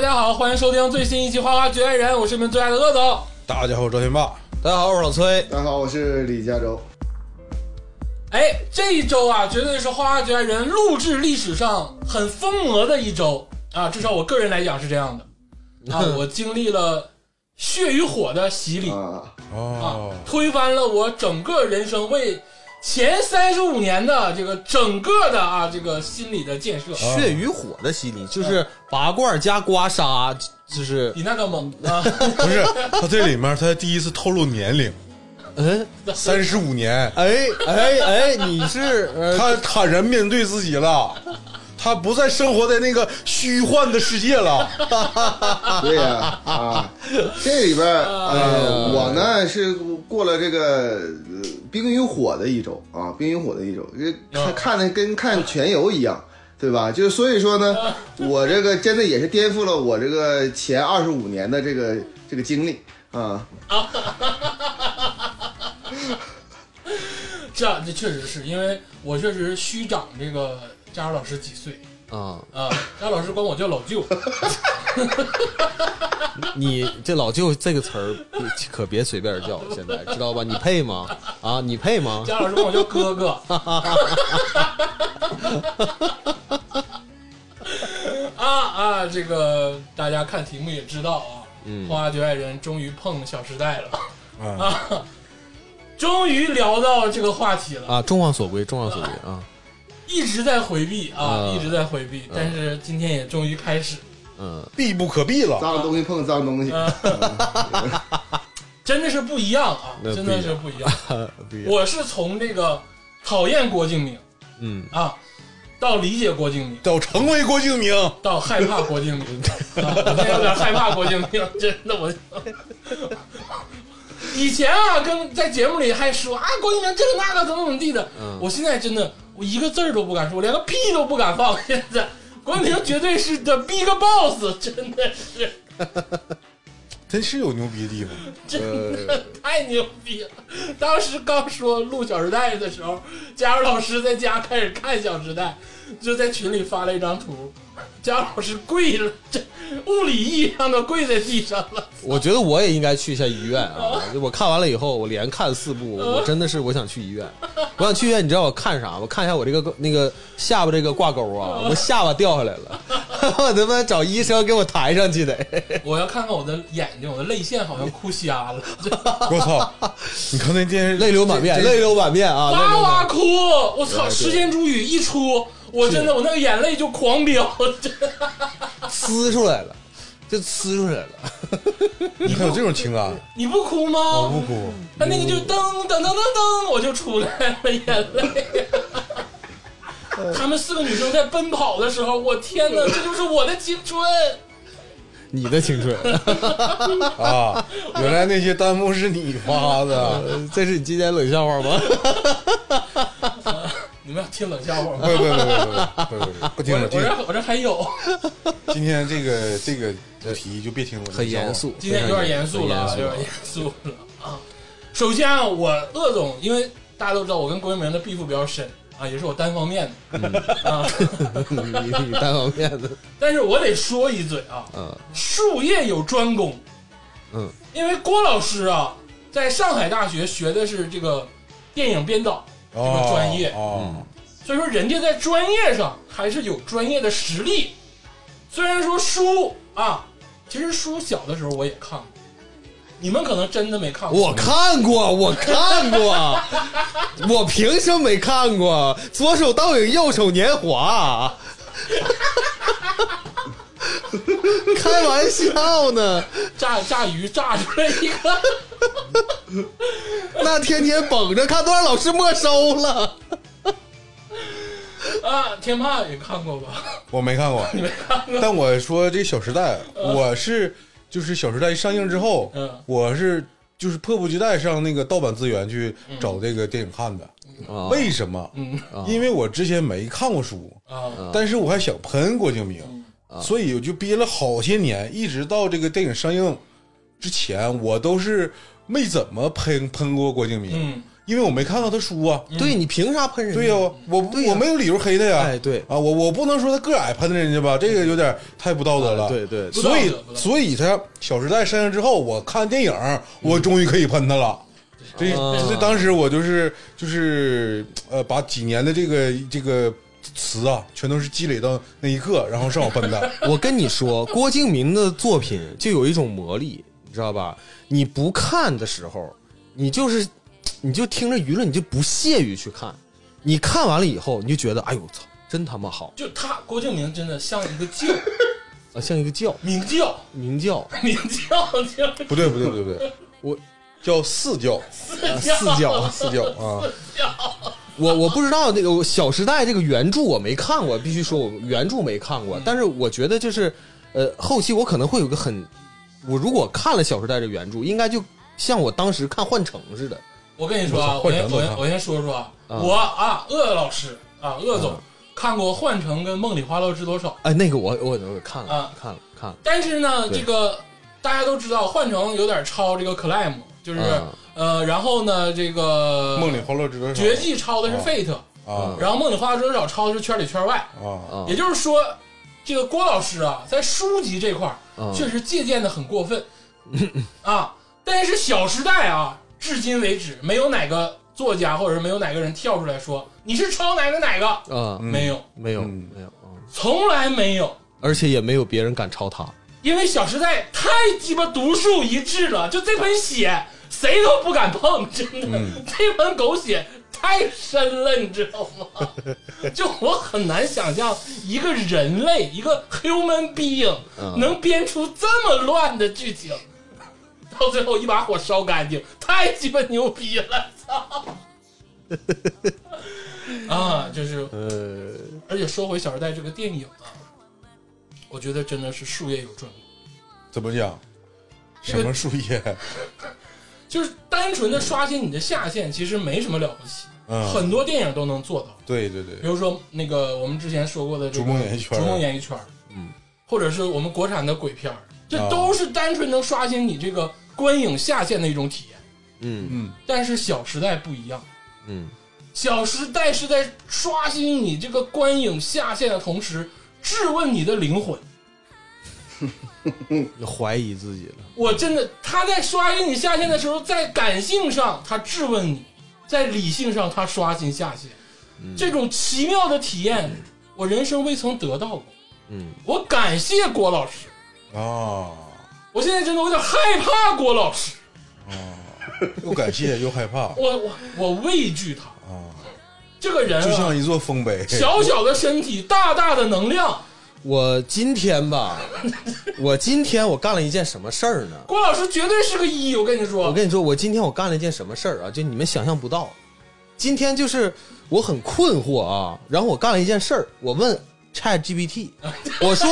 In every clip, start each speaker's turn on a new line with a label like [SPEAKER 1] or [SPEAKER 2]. [SPEAKER 1] 家好，欢迎收听最新一期《花花局爱人》，我是你们最爱的鄂总。
[SPEAKER 2] 大家好，我周天霸。
[SPEAKER 3] 大家好，我是老崔。
[SPEAKER 4] 大家好，我是李佳洲。
[SPEAKER 1] 哎，这一周啊，绝对是《花花局爱人》录制历史上很疯魔的一周啊，至少我个人来讲是这样的啊，我经历了血与火的洗礼
[SPEAKER 4] 啊，
[SPEAKER 1] 啊
[SPEAKER 2] 哦，，
[SPEAKER 1] 推翻了我整个人生为前三十五年的这个整个的啊这个心理的建设，
[SPEAKER 3] 血与火的洗礼就是拔罐加刮痧，就是
[SPEAKER 1] 比那个猛啊！
[SPEAKER 2] 不是，他这里面他第一次透露年龄，
[SPEAKER 3] 嗯，
[SPEAKER 2] 三十五年，
[SPEAKER 3] 哎哎哎，你是呃
[SPEAKER 2] 他坦然面对自己了，他不再生活在那个虚幻的世界了。
[SPEAKER 4] 对呀、啊，这里边儿呃，我呢是过了这个呃冰与火的一周啊，冰与火的一周，这看看的跟看全游一样，对吧？就是所以说呢，我这个真的也是颠覆了我这个前二十五年的这个这个经历啊。
[SPEAKER 1] 这样这确实是因为我确实虚长这个佳茹老师几岁
[SPEAKER 3] 啊，
[SPEAKER 1] 啊，佳茹老师管我叫老舅。
[SPEAKER 3] 你这老舅这个词儿可别随便叫，现在知道吧？你配吗？啊，你配吗？
[SPEAKER 1] 贾老师管我叫哥 哥。啊啊！这个大家看题目也知道啊，花花局外人》终于碰《小时代》了，
[SPEAKER 2] 啊，
[SPEAKER 1] 终于聊到这个话题了，
[SPEAKER 3] 啊，众望所归，众望所归啊，
[SPEAKER 1] 一直在回避啊，
[SPEAKER 3] 啊
[SPEAKER 1] 一直在回避，但是今天也终于开始，呃
[SPEAKER 3] 嗯，
[SPEAKER 2] 避不可避了。
[SPEAKER 4] 脏东西碰脏东西，
[SPEAKER 1] 啊嗯
[SPEAKER 4] 啊
[SPEAKER 1] 真的是不一样啊，
[SPEAKER 3] 那
[SPEAKER 1] 真的是不一 样。
[SPEAKER 3] 不一样，
[SPEAKER 1] 我是从这个讨厌郭敬明
[SPEAKER 3] 嗯，
[SPEAKER 1] 啊，到理解郭敬明。
[SPEAKER 2] 要成为郭敬明，
[SPEAKER 1] 到害怕郭 敬明，啊 我现在有点害怕郭敬明，真的我。以前啊，跟在节目里还说啊，郭敬明这个那个怎么怎么地的，
[SPEAKER 3] 嗯
[SPEAKER 1] 我现在真的我一个字儿都不敢说，我连个屁都不敢放。现在郭敬明绝对是 the big boss，真的是
[SPEAKER 2] 真是有牛逼的地方。
[SPEAKER 4] 呃
[SPEAKER 1] 真的 太牛逼了。当时刚说录《小时代》的时候，佳茹老师在家开始看《小时代》，就在群里发了一张图，佳茹老师跪了，这物理意义上的跪在地上 了。
[SPEAKER 3] 我觉得我也应该去一下医院啊！我看完了以后，我连看四部，我真的是我想去医院。我想去医院，你知道我看啥吗？我看一下我这个那个下巴这个挂钩啊，我下巴掉下来了， 我他妈找医生给我抬上去得。
[SPEAKER 1] 我要看看我的眼睛，我的泪腺好像哭瞎 了，
[SPEAKER 2] 我操！你看那电视，
[SPEAKER 3] 泪流满面，
[SPEAKER 2] 这
[SPEAKER 3] 泪流满面啊！泪
[SPEAKER 1] 哇
[SPEAKER 3] 流满
[SPEAKER 1] 哇
[SPEAKER 3] 面
[SPEAKER 1] 哭！我操，时间煮雨一出，我真的我那个眼泪就狂飙，真的
[SPEAKER 3] 呲出来了，就呲出来了。
[SPEAKER 2] 你还有这种情感？
[SPEAKER 1] 你不哭吗？
[SPEAKER 2] 我不哭，
[SPEAKER 1] 他那个就噔噔噔噔噔，我就出来了，眼泪。他们四个女生在奔跑的时候，我天哪，这就是我的青春！
[SPEAKER 3] 你的青 春，
[SPEAKER 2] 啊！原来那些弹幕是你发的。
[SPEAKER 3] 呃这是你今天冷笑话吗？
[SPEAKER 1] 你们要听冷笑话
[SPEAKER 2] 不
[SPEAKER 1] 吗？
[SPEAKER 2] 不不不不不不，不听
[SPEAKER 1] 我
[SPEAKER 2] 了，
[SPEAKER 1] 我
[SPEAKER 2] 今天
[SPEAKER 1] 这我这还有，
[SPEAKER 2] 今天这个这个主题就别听了，
[SPEAKER 3] 很严肃，
[SPEAKER 1] 今天有点严肃了，啊，
[SPEAKER 3] 很
[SPEAKER 1] 有
[SPEAKER 3] 严
[SPEAKER 1] 点
[SPEAKER 3] 肃
[SPEAKER 1] 严肃了啊。首先啊，我鄂总，因为大家都知道我跟郭敬明的 beef 比较深啊，也是我单方面的啊，
[SPEAKER 3] 你你单方面的，
[SPEAKER 1] 但是我得说一嘴啊，
[SPEAKER 3] 嗯
[SPEAKER 1] 术业有专攻，
[SPEAKER 3] 嗯，
[SPEAKER 1] 因为郭老师啊，在上海大学学的是这个电影编导这个专业，
[SPEAKER 2] 哦，
[SPEAKER 3] 嗯
[SPEAKER 1] 所以说人家在专业上还是有专业的实力。虽然说书啊，其实书小的时候我也看过，你们可能真的没看过。
[SPEAKER 3] 我看过，我看 过，我凭什么没看过？左手倒影，右手年华。 开玩笑呢，
[SPEAKER 1] 炸炸鱼炸出来一个，
[SPEAKER 3] 那天天绷着看，都让老师没收了。
[SPEAKER 1] 啊，天霸也看过吧？
[SPEAKER 2] 我没看 过，但我说这《小时代》，我是就是《小时代》上映之后
[SPEAKER 1] 嗯，
[SPEAKER 2] 我是就是迫不及待上那个盗版资源去
[SPEAKER 1] 嗯
[SPEAKER 2] 找这个电影看的。
[SPEAKER 3] 哦
[SPEAKER 2] 为什么？因为我之前没看过书，
[SPEAKER 3] 哦
[SPEAKER 1] 啊，
[SPEAKER 2] 但是我还想喷郭敬明，所以我就憋了好些年，一直到这个电影上映之前，我都是没怎么喷喷过郭敬明。
[SPEAKER 1] 嗯
[SPEAKER 2] 因为我没看到他输啊。
[SPEAKER 3] 对你凭啥喷人家？
[SPEAKER 2] 对呀、我
[SPEAKER 3] 对呀
[SPEAKER 2] 我没有理由黑他呀。
[SPEAKER 3] 哎对
[SPEAKER 2] 啊，我我不能说他个矮喷人家吧，这个有点太不道德了。
[SPEAKER 3] 啊对对
[SPEAKER 1] 对
[SPEAKER 2] 所
[SPEAKER 1] 不
[SPEAKER 2] 以
[SPEAKER 1] 道德不道德
[SPEAKER 2] 所以他《小时代》上映之后，我看电影，
[SPEAKER 1] 嗯
[SPEAKER 2] 我终于可以喷他了。这
[SPEAKER 1] 哦
[SPEAKER 3] 啊
[SPEAKER 2] 这当时我就是就是呃，把几年的这个这个词啊，全都是积累到那一刻，然后上我喷 的。
[SPEAKER 3] 我跟你说，郭敬明的作品就有一种魔力，你知道吧？你不看的时候，你就是你就听着舆论，你就不屑于去看。你看完了以后，你就觉得，哎呦我操，真他妈好
[SPEAKER 1] 就他郭敬明真的像一个教
[SPEAKER 3] 啊，像一个教
[SPEAKER 1] 明教，
[SPEAKER 3] 明教
[SPEAKER 1] 明教就是
[SPEAKER 2] 不对不对不对不对，
[SPEAKER 3] 我
[SPEAKER 2] 叫四教
[SPEAKER 3] 啊四教。
[SPEAKER 2] 四教啊，
[SPEAKER 3] 我我不知道那个《小时代》这个原著我没看过，必须说我原著没看
[SPEAKER 1] 嗯
[SPEAKER 3] 过，但是我觉得就是，呃，后期我可能会有个很，我如果看了《小时代》这原著，应该就像我当时看《幻城》似的。
[SPEAKER 1] 我跟你说啊，我
[SPEAKER 2] 我操换
[SPEAKER 1] 先
[SPEAKER 2] 人
[SPEAKER 1] 我
[SPEAKER 2] 都看
[SPEAKER 1] 先我先说说啊，
[SPEAKER 3] 啊
[SPEAKER 1] 我啊，鄂老师啊，鄂总看过《幻城》跟《梦里花落知多少》，
[SPEAKER 3] 哎，那个我我我看了、
[SPEAKER 1] 啊
[SPEAKER 3] 看了看了，
[SPEAKER 1] 但是呢，
[SPEAKER 3] 对
[SPEAKER 1] 这个大家都知道，《幻城》有点抄这个 Climb，就是、
[SPEAKER 3] 啊
[SPEAKER 1] 呃，然后呢，这个
[SPEAKER 2] 梦里花落知多少
[SPEAKER 1] 嗯绝技抄的是 Fate，、
[SPEAKER 2] 啊
[SPEAKER 1] 然后梦里花落知多少抄的是圈里圈外，
[SPEAKER 2] 啊
[SPEAKER 3] 啊
[SPEAKER 1] 也就是说，这个郭老师啊，在书籍这块儿
[SPEAKER 3] 啊
[SPEAKER 1] 确实借鉴的很过分、啊，但是《小时代》啊，至今为止没有哪个作家或者是没有哪个人跳出来说你是抄哪个哪个，
[SPEAKER 3] 啊，
[SPEAKER 2] 嗯
[SPEAKER 1] 没有，
[SPEAKER 3] 没有
[SPEAKER 2] 嗯
[SPEAKER 3] 没有，嗯
[SPEAKER 1] 从来没有。
[SPEAKER 3] 而且也没有别人敢抄他。
[SPEAKER 1] 因为《小时代》太鸡巴独树一帜了，就这盆血谁都不敢碰，真的，这盆狗血太深了，你知道吗？就我很难想象一个人类，一个 human being
[SPEAKER 3] 嗯
[SPEAKER 1] 能编出这么乱的剧情，到最后一把火烧干净，太鸡巴牛逼了，操！啊，就是，
[SPEAKER 3] 呃，
[SPEAKER 1] 而且说回《小时代》这个电影啊，我觉得真的是术业有专攻。
[SPEAKER 2] 怎么讲？
[SPEAKER 1] 这
[SPEAKER 2] 什
[SPEAKER 1] 个
[SPEAKER 2] 么树叶？
[SPEAKER 1] 就是单纯的刷新你的下限，其实没什么了不起，
[SPEAKER 2] 嗯，
[SPEAKER 1] 很多电影都能做到。
[SPEAKER 2] 对对对
[SPEAKER 1] 比，如说那个我们之前说过的这个《
[SPEAKER 2] 逐梦演艺圈
[SPEAKER 1] 逐梦演艺圈》，
[SPEAKER 3] 嗯，
[SPEAKER 1] 或者是我们国产的鬼片儿，这
[SPEAKER 2] 啊
[SPEAKER 1] 都是单纯能刷新你这个观影下限的一种体验。
[SPEAKER 3] 嗯
[SPEAKER 2] 嗯
[SPEAKER 1] 但是《小时代》不一样，
[SPEAKER 3] 嗯，
[SPEAKER 1] 《小时代》是在刷新你这个观影下限的同时，质问你的灵魂。
[SPEAKER 3] 你怀疑自己了。
[SPEAKER 1] 我真的，他在刷新你下限的时候，在感性上他质问你，在理性上他刷新下限，
[SPEAKER 3] 嗯
[SPEAKER 1] 这种奇妙的体验，我人生未曾得到过。
[SPEAKER 3] 嗯，
[SPEAKER 1] 我感谢郭老师，
[SPEAKER 2] 啊，
[SPEAKER 1] 我现在真的有点害怕郭老师，
[SPEAKER 2] 又感谢又 害怕
[SPEAKER 1] 我我我畏惧他
[SPEAKER 2] 啊，
[SPEAKER 1] 这个人
[SPEAKER 2] 就
[SPEAKER 1] 啊，
[SPEAKER 2] 像一座丰碑。
[SPEAKER 1] 小小的身体，大大的能量。
[SPEAKER 3] 我今 天吧，我今天我干了一件什么事儿呢？
[SPEAKER 1] 郭老师绝对是个一，我跟你
[SPEAKER 3] 我
[SPEAKER 1] 说，
[SPEAKER 3] 跟你说，我今天我干了一件什么事儿啊？就你们想象不到。今天就是我很困惑啊，然后我干了一件事儿，我问 Chat GPT，我说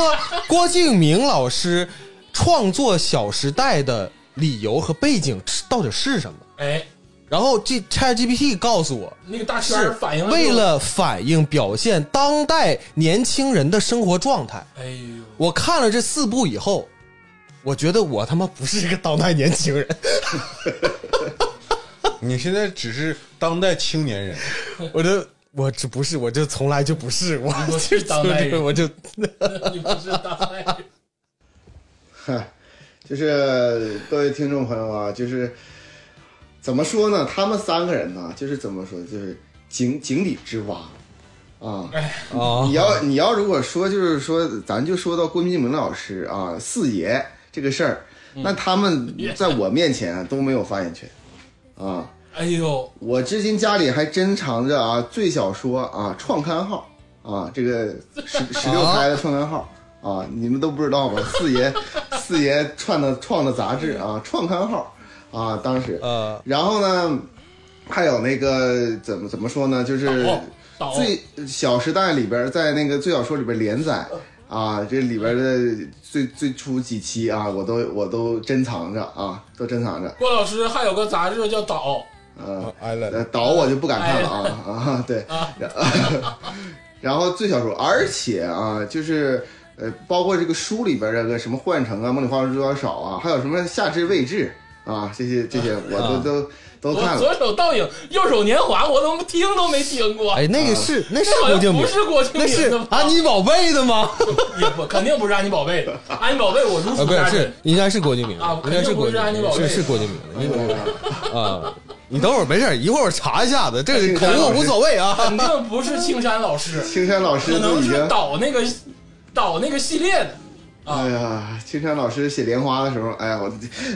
[SPEAKER 3] 郭敬明老师创作《小时代》的理由和背景是到底是什么？
[SPEAKER 1] 哎，
[SPEAKER 3] 然后这 Chat GPT 告诉我，
[SPEAKER 1] 那个大圈
[SPEAKER 3] 是
[SPEAKER 1] 儿反应
[SPEAKER 3] 为了反映表现当代年轻人的生活状态。
[SPEAKER 1] 哎呦，
[SPEAKER 3] 我看了这四部以后，我觉得我他妈不是一个当代年 轻人。
[SPEAKER 2] 你现在只是当代青年 人，
[SPEAKER 3] 我就我这不是，我就从来就不是，我
[SPEAKER 1] 不是当代人
[SPEAKER 3] 就是我就
[SPEAKER 1] 你不是大爱人。
[SPEAKER 4] 嗨， 就是各位听众朋友啊，就是怎么说呢？他们三个人呢，就是怎么说，就是井井底之蛙啊。
[SPEAKER 3] 啊
[SPEAKER 4] 你要你要如果说就是说，咱就说到郭敬明老师啊，四爷这个事儿，那他们在我面前啊都没有发言权啊。
[SPEAKER 1] 哎呦，
[SPEAKER 4] 我至今家里还珍藏着啊，最小说啊，创刊号啊，这个十十六台的创刊号啊，你们都不知道吧？四爷四爷创的创的杂志啊，创刊号啊，当时，
[SPEAKER 3] 呃
[SPEAKER 4] 然后呢，还有那个怎么怎么说呢，就是
[SPEAKER 1] 倒倒
[SPEAKER 4] 最《小时代》里边儿，在那个《最小说》里边儿连载啊，这里边儿的最最初几期啊，我都我都珍藏着啊，都珍藏着。
[SPEAKER 1] 郭老师还有个杂志叫《岛
[SPEAKER 4] 呃，
[SPEAKER 2] 艾
[SPEAKER 4] 呃
[SPEAKER 2] 伦，
[SPEAKER 4] 倒我就不敢看了啊
[SPEAKER 1] 哎
[SPEAKER 4] 啊，对， 然后最小说，而且啊，就是呃，包括这个书里边这个什么幻城啊、梦里花落知多少啊，还有什么夏至未至啊，这些这些
[SPEAKER 1] 嗯
[SPEAKER 4] 我都
[SPEAKER 1] 啊
[SPEAKER 4] 都都看
[SPEAKER 1] 我
[SPEAKER 4] 了。
[SPEAKER 1] 左手倒影，右手年华，我怎么听都没听过？
[SPEAKER 3] 哎，那个是那是
[SPEAKER 1] 呃那好
[SPEAKER 3] 郭
[SPEAKER 1] 像
[SPEAKER 3] 敬明
[SPEAKER 1] 不，是郭敬
[SPEAKER 3] 那
[SPEAKER 1] 明
[SPEAKER 3] 是
[SPEAKER 1] 的吧？
[SPEAKER 3] 安妮宝贝 的吗？
[SPEAKER 1] 也不肯定不是安妮宝贝，安妮宝贝我如
[SPEAKER 3] 啊，
[SPEAKER 1] 数
[SPEAKER 3] 不
[SPEAKER 1] 家
[SPEAKER 3] 是，
[SPEAKER 1] 珍
[SPEAKER 3] 是。应该是郭敬明
[SPEAKER 1] 啊，
[SPEAKER 3] 应该是郭
[SPEAKER 1] 肯定不
[SPEAKER 3] 敬明，
[SPEAKER 1] 是安妮宝贝
[SPEAKER 3] 是是郭敬明的。
[SPEAKER 4] 没
[SPEAKER 3] 你
[SPEAKER 4] 有没有没有
[SPEAKER 3] 啊，你等会儿没事儿，一会儿我查一下子，这个
[SPEAKER 4] 青
[SPEAKER 3] 口
[SPEAKER 1] 哎
[SPEAKER 4] 山老
[SPEAKER 3] 误
[SPEAKER 4] 师
[SPEAKER 3] 无所谓啊。
[SPEAKER 1] 肯定不是青山老师，
[SPEAKER 4] 青山老师
[SPEAKER 1] 可
[SPEAKER 4] 都
[SPEAKER 1] 能啊
[SPEAKER 4] 已
[SPEAKER 1] 是
[SPEAKER 4] 经，
[SPEAKER 1] 导那个导那个系列的，
[SPEAKER 4] 哎呀，青山老师写莲花的时候，哎呀，我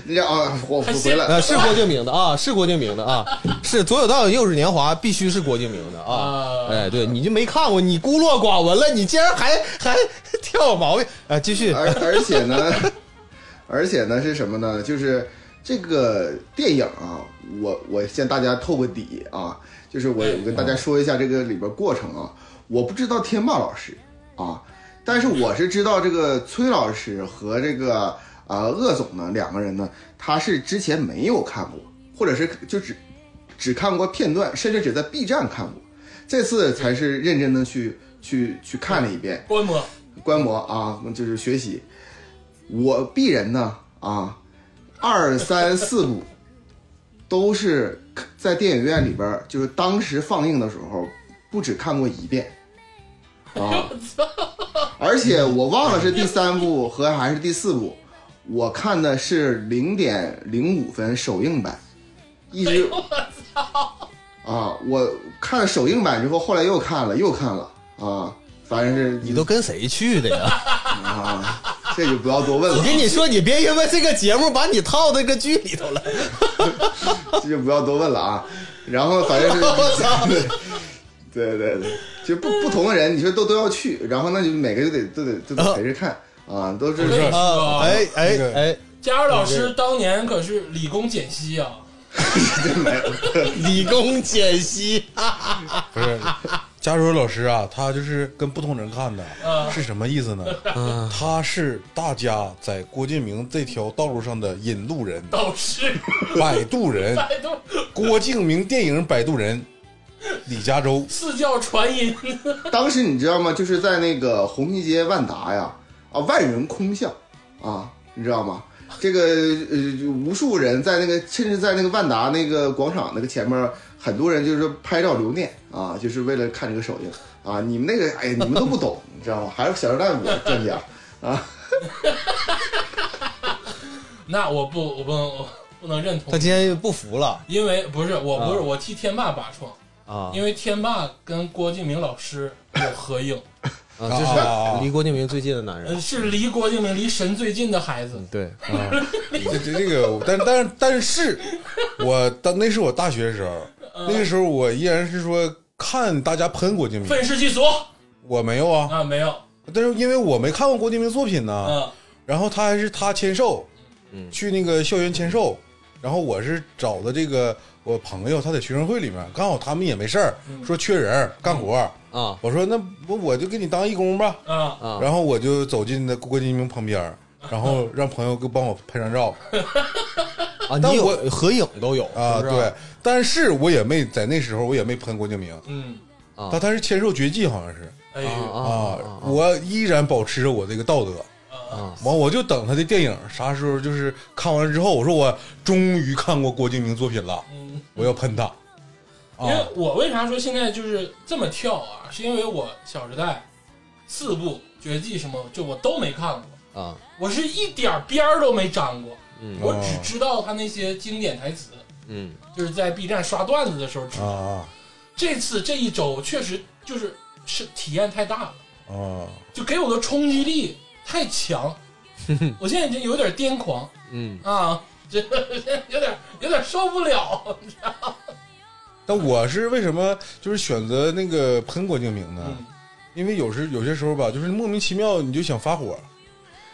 [SPEAKER 4] 让啊我我
[SPEAKER 1] 还
[SPEAKER 4] 回来
[SPEAKER 3] 呃，是郭敬明的啊，是郭敬明的啊，是左有倒影，右是年华，必须是郭敬明的啊
[SPEAKER 1] 啊。
[SPEAKER 3] 哎，对，你就没看过，你孤陋寡闻了，你竟然还 还挑我毛病啊！继
[SPEAKER 2] 哎
[SPEAKER 3] 续，
[SPEAKER 4] 而而且呢，而且呢是什么呢？就是这个电影啊，我我向大家透个底啊，就是我我跟大家说一下这个里边过程啊，我不知道天霸老师啊，但是我是知道这个崔老师和这个啊鄂总呢两个人呢，他是之前没有看过，或者是就只只看过片段，甚至只在 B 站看过，这次才是认真的去去去看了一遍。
[SPEAKER 1] 观摩
[SPEAKER 4] 观摩啊，就是学习。我鄙人呢啊，二三四部都是在电影院里边儿，就是当时放映的时候，不止看过一遍啊，而且我忘了是第三部和还是第四部，我看的是零点零五分首映版，一直啊，我看了首映版之后，后来又看了又看了啊，反正是
[SPEAKER 3] 你都跟谁去的呀？
[SPEAKER 4] 啊，这就不要多问
[SPEAKER 3] 我
[SPEAKER 4] 了，啊
[SPEAKER 3] 跟你说，你别因为这个节目把你套到这个剧里头了。
[SPEAKER 4] 这就不要多问了啊。然后反正是， 对对对，就不不同的人，你说都都要去，然后那就每个就得都得都得陪着看啊，都是
[SPEAKER 1] 不是
[SPEAKER 3] 啊，哎哎
[SPEAKER 2] 那个
[SPEAKER 3] 哎，
[SPEAKER 1] 佳茹老师当年可是理工简析啊，
[SPEAKER 3] 理工简析，
[SPEAKER 2] 不是，佳茹老师啊，他就是跟不同人看的，
[SPEAKER 1] 嗯
[SPEAKER 2] 是什么意思呢？他是大家在郭敬明这条道路上的引路人、
[SPEAKER 1] 导师
[SPEAKER 2] 摆渡人。
[SPEAKER 1] 百度
[SPEAKER 2] 郭敬明电影摆渡人，李嘉洲
[SPEAKER 1] 四教传音，
[SPEAKER 4] 当时你知道吗？就是在那个红旗街万达呀，啊，万人空巷啊，你知道吗？这个呃，就无数人在那个，甚至在那个万达那个广场那个前面，很多人就是拍照留念啊，就是为了看这个首映啊。你们那个，哎呀，你们都不懂，你知道吗？还是小时代我专家啊。
[SPEAKER 1] 那我不我不能我不能认
[SPEAKER 3] 他
[SPEAKER 1] 同，
[SPEAKER 3] 今天不服了
[SPEAKER 1] 因为不是我不是
[SPEAKER 3] 啊
[SPEAKER 1] 我替天霸拔创，
[SPEAKER 3] 啊
[SPEAKER 1] 因为天霸跟郭敬明老师有合影，
[SPEAKER 2] 啊
[SPEAKER 3] 啊，就是离郭敬明最近的男 人
[SPEAKER 1] 呃。是离郭敬明离神最近的孩子，
[SPEAKER 3] 对，
[SPEAKER 2] 啊，这这这个，但但但是，我当那是我大学时候，那个时候我依然是说看大家喷郭敬明，
[SPEAKER 1] 愤世嫉俗
[SPEAKER 2] 我没有啊，
[SPEAKER 1] 啊没有，
[SPEAKER 2] 但是因为我没看过郭敬明作品呢，
[SPEAKER 1] 嗯
[SPEAKER 2] 然后他还是他签售，
[SPEAKER 3] 嗯
[SPEAKER 2] 去那个校园签售，然后我是找的这个我朋友，他在学生会里面，刚好他们也没事儿，说缺人儿干活儿，
[SPEAKER 3] 啊
[SPEAKER 2] 我说那不我就给你当义工吧，
[SPEAKER 1] 啊
[SPEAKER 3] 啊，
[SPEAKER 2] 然后我就走进那郭敬明旁边儿，然后让朋友给帮我拍张照
[SPEAKER 3] 啊，
[SPEAKER 2] 但
[SPEAKER 3] 你有
[SPEAKER 2] 我
[SPEAKER 3] 合影都有
[SPEAKER 2] 啊，
[SPEAKER 3] 是不是
[SPEAKER 2] 对，但是我也没在那时候我也没喷郭敬明，
[SPEAKER 1] 嗯，
[SPEAKER 3] 啊
[SPEAKER 2] 但他是签售绝技好像是
[SPEAKER 1] 哎呦
[SPEAKER 3] 啊
[SPEAKER 2] 啊，我依然保持着我这个道德。
[SPEAKER 3] 啊
[SPEAKER 2] 完，我就等他的电影啥时候就是看完之后，我说我终于看过郭敬明作品了，
[SPEAKER 1] 嗯。
[SPEAKER 2] 我要喷他
[SPEAKER 1] 因
[SPEAKER 3] 哦
[SPEAKER 1] 为
[SPEAKER 2] 啊！
[SPEAKER 1] 我为啥说现在就是这么跳啊？是因为我《小时代》四部《绝技》什么，就我都没看过，
[SPEAKER 3] 啊
[SPEAKER 1] 我是一点儿边儿都没沾过，
[SPEAKER 3] 嗯
[SPEAKER 1] 我只知道他那些经典台词，
[SPEAKER 3] 嗯
[SPEAKER 1] 就是在 B 站刷段子的时候知
[SPEAKER 2] 啊
[SPEAKER 1] 道。这次这一周确实就是是体验太大了，
[SPEAKER 2] 啊啊！
[SPEAKER 1] 就给我的冲击力太强，我现在已经有点癫狂
[SPEAKER 3] 嗯
[SPEAKER 1] 啊，这 有点有点受不了。
[SPEAKER 2] 但我是为什么就是选择那个喷郭敬明呢？
[SPEAKER 1] 嗯
[SPEAKER 2] 因为有时有些时候吧，就是莫名其妙你就想发火，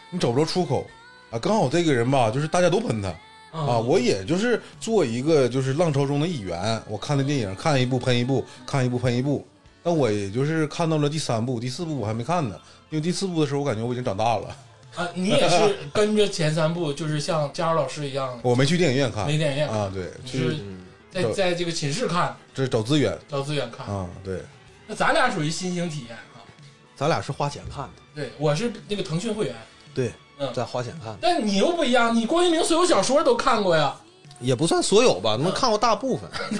[SPEAKER 2] 你找不着出口啊。刚好这个人吧，就是大家都喷他
[SPEAKER 1] 嗯
[SPEAKER 2] 啊，我也就是做一个就是浪潮中的一员。我看的电影看一部喷一部，看一部喷一部。但我也就是看到了第三部、第四部我还没看呢，因为第四部的时候我感觉我已经长大了，
[SPEAKER 1] 啊，你也是跟着前三部，就是像佳茹老师一样
[SPEAKER 2] 我没去电影院看
[SPEAKER 1] 没电影院看，
[SPEAKER 2] 啊，对，
[SPEAKER 1] 就
[SPEAKER 2] 去
[SPEAKER 1] 是在在这个寝室看，
[SPEAKER 2] 这找资源
[SPEAKER 1] 找资源看。
[SPEAKER 2] 啊，对，
[SPEAKER 1] 那咱俩属于新型体验啊。
[SPEAKER 3] 咱俩是花钱看的，
[SPEAKER 1] 对，我是那个腾讯会员，
[SPEAKER 3] 对
[SPEAKER 1] 嗯
[SPEAKER 3] 咱花钱看的。
[SPEAKER 1] 但你又不一样，你郭敬明所有小说都看过呀，
[SPEAKER 3] 也不算所有吧，他们看过大部分。
[SPEAKER 1] 嗯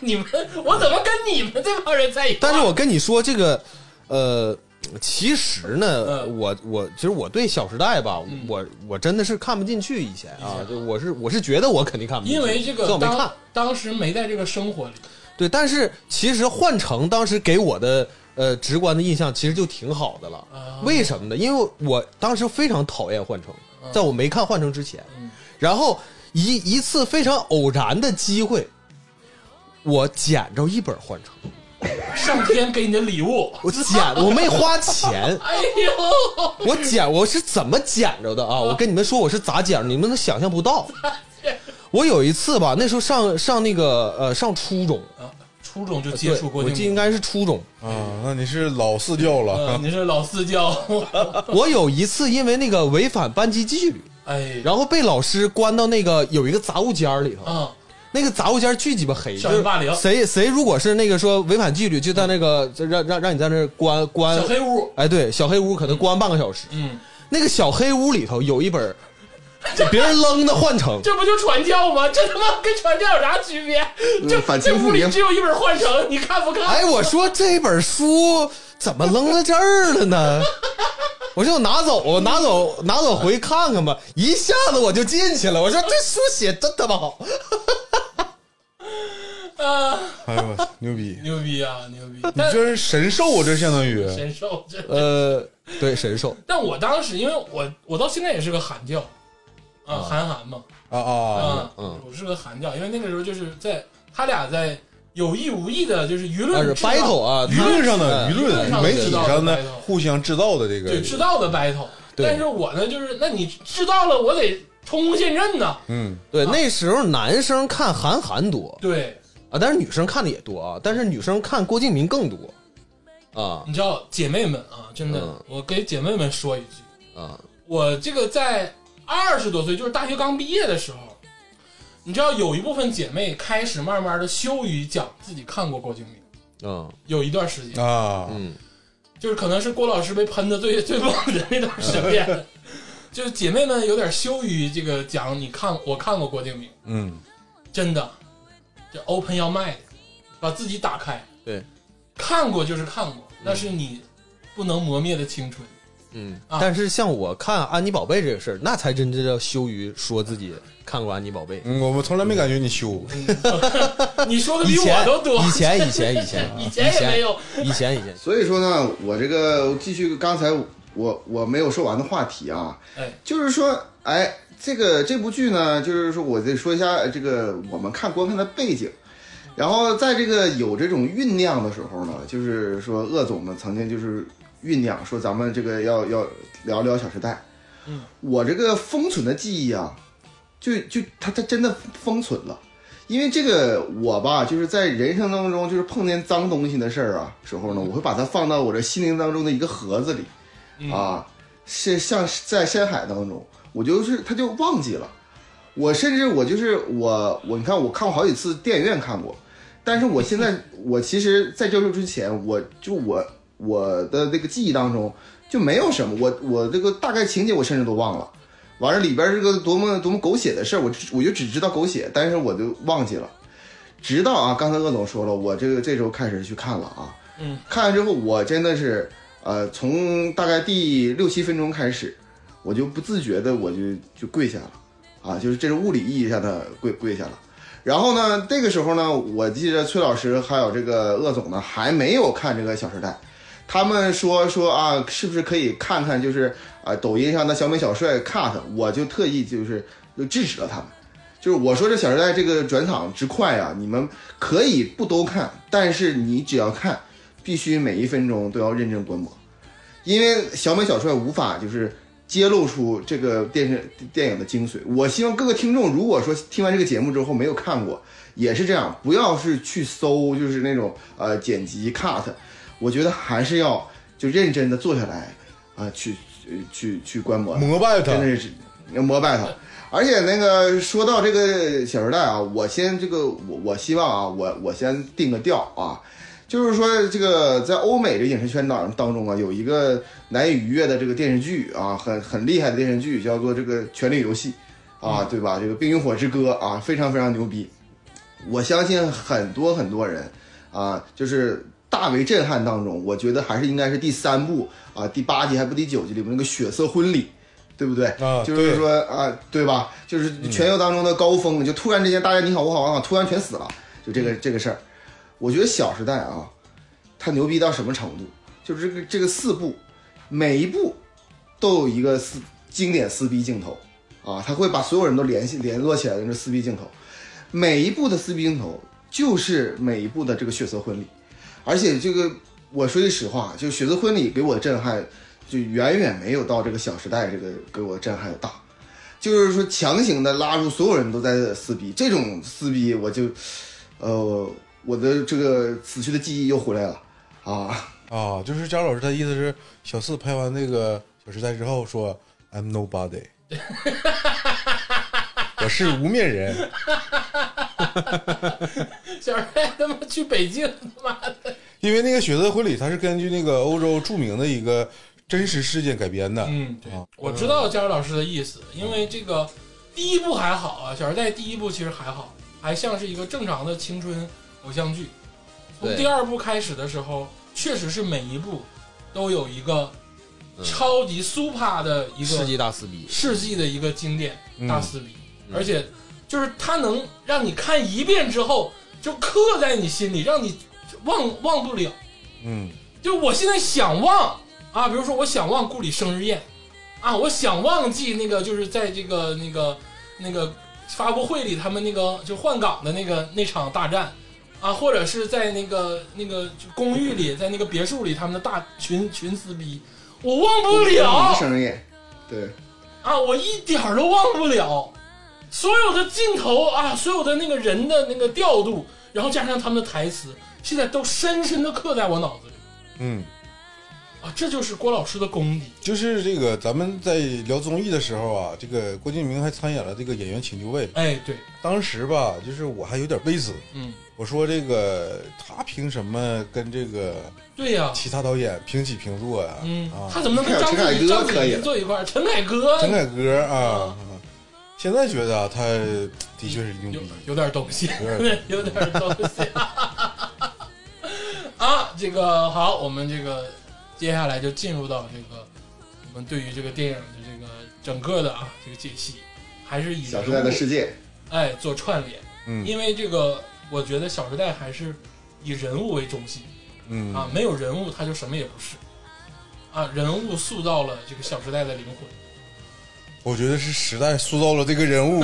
[SPEAKER 1] 你们，我怎么跟你们这帮人在一块儿？
[SPEAKER 3] 但是我跟你说这个，呃，其实呢，
[SPEAKER 1] 嗯
[SPEAKER 3] 我我其实我对《小时代》吧，我我真的是看不进去以前啊，就我是我是觉得我肯定看不进
[SPEAKER 1] 嗯
[SPEAKER 3] 去，
[SPEAKER 1] 因为这
[SPEAKER 3] 所以
[SPEAKER 1] 个
[SPEAKER 3] 我没看
[SPEAKER 1] 当。当时没在这个生活里，
[SPEAKER 3] 对，但是其实换成当时给我的呃直观的印象，其实就挺好的了。
[SPEAKER 1] 啊
[SPEAKER 3] 为什么呢？因为我当时非常讨厌换乘，
[SPEAKER 1] 嗯
[SPEAKER 3] 在我没看换乘之前，然后一一次非常偶然的机会，我捡着一本换乘，
[SPEAKER 1] 上天给你的礼物。
[SPEAKER 3] 我捡我没花钱，
[SPEAKER 1] 哎呦，
[SPEAKER 3] 我捡我是怎么捡着的啊？我跟你们说我是咋捡着，你们都想象不到。我有一次吧，那时候上上那个呃上初中，
[SPEAKER 1] 啊初中就接触过
[SPEAKER 3] 对我
[SPEAKER 1] 那
[SPEAKER 3] 记应啊
[SPEAKER 1] 个，
[SPEAKER 3] 该是初中。
[SPEAKER 2] 啊，那你是老四教
[SPEAKER 1] 呃
[SPEAKER 2] 了，
[SPEAKER 1] 你是老四 教，
[SPEAKER 3] 我有一次因为那个违反班级纪律，
[SPEAKER 1] 哎，
[SPEAKER 3] 然后被老师关到那个有一个杂物间儿里头，
[SPEAKER 1] 啊，
[SPEAKER 3] 那个杂物间儿巨鸡巴黑，
[SPEAKER 1] 校
[SPEAKER 3] 就
[SPEAKER 1] 园
[SPEAKER 3] 是
[SPEAKER 1] 霸凌嗯
[SPEAKER 3] 谁谁如果是那个说违反纪律，就在那个就让让让你在那儿关关
[SPEAKER 1] 小，黑屋，
[SPEAKER 3] 哎，对，小黑屋可能关半个小时。
[SPEAKER 1] 嗯，
[SPEAKER 3] 那个小黑屋里头有一 本别人扔的幻城，
[SPEAKER 1] 这不 就传教吗？这他妈跟传教有啥区别？
[SPEAKER 3] 嗯
[SPEAKER 1] 这
[SPEAKER 4] 反
[SPEAKER 1] 这
[SPEAKER 4] 清复
[SPEAKER 1] 屋里
[SPEAKER 4] 明
[SPEAKER 1] 只有一本《幻城》，你看不看？
[SPEAKER 3] 哎，我说这本书怎么扔到这儿 了呢？我说我拿走，我拿走，拿走回看看吧。一下子我就进去了。我说这书写真他妈好。
[SPEAKER 1] 啊，
[SPEAKER 2] 哎呦，牛逼！
[SPEAKER 1] 牛逼啊，牛逼！
[SPEAKER 2] 你
[SPEAKER 1] 但
[SPEAKER 2] 这是神兽啊，这相当于
[SPEAKER 1] 神兽这，
[SPEAKER 3] 呃，对，神兽。
[SPEAKER 1] 但我当时因为我我到现在也是个韩教，啊，韩寒嘛，
[SPEAKER 2] 啊啊，
[SPEAKER 1] 啊，
[SPEAKER 3] 嗯
[SPEAKER 1] 我是个韩教，因为那个时候就是在他俩在有意无意的，就是舆
[SPEAKER 3] 但
[SPEAKER 1] 论
[SPEAKER 3] 是
[SPEAKER 1] 制造
[SPEAKER 3] battle 啊，
[SPEAKER 2] 舆论上的
[SPEAKER 3] 嗯
[SPEAKER 2] 舆论
[SPEAKER 1] 嗯
[SPEAKER 2] 媒体上
[SPEAKER 1] 知道
[SPEAKER 2] 的
[SPEAKER 1] 的
[SPEAKER 2] 互相制造的这
[SPEAKER 1] 对
[SPEAKER 2] 个，
[SPEAKER 1] 制造的 battle，
[SPEAKER 3] 对
[SPEAKER 1] 但是我呢就是，那你知道了，我得冲锋陷阵呐，
[SPEAKER 2] 嗯，
[SPEAKER 3] 对，那时候男生看韩寒多
[SPEAKER 1] 对，
[SPEAKER 3] 啊，但是女生看的也多啊，但是女生看郭敬明更多啊
[SPEAKER 1] 你知道姐妹们啊，真的
[SPEAKER 3] 嗯，
[SPEAKER 1] 我给姐妹们说一句，
[SPEAKER 3] 啊，
[SPEAKER 1] 我这个在二十多岁，就是大学刚毕业的时候，你知道有一部分姐妹开始慢慢的羞于讲自己看过郭敬明，
[SPEAKER 3] 嗯
[SPEAKER 1] 有一段时间，
[SPEAKER 2] 啊，
[SPEAKER 3] 嗯
[SPEAKER 1] 就是可能是郭老师被喷的最 最猛的那段时 间，就是姐妹们有点羞于这个讲你看我看过郭敬明，
[SPEAKER 2] 嗯，
[SPEAKER 1] 真的，这 open 要卖的，把自己打开，
[SPEAKER 3] 对，
[SPEAKER 1] 看过就是看过，那是你不能磨灭的青 春。
[SPEAKER 3] 嗯
[SPEAKER 1] 啊。
[SPEAKER 3] 但是像我看《安妮宝贝》这个事儿，那才真正叫羞于说自己看过《安妮宝贝》。
[SPEAKER 2] 嗯我们从来没感觉你羞，
[SPEAKER 1] 嗯你说的
[SPEAKER 3] 以
[SPEAKER 1] 比我
[SPEAKER 3] 前
[SPEAKER 1] 都多，
[SPEAKER 3] 以前以前以前啊
[SPEAKER 1] 以前也没有，
[SPEAKER 3] 以前以前
[SPEAKER 4] 所以说呢，我这个继续刚才我我没有说完的话题啊，
[SPEAKER 1] 哎，
[SPEAKER 4] 就是说，哎，这个这部剧呢，就是说我得说一下这个我们看观看的背景。然后在这个有这种酝酿的时候呢，就是说鄂总呢曾经就是酝酿说咱们这个要要聊聊《小时代》，嗯，我这个封存的记忆啊，就就它它真的封存了，因为这个我吧，就是在人生当中就是碰见脏东西的事儿啊时候呢，我会把它放到我这心灵当中的一个盒子里，啊，是像是在深海当中，我就是他就忘记了。我甚至我就是我我你看我看过好几次电影院看过，但是我现在我其实，在教授之前，我就我我的那个记忆当中就没有什么，我我这个大概情节我甚至都忘了。完了里边是个多么多么狗血的事儿，我只我就只知道狗血，但是我就忘记了。直到啊，刚才鄂总说了，我这个这周开始去看了啊，
[SPEAKER 1] 嗯，
[SPEAKER 4] 看完之后我真的是，呃，从大概第六七分钟开始，我就不自觉的我就就跪下了，啊，就是这是物理意义上的跪跪下了。然后呢，这个时候呢，我记着崔老师还有这个鄂总呢还没有看这个《小时代》，他们说说啊，是不是可以看看就是啊、呃抖音上的小美小帅 cut，我就特意就是就制止了他们。就是我说这《小时代》这个转场之快啊，你们可以不都看，但是你只要看，必须每一分钟都要认真观摩，因为小美小帅无法就是揭露出这个电视电影的精髓。我希望各个听众，如果说听完这个节目之后没有看过，也是这样，不要是去搜就是那种呃剪辑 cut，我觉得还是要就认真的坐下来啊、去去去去观摩它。
[SPEAKER 2] 膜拜他
[SPEAKER 4] 真，的是膜拜他。而且那个说到这个《小时代》啊，我先这个我我希望啊，我我先定个调啊，就是说这个在欧美这影视圈当当中啊，有一个难以逾越的这个电视剧啊，很很厉害的电视剧叫做这个《权力游戏》
[SPEAKER 2] 嗯
[SPEAKER 4] 啊，对吧？这个《冰与火之歌》啊，非常非常牛逼。我相信很多很多人啊，就是大为震撼当中，我觉得还是应该是第三部啊，第八集还不第九集里面那个血色婚礼，对不对？
[SPEAKER 2] 啊
[SPEAKER 4] 就
[SPEAKER 2] 对嗯
[SPEAKER 4] 是说啊，对吧？就是全游当中的高峰，就突然之间大家你好我好我好，突然全死了，就这个
[SPEAKER 2] 嗯
[SPEAKER 4] 这个事儿。我觉得《小时代》啊，它牛逼到什么程度？就是这个这个四部，每一部都有一个撕经典撕逼镜头啊，他会把所有人都联系联络起来的那撕逼镜头。每一部的撕逼镜头就是每一部的这个血色婚礼，而且这个我说句实话，就血色婚礼给我的震撼，就远远没有到这个《小时代》这个给我震撼大。就是说，强行的拉住所有人都在撕逼，这种撕逼我就，呃，我的这个死去的记忆又回来了啊！
[SPEAKER 2] 啊，就是佳老师他意思是小四拍完那个《小时代》之后说 I'm nobody，我是无面人，
[SPEAKER 1] 小时代他妈去北京，他妈的，
[SPEAKER 2] 因为那个血色婚礼它是根据那个欧洲著名的一个真实事件改编的，
[SPEAKER 1] 嗯，对
[SPEAKER 2] 啊，
[SPEAKER 1] 我知道佳茹老师的意思，因为这个第一部还好啊，《小时代》第一部其实还好，还像是一个正常的青春偶像剧。从
[SPEAKER 3] 对
[SPEAKER 1] 第二部开始的时候，确实是每一部都有一个
[SPEAKER 3] 嗯
[SPEAKER 1] 超级 super 的一
[SPEAKER 3] 世
[SPEAKER 1] 个
[SPEAKER 3] 纪大撕逼，
[SPEAKER 1] 世纪的一个经典
[SPEAKER 2] 嗯
[SPEAKER 1] 大撕逼，
[SPEAKER 3] 嗯
[SPEAKER 1] 而且就是它能让你看一遍之后就刻在你心里，让你忘忘不了。
[SPEAKER 2] 嗯
[SPEAKER 1] 就是我现在想忘啊，比如说我想忘顾里生日宴，啊，我想忘记那个就是在这个那个那个发布会里他们那个就换岗的那个那场大战，啊，或者是在那个那个就公寓里，在那个别墅里他们的大群群撕逼，我忘不了
[SPEAKER 4] 生日，对，
[SPEAKER 1] 啊，我一点儿都忘不了，所有的镜头啊，所有的那个人的那个调度，然后加上他们的台词，现在都深深的刻在我脑子里。
[SPEAKER 2] 嗯，
[SPEAKER 1] 啊，这就是郭老师的功底。
[SPEAKER 2] 就是这个咱们在聊综艺的时候啊，这个郭敬明还参演了这个《演员请就位》，
[SPEAKER 1] 哎，对，
[SPEAKER 2] 当时吧，就是我还有点微词，
[SPEAKER 1] 嗯，
[SPEAKER 2] 我说这个他凭什么跟这个
[SPEAKER 1] 对呀、
[SPEAKER 2] 其他导演平起平坐呀、啊？
[SPEAKER 1] 嗯，
[SPEAKER 2] 啊，
[SPEAKER 1] 他怎么能跟张
[SPEAKER 4] 陈凯
[SPEAKER 1] 子
[SPEAKER 4] 歌
[SPEAKER 1] 张子
[SPEAKER 4] 可以
[SPEAKER 1] 怡
[SPEAKER 4] 了
[SPEAKER 1] 坐一块儿？陈凯歌
[SPEAKER 2] 陈凯歌啊，现在觉得啊他的确是牛
[SPEAKER 1] 有
[SPEAKER 2] 逼，
[SPEAKER 1] 有点东西，
[SPEAKER 2] 嗯有点
[SPEAKER 1] 有点东西。 啊，这个好，我们这个接下来就进入到这个我们对于这个电影的这个整个的啊这个解析，还是以
[SPEAKER 4] 《小时代》的
[SPEAKER 1] 人物
[SPEAKER 4] 世界，
[SPEAKER 1] 哎做串联，
[SPEAKER 2] 嗯
[SPEAKER 1] 因为这个我觉得《小时代》还是以人物为中心。
[SPEAKER 2] 嗯
[SPEAKER 1] 啊，没有人物他就什么也不是，啊，人物塑造了这个《小时代》的灵魂。
[SPEAKER 2] 我觉得是时代塑造了这个人物，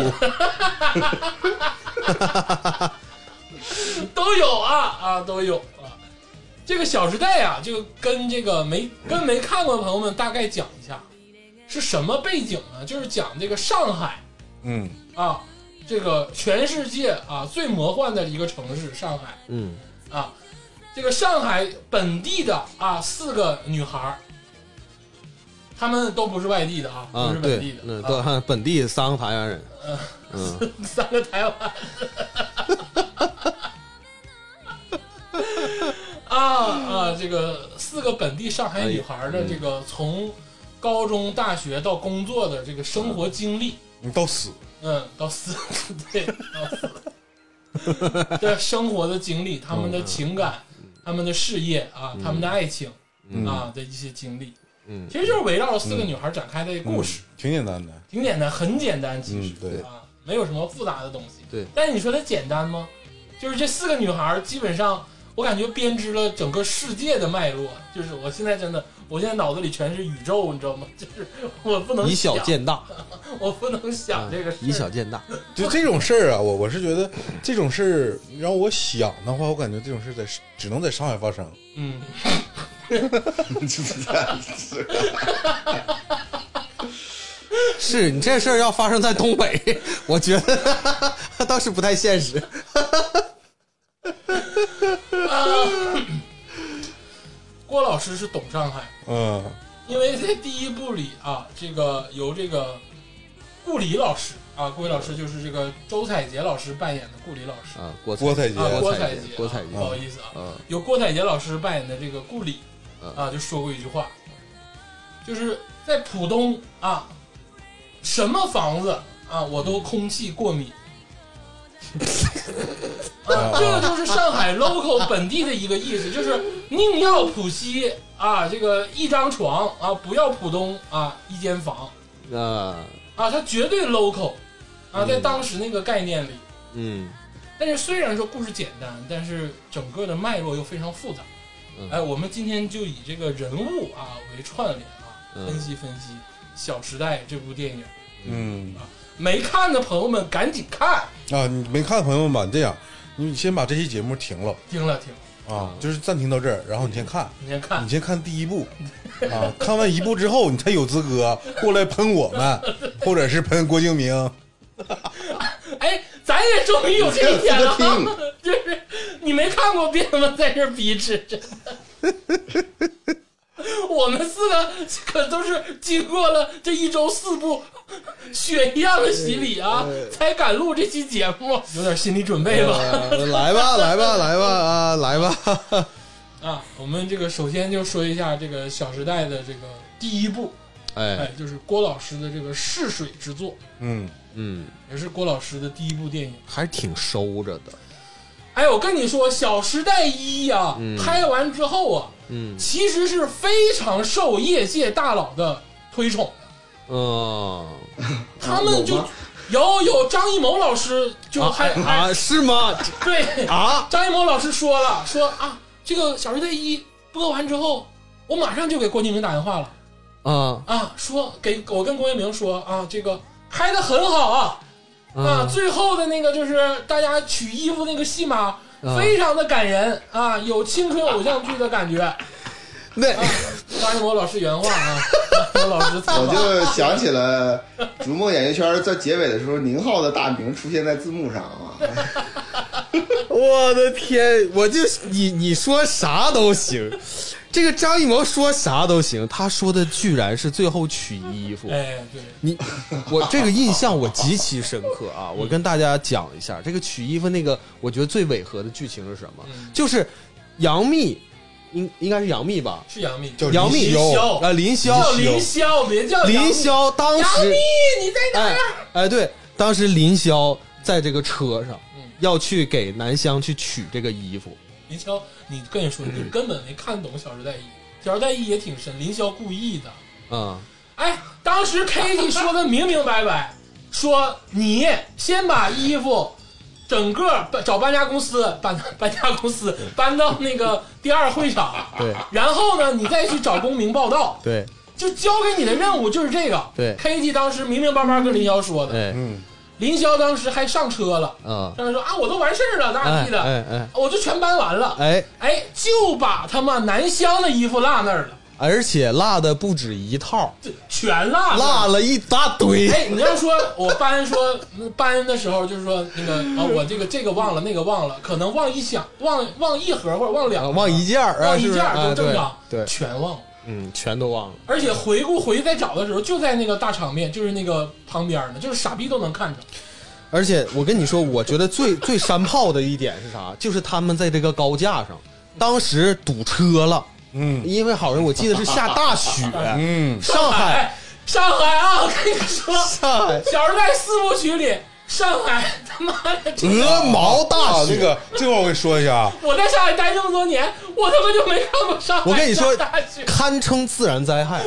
[SPEAKER 1] 都有啊啊都有啊。这个《小时代》啊，就跟这个没跟没看过的朋友们大概讲一下，是什么背景呢？就是讲这个上海
[SPEAKER 2] 嗯
[SPEAKER 1] 啊，这个全世界啊最魔幻的一个城市上海
[SPEAKER 3] 嗯，
[SPEAKER 1] 啊，这个上海本地的啊四个女孩儿，她们都不是外地的啊，
[SPEAKER 3] 啊
[SPEAKER 1] 不是，本地
[SPEAKER 3] 对
[SPEAKER 1] 的，，
[SPEAKER 3] 嗯，
[SPEAKER 1] 啊
[SPEAKER 3] 都 看本地三个台湾人，嗯，
[SPEAKER 1] 三个台湾啊啊，这个四个本地上海女孩的这个从高中、大学到工作的这个生活经历，
[SPEAKER 2] 你到死，
[SPEAKER 1] 嗯，到死对到死 的生活的经历，他们的情感、他们的事业啊、他们的爱情
[SPEAKER 3] 嗯
[SPEAKER 1] 啊的一些经历，
[SPEAKER 3] 嗯
[SPEAKER 1] 其实就是围绕着四个女孩展开的故事。
[SPEAKER 2] 嗯挺简单的，
[SPEAKER 1] 挺简单，很简单，其实、
[SPEAKER 2] 嗯对
[SPEAKER 1] 啊，没有什么复杂的东西。
[SPEAKER 3] 对
[SPEAKER 1] 但是你说它简单吗？就是这四个女孩儿，基本上我感觉编织了整个世界的脉络。就是我现在真的，我现在脑子里全是宇宙，你知道吗？ 就是我不 能
[SPEAKER 3] 以小
[SPEAKER 1] 想，
[SPEAKER 3] 见大，啊
[SPEAKER 1] 我不能想这个事儿。
[SPEAKER 3] 以小见大，
[SPEAKER 2] 就这种事儿啊，我我是觉得这种事儿让我想的话，我感觉这种事儿在只能在上海发生，
[SPEAKER 1] 嗯，
[SPEAKER 3] 是你这事儿要发生在东北， 我觉得 倒是不太现实。
[SPEAKER 1] 郭老师是懂上海，
[SPEAKER 2] 嗯
[SPEAKER 1] 因为在第一部里啊，这个由这个顾里老师啊，顾里老师就是这个周采洁老师扮演的顾里老师，
[SPEAKER 3] 啊，郭
[SPEAKER 2] 郭采洁
[SPEAKER 1] 啊，
[SPEAKER 3] 郭
[SPEAKER 1] 采
[SPEAKER 3] 采
[SPEAKER 1] 洁，
[SPEAKER 3] 郭采洁
[SPEAKER 1] 啊不好意思啊，
[SPEAKER 3] 嗯
[SPEAKER 1] 由郭采洁老师扮演的这个顾里
[SPEAKER 3] 嗯
[SPEAKER 1] 啊，就说过一句话，就是在浦东啊，什么房子啊，我都空气过敏。啊，
[SPEAKER 3] 嗯
[SPEAKER 1] 这个就是上海 local 本地的一个意思，就是宁要浦西啊，这个一张床啊，不要浦东啊一间房
[SPEAKER 3] 啊，
[SPEAKER 1] 啊，它绝对 local 啊，在
[SPEAKER 3] 嗯
[SPEAKER 1] 当时那个概念里。
[SPEAKER 3] 嗯
[SPEAKER 1] 但是虽然说故事简单，但是整个的脉络又非常复杂。
[SPEAKER 3] 嗯
[SPEAKER 1] 哎，我们今天就以这个人物啊为串联啊，
[SPEAKER 3] 嗯
[SPEAKER 1] 分析分析《小时代》这部电影。
[SPEAKER 2] 嗯
[SPEAKER 1] 没看的朋友们赶紧看，
[SPEAKER 2] 啊，你没看的朋友们吧，你这样，你先把这期节目停了
[SPEAKER 1] 听了听，
[SPEAKER 2] 啊，就是暂停到这儿，然后你先看，
[SPEAKER 1] 你先看
[SPEAKER 2] 你。先看第一部啊，看完一部之后，你才有资格过来喷我们，或者是喷郭敬明。
[SPEAKER 1] 哎，咱也终于有这一天了
[SPEAKER 4] 你先
[SPEAKER 1] 啊，就是你没看过，别他妈在这儿逼吃，真的。我们四个可都是经过了这一周四部血一样的洗礼啊，才敢录这期节目，有点心理准备吧。
[SPEAKER 3] 呃 来吧来吧来吧啊来吧，
[SPEAKER 1] 啊，我们这个首先就说一下这个《小时代》的这个第一部，
[SPEAKER 3] 哎
[SPEAKER 1] 哎，就是郭老师的这个试水之作，
[SPEAKER 2] 嗯，
[SPEAKER 3] 嗯，
[SPEAKER 1] 也是郭老师的第一部电影。
[SPEAKER 3] 还是挺收着的，
[SPEAKER 1] 哎，我跟你说，《小时代一》啊，拍完之后啊，
[SPEAKER 3] 嗯
[SPEAKER 1] 其实是非常受业界大佬的推崇的。
[SPEAKER 3] 嗯
[SPEAKER 1] 哦他们
[SPEAKER 4] 啊有
[SPEAKER 1] 就
[SPEAKER 4] 吗哎
[SPEAKER 1] 有有张艺谋老师就还还
[SPEAKER 3] 啊是吗？
[SPEAKER 1] 对
[SPEAKER 3] 啊
[SPEAKER 1] 张艺谋老师说了说啊，这个《小时代一》播完之后，我马上就给郭敬明打电话了
[SPEAKER 3] 啊
[SPEAKER 1] 啊，说给我跟郭敬明说啊，这个拍的很好啊
[SPEAKER 4] 嗯
[SPEAKER 1] 啊，最后的那个就是大家取衣服那个戏
[SPEAKER 4] 嗯
[SPEAKER 1] 码。
[SPEAKER 3] 啊
[SPEAKER 1] 非常的感人啊，有青春偶像剧的感觉。
[SPEAKER 3] 那
[SPEAKER 1] 张艺谋老师原话啊，张艺谋老师采
[SPEAKER 4] 我
[SPEAKER 1] 访
[SPEAKER 4] 就想起了《逐梦演艺圈》在结尾的时候，宁浩的大名出现在字幕上啊。
[SPEAKER 3] 我的天，我就你你说啥都行，这个张艺谋说啥都行，他说的居然是最后取衣服。
[SPEAKER 1] 哎，对，
[SPEAKER 3] 你我这个印象我极其深刻啊！我跟大家讲一下，这个取衣服那个，我觉得最违和的剧情是什么？
[SPEAKER 1] 嗯
[SPEAKER 3] 就是杨幂，应应该是杨幂吧？
[SPEAKER 1] 是杨幂，
[SPEAKER 2] 叫
[SPEAKER 3] 杨幂
[SPEAKER 2] 林
[SPEAKER 1] 林
[SPEAKER 2] 霄
[SPEAKER 1] 霄
[SPEAKER 3] 啊，林
[SPEAKER 1] 叫
[SPEAKER 3] 霄，
[SPEAKER 1] 林哦霄，别叫杨幂
[SPEAKER 3] 林。霄当
[SPEAKER 1] 杨
[SPEAKER 3] 时
[SPEAKER 1] 幂，你在哪
[SPEAKER 3] 哎
[SPEAKER 1] 儿？啊
[SPEAKER 3] 哎，对，当时林霄在这个车上
[SPEAKER 1] 嗯
[SPEAKER 3] 要去给南湘去取这个衣服，
[SPEAKER 1] 林霄，你跟你说，你根本没看懂《小时代一》，《小时代一》也挺深，林霄故意的。
[SPEAKER 3] 啊、
[SPEAKER 1] 哎，当时 Kitty 说的明明白白， 说你先把衣服整个搬找搬家公司搬搬家公司搬到那个第二会场，
[SPEAKER 3] 对
[SPEAKER 1] 然后呢，你再去找公民报道，
[SPEAKER 3] 对，
[SPEAKER 1] 就交给你的任务就是这个。
[SPEAKER 3] 对
[SPEAKER 1] ，Kitty 当时明明白白跟林霄说的，
[SPEAKER 3] 哎，
[SPEAKER 2] 嗯
[SPEAKER 1] 林霄当时还上车了，
[SPEAKER 3] 啊、
[SPEAKER 1] 上车说啊，我都完事儿了，咋咋
[SPEAKER 3] 哎
[SPEAKER 1] 地的，
[SPEAKER 3] 哎哎
[SPEAKER 1] 我就全搬完了，
[SPEAKER 3] 哎，
[SPEAKER 1] 哎，就把他妈南湘的衣服落那儿了，
[SPEAKER 3] 而且落的不止一套，
[SPEAKER 1] 这全落那儿
[SPEAKER 3] 落了一大堆。
[SPEAKER 1] 哎，你要说我搬说嗯搬的时候，就是说那个啊，我这个这个忘了，那个忘了，可能忘一箱，忘忘一盒或者忘两
[SPEAKER 3] 啊，
[SPEAKER 1] 盒，
[SPEAKER 3] 忘一件儿啊，
[SPEAKER 1] 忘一
[SPEAKER 3] 是不
[SPEAKER 1] 件
[SPEAKER 3] 是
[SPEAKER 1] 儿都
[SPEAKER 3] 啊
[SPEAKER 1] 正
[SPEAKER 3] 对
[SPEAKER 1] 常，
[SPEAKER 3] 对，
[SPEAKER 1] 全忘了。
[SPEAKER 3] 嗯，全都忘了。
[SPEAKER 1] 而且回顾回去再找的时候，就在那个大场面，就是那个旁边呢，就是傻逼都能看着。
[SPEAKER 3] 而且我跟你说，我觉得最 最山炮的一点是啥？就是他们在这个高架上，当时堵车了，
[SPEAKER 2] 嗯
[SPEAKER 3] 因为好像我记得是下大雪，
[SPEAKER 2] 嗯，
[SPEAKER 3] 上海，
[SPEAKER 1] 上海啊，我跟你说，《
[SPEAKER 3] 上海
[SPEAKER 1] 小时代》四部曲里，上海他妈的这个，
[SPEAKER 3] 鹅毛大
[SPEAKER 2] 啊，这
[SPEAKER 3] 雪。
[SPEAKER 2] 个这块我跟你说一下啊，
[SPEAKER 1] 我在上海待这么多年，我他妈就没看过上海
[SPEAKER 3] 我跟你说
[SPEAKER 1] 上大雪，
[SPEAKER 3] 堪称自然灾 害，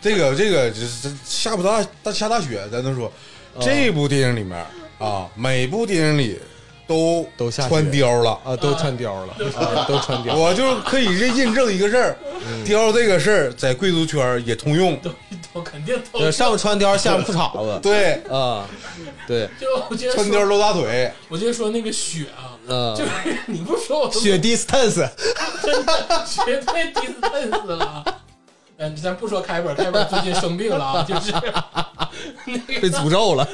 [SPEAKER 2] 这个这个就是这下不大大下大雪，咱都说
[SPEAKER 3] 啊
[SPEAKER 2] 这部电影里面啊，每部电影里都
[SPEAKER 3] 都下雪
[SPEAKER 2] 穿貂了。
[SPEAKER 3] 啊，都穿貂了， 啊，都穿貂。
[SPEAKER 2] 我就可以认印证一个事儿，
[SPEAKER 3] 嗯
[SPEAKER 2] 貂这个事儿在贵族圈儿也通用。
[SPEAKER 1] 都都肯定都
[SPEAKER 3] 呃，上面穿貂，下面裤衩子，
[SPEAKER 2] 对，
[SPEAKER 3] 啊，对，
[SPEAKER 1] 就我接着
[SPEAKER 2] 穿
[SPEAKER 1] 说
[SPEAKER 2] 貂露大腿，
[SPEAKER 1] 我就说那个雪啊，
[SPEAKER 3] 嗯
[SPEAKER 1] 就是你不说我都
[SPEAKER 3] 雪 distance，
[SPEAKER 1] 真的绝对 distance 了啊。嗯，咱不说开本，开本最近生病了啊，就是那
[SPEAKER 3] 被
[SPEAKER 1] 个
[SPEAKER 3] 诅咒了，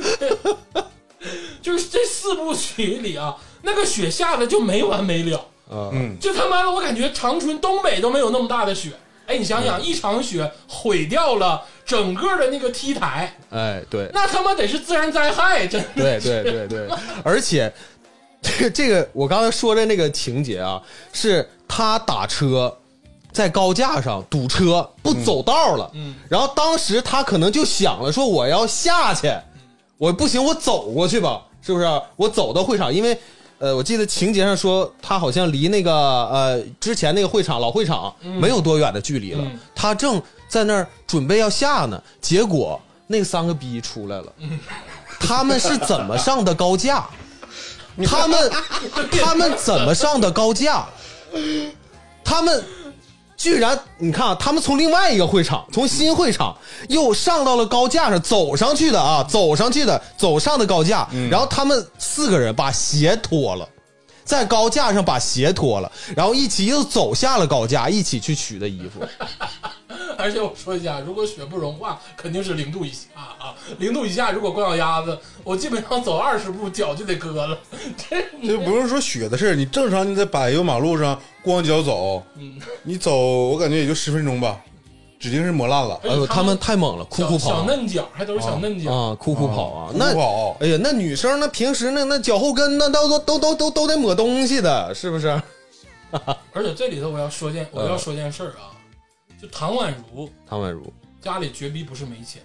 [SPEAKER 1] 就是这四部曲里啊，那个雪下的就没完没了，
[SPEAKER 3] 啊，
[SPEAKER 2] 嗯，
[SPEAKER 1] 就他妈的我感觉长春东北都没有那么大的雪。哎，你想
[SPEAKER 3] 嗯
[SPEAKER 1] 想，一场雪毁掉了整个的那个 T 台，
[SPEAKER 3] 哎，对，
[SPEAKER 1] 那他妈得是自然灾害，真的。
[SPEAKER 3] 对对对对，而且这个这个我刚才说的那个情节啊，是他打车在高架上堵车不走道了，
[SPEAKER 1] 嗯
[SPEAKER 3] 然后当时他可能就想了，说我要下去，我不行，我走过去吧，是不是？我走到会场，因为呃，我记得情节上说他好像离那个呃之前那个会场老会场没有多远的距离了，
[SPEAKER 1] 嗯
[SPEAKER 3] 他正在那儿准备要下呢，结果那三个逼出来了，他们是怎么上的高架？他们他们怎么上的高架？他们居然，你看啊，他们从另外一个会场，从新会场又上到了高架上，走上去的啊，走上去的，走上的高架，然后他们四个人把鞋脱了。在高架上把鞋脱了，然后一起又走下了高架，一起去取的衣 服。
[SPEAKER 1] 而且我说一下，如果雪不融化，肯定是零度以下啊。零度以下，如果光脚丫子，我基本上走二十步脚就得割了。这
[SPEAKER 2] 就不用说雪的事儿，你正常你在柏油马路上光脚走，
[SPEAKER 1] 嗯
[SPEAKER 2] 你走我感觉也就十分钟吧，指定是磨烂了。
[SPEAKER 3] 哎呦，他
[SPEAKER 1] 他
[SPEAKER 3] 们太猛了，酷
[SPEAKER 1] 小
[SPEAKER 3] 酷
[SPEAKER 1] 小
[SPEAKER 3] 跑
[SPEAKER 1] 嫩脚，还都是小嫩脚。
[SPEAKER 3] 啊，酷酷跑啊，
[SPEAKER 2] 酷酷
[SPEAKER 3] 那
[SPEAKER 2] 跑
[SPEAKER 3] 哎呀，那女生那平时那那脚后跟那都都都都都得抹东西的，是不是？
[SPEAKER 1] 而且这里头我要说件，我
[SPEAKER 3] 嗯
[SPEAKER 1] 要说件事儿啊，就唐宛如
[SPEAKER 3] 唐宛如，
[SPEAKER 1] 家里绝逼不是没钱，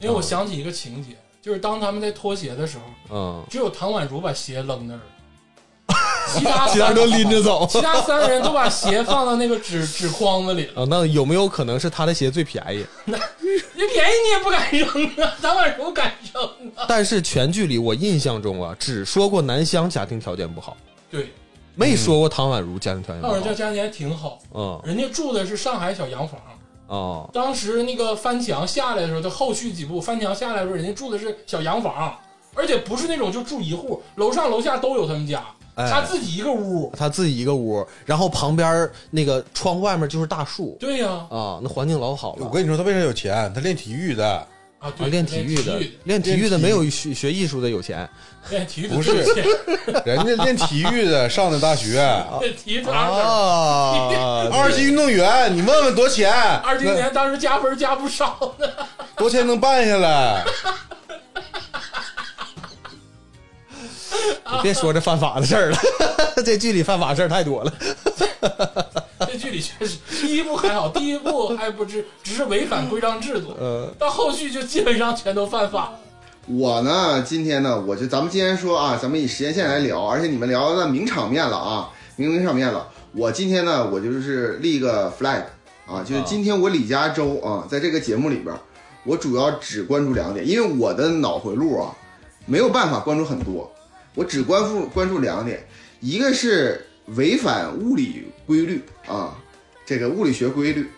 [SPEAKER 1] 因为我想起一个情节，就是当他们在脱鞋的时候，
[SPEAKER 3] 嗯，
[SPEAKER 1] 只有唐宛如把鞋扔那儿了，其他
[SPEAKER 3] 其他人都拎着 走
[SPEAKER 1] 其他三人都把鞋放到那个纸 纸筐子里了。
[SPEAKER 3] 啊。那有没有可能是他的鞋最便宜？
[SPEAKER 1] 你便宜你也不敢扔啊，唐宛如敢扔啊？
[SPEAKER 3] 但是全剧里我印象中啊，只说过南湘家庭条件不好，
[SPEAKER 1] 对，
[SPEAKER 3] 没说过唐宛如家庭条件
[SPEAKER 1] 那会儿家
[SPEAKER 3] 不
[SPEAKER 1] 家庭还挺好，
[SPEAKER 3] 好。嗯
[SPEAKER 1] 人家住的是上海小洋房。
[SPEAKER 3] 哦，
[SPEAKER 1] 当时那个翻墙下来的时候，就后续几步翻墙下来的时候，人家住的是小洋房，而且不是那种就住一户，楼上楼下都有他们家，
[SPEAKER 3] 哎
[SPEAKER 1] 他自己一个屋。
[SPEAKER 3] 啊他自己一个屋，然后旁边那个窗外面就是大树
[SPEAKER 1] 对呀、
[SPEAKER 3] 啊，那环境老好
[SPEAKER 2] 我
[SPEAKER 3] 了。
[SPEAKER 2] 跟你说，他为啥有钱？啊他练体育的，
[SPEAKER 1] 啊，
[SPEAKER 3] 啊
[SPEAKER 1] 对，
[SPEAKER 3] 练体育的，练体育的没有学学艺术的有钱
[SPEAKER 1] 练体育的
[SPEAKER 2] 不是
[SPEAKER 1] 最贱
[SPEAKER 2] 人家练体育的上的大学，
[SPEAKER 1] 练体育的二
[SPEAKER 3] 哦
[SPEAKER 1] 等。
[SPEAKER 3] 啊
[SPEAKER 2] 二级运动员，你问问多钱？
[SPEAKER 1] 二零年当时加分加不少呢，
[SPEAKER 2] 那多钱能办下来？
[SPEAKER 3] 啊你别说这犯法的事儿了， 这剧里犯法事儿太多了。
[SPEAKER 1] 这剧里确实第一部还好，第一部还不知只是违反规章制度，
[SPEAKER 3] 呃，
[SPEAKER 1] 到后续就基本上全都犯法 了。
[SPEAKER 4] 我呢，今天呢，我就咱们今天说啊，咱们以时间线来聊，而且你们聊到名场面了啊，名名场面了。我今天呢，我就是立一个 flag 啊，就是今天我李佳州啊，在这个节目里边，我主要只关注两点，因为我的脑回路啊，没有办法关注很多，我只关注关注两点，一个是违反物理规律啊，这个物理学规律，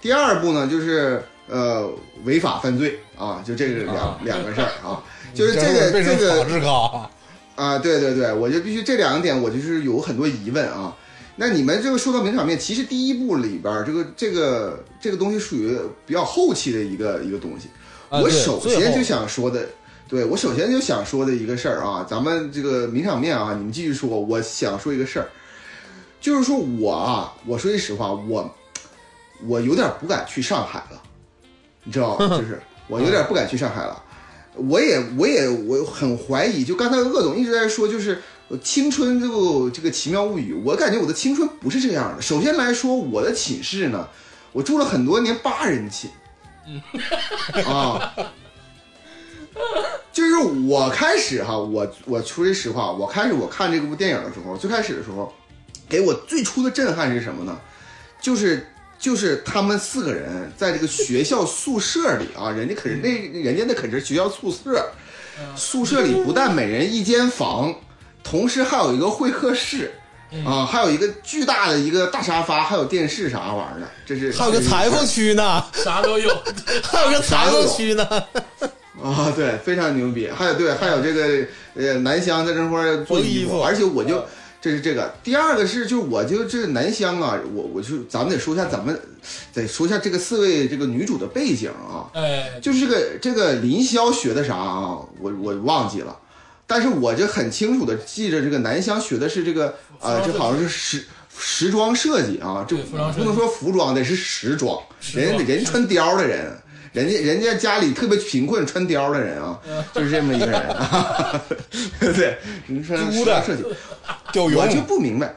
[SPEAKER 4] 第二步呢就是呃违法犯罪啊，就这个两、
[SPEAKER 3] 啊
[SPEAKER 4] 两个事儿啊，就是这
[SPEAKER 2] 你
[SPEAKER 4] 个
[SPEAKER 2] 变
[SPEAKER 4] 这
[SPEAKER 2] 成
[SPEAKER 4] 个
[SPEAKER 2] 法制咖，
[SPEAKER 4] 啊，对对对，我就必须这两点，我就是有很多疑问啊。那你们这个说到名场面，其实第一部里边儿这个这个这个东西属于比较后期的一个一个东西。
[SPEAKER 3] 啊
[SPEAKER 4] 我
[SPEAKER 3] 对
[SPEAKER 4] 首
[SPEAKER 3] 最
[SPEAKER 4] 先
[SPEAKER 3] 后
[SPEAKER 4] 就想说的，对我首先就想说的一个事儿啊，咱们这个名场面啊，你们继续说，我想说一个事儿，就是说我啊，我说句实话，我我有点不敢去上海了，你知 道吗？就是我有点不敢去上海了，我也我也我很怀疑，就刚才鄂总一直在说，就是。呃青春这部这个奇妙物语，我感觉我的青春不是这样的。首先来说，我的寝室呢，我住了很多年八人寝，啊，就是我开始哈，我我说句实话，我开始我看这部电影的时候，最开始的时候，给我最初的震撼是什么呢？就是就是他们四个人在这个学校宿舍里啊，人家可是那人家那可是学校宿舍，宿舍里不但每人一间房，同时还有一个会客室。啊，还有一个巨大的一个大沙发，还有电视啥玩意儿的，这是
[SPEAKER 3] 还有个
[SPEAKER 4] 这是
[SPEAKER 3] 裁缝区呢，
[SPEAKER 1] 啥都有，
[SPEAKER 3] 还有个裁缝区呢。
[SPEAKER 4] 啊、对，非常牛逼。还有对，还有这个呃，南湘在这块儿做
[SPEAKER 3] 缝
[SPEAKER 4] 衣啊
[SPEAKER 3] 衣服
[SPEAKER 4] 而且我就这是这个。第二个是，就是我就这南湘啊，我我就咱们得说一下咱们得说一下这个四位这个女主的背景啊，
[SPEAKER 1] 哎，
[SPEAKER 4] 就是这个这个林霄学的啥啊，我我忘记了，但是我就很清楚的记着这个南湘学的是这个啊，
[SPEAKER 1] 服装设计
[SPEAKER 4] 这好像是时时装设计啊，这
[SPEAKER 1] 对服装设计
[SPEAKER 4] 不能说服装得是时装，
[SPEAKER 1] 时装
[SPEAKER 4] 人家人穿貂的人，人家人家家里特别贫困穿貂的人 啊，就是这么一个人，啊 对，人穿时
[SPEAKER 2] 租的
[SPEAKER 4] 装设计，
[SPEAKER 2] 钓
[SPEAKER 4] 我就
[SPEAKER 2] 鱼
[SPEAKER 4] 不明白，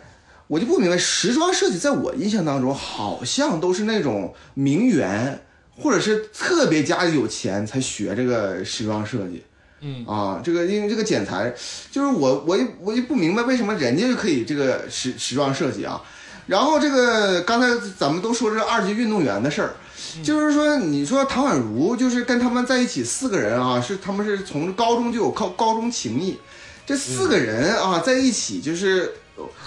[SPEAKER 4] 我就不明白，时装设计在我印象当中好像都是那种名媛或者是特别家里有钱才学这个时装设计，
[SPEAKER 1] 嗯
[SPEAKER 4] 啊，这个因为这个剪裁，就是我我也我也不明白为什么人家就可以这个时时装设计啊。然后这个刚才咱们都说这二级运动员的事儿，
[SPEAKER 1] 嗯
[SPEAKER 4] 就是说你说唐宛如就是跟他们在一起四个人啊，是他们是从高中就有高高中情谊，这四个人啊在一起就是，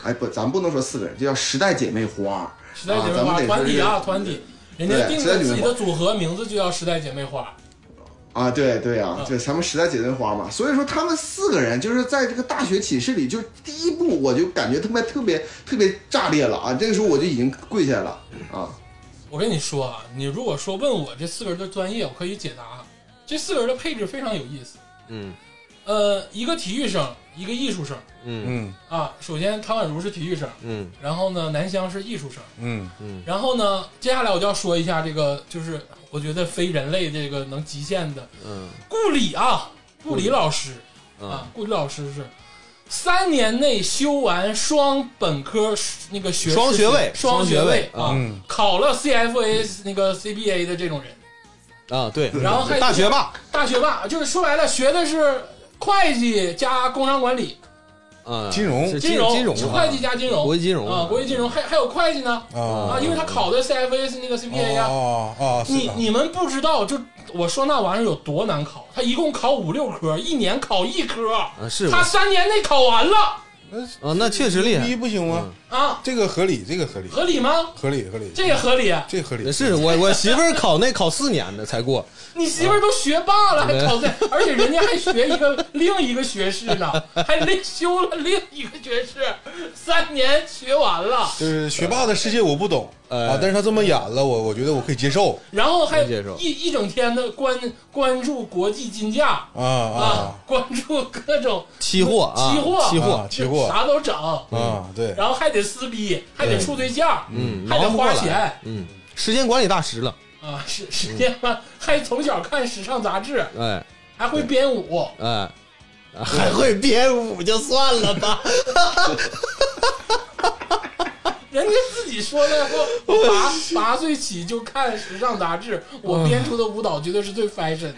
[SPEAKER 4] 哎不，咱不能说四个人，就叫时代姐妹花儿。
[SPEAKER 1] 时代姐妹
[SPEAKER 4] 啊咱
[SPEAKER 1] 花
[SPEAKER 4] 们得
[SPEAKER 1] 团体啊，
[SPEAKER 4] 是
[SPEAKER 1] 团体，人家定
[SPEAKER 4] 时代
[SPEAKER 1] 的
[SPEAKER 4] 姐妹
[SPEAKER 1] 自
[SPEAKER 4] 花
[SPEAKER 1] 己的组合名字就叫时代姐妹花。
[SPEAKER 4] 啊，对对啊
[SPEAKER 1] 嗯，
[SPEAKER 4] 就咱们时代姐妹花嘛，所以说他们四个人就是在这个大学寝室里，就第一步我就感觉他们特别特别炸裂了啊！这个时候我就已经跪下了啊，
[SPEAKER 1] 我跟你说啊，你如果说问我这四个人的专业，我可以解答。啊这四个人的配置非常有意思。
[SPEAKER 3] 嗯
[SPEAKER 1] 呃，一个体育生，一个艺术生
[SPEAKER 3] 嗯
[SPEAKER 2] 嗯
[SPEAKER 1] 啊。首先，唐宛如是体育生，
[SPEAKER 3] 嗯
[SPEAKER 1] 然后呢，南湘是艺术生，
[SPEAKER 2] 嗯
[SPEAKER 1] 然后呢，接下来我就要说一下这个，就是我觉得非人类这个能极限的
[SPEAKER 3] 嗯
[SPEAKER 1] 顾里啊，顾里老师
[SPEAKER 3] 嗯
[SPEAKER 1] 啊，顾里老师是三年内修完双本科那个学士
[SPEAKER 3] 双学位
[SPEAKER 1] 双学位
[SPEAKER 3] 双学位啊
[SPEAKER 1] 啊，
[SPEAKER 2] 嗯
[SPEAKER 1] 考了 CFA 那个 CBA 的这种人，
[SPEAKER 3] 啊，对，
[SPEAKER 1] 然后还
[SPEAKER 3] 大学霸
[SPEAKER 1] 大学霸，就是说白了学的是会计加工商管理，
[SPEAKER 3] 啊，
[SPEAKER 2] 金融
[SPEAKER 3] 是
[SPEAKER 1] 金
[SPEAKER 3] 融
[SPEAKER 1] 融
[SPEAKER 3] 融
[SPEAKER 1] 是
[SPEAKER 3] 啊
[SPEAKER 1] 会计加金融
[SPEAKER 3] 国际金融
[SPEAKER 1] 啊，国际金融还还有会计呢
[SPEAKER 2] 啊
[SPEAKER 1] 啊，因为他考的 CFA 是那个 CBA 呀。
[SPEAKER 2] 哦哦哦，是
[SPEAKER 1] 你
[SPEAKER 2] 的
[SPEAKER 1] 你们不知道，就我说那玩意儿有多难考，他一共考五六科，一年考一科，
[SPEAKER 3] 啊是
[SPEAKER 1] 他
[SPEAKER 3] 啊，
[SPEAKER 1] 三年内考完了
[SPEAKER 3] 那确实厉
[SPEAKER 2] 第一
[SPEAKER 3] 害，
[SPEAKER 2] 不行吗？
[SPEAKER 1] 啊，
[SPEAKER 2] 这个合理，这个合理，
[SPEAKER 1] 合理吗？
[SPEAKER 2] 合理合理，
[SPEAKER 1] 这也合理。
[SPEAKER 2] 这合理
[SPEAKER 3] 是我我媳妇儿考那考四年的才过，
[SPEAKER 1] 你媳妇儿都学霸了，还考在，而且人家还学一个另一个学士呢，还另修了另一个学士，三年学完了，
[SPEAKER 2] 就是学霸的世界我不懂
[SPEAKER 3] 呃
[SPEAKER 2] 啊，但是他这么演了，我我觉得我可以接受
[SPEAKER 1] 然后还
[SPEAKER 3] 能接受
[SPEAKER 1] 一一整天的关关注国际金
[SPEAKER 3] 哦
[SPEAKER 1] 价
[SPEAKER 2] 啊啊
[SPEAKER 1] 啊，关注各种
[SPEAKER 3] 期货啊，
[SPEAKER 1] 期货
[SPEAKER 3] 期
[SPEAKER 2] 啊
[SPEAKER 3] 货，
[SPEAKER 2] 期货
[SPEAKER 1] 啥都整。
[SPEAKER 2] 啊，对，
[SPEAKER 1] 然后还得撕逼，还得处对象，
[SPEAKER 3] 嗯，
[SPEAKER 1] 还得
[SPEAKER 3] 忙不过
[SPEAKER 1] 花
[SPEAKER 3] 来
[SPEAKER 1] 钱，
[SPEAKER 3] 嗯，时间管理大师了，
[SPEAKER 1] 啊，时时间嘛，还从小看时尚杂志，
[SPEAKER 3] 哎
[SPEAKER 1] 还会编舞，
[SPEAKER 3] 哎，还会编舞就算了吧，
[SPEAKER 1] 人家自己说的，说我八八岁起就看时尚杂志，我编出的舞蹈绝对是最 fashion 的。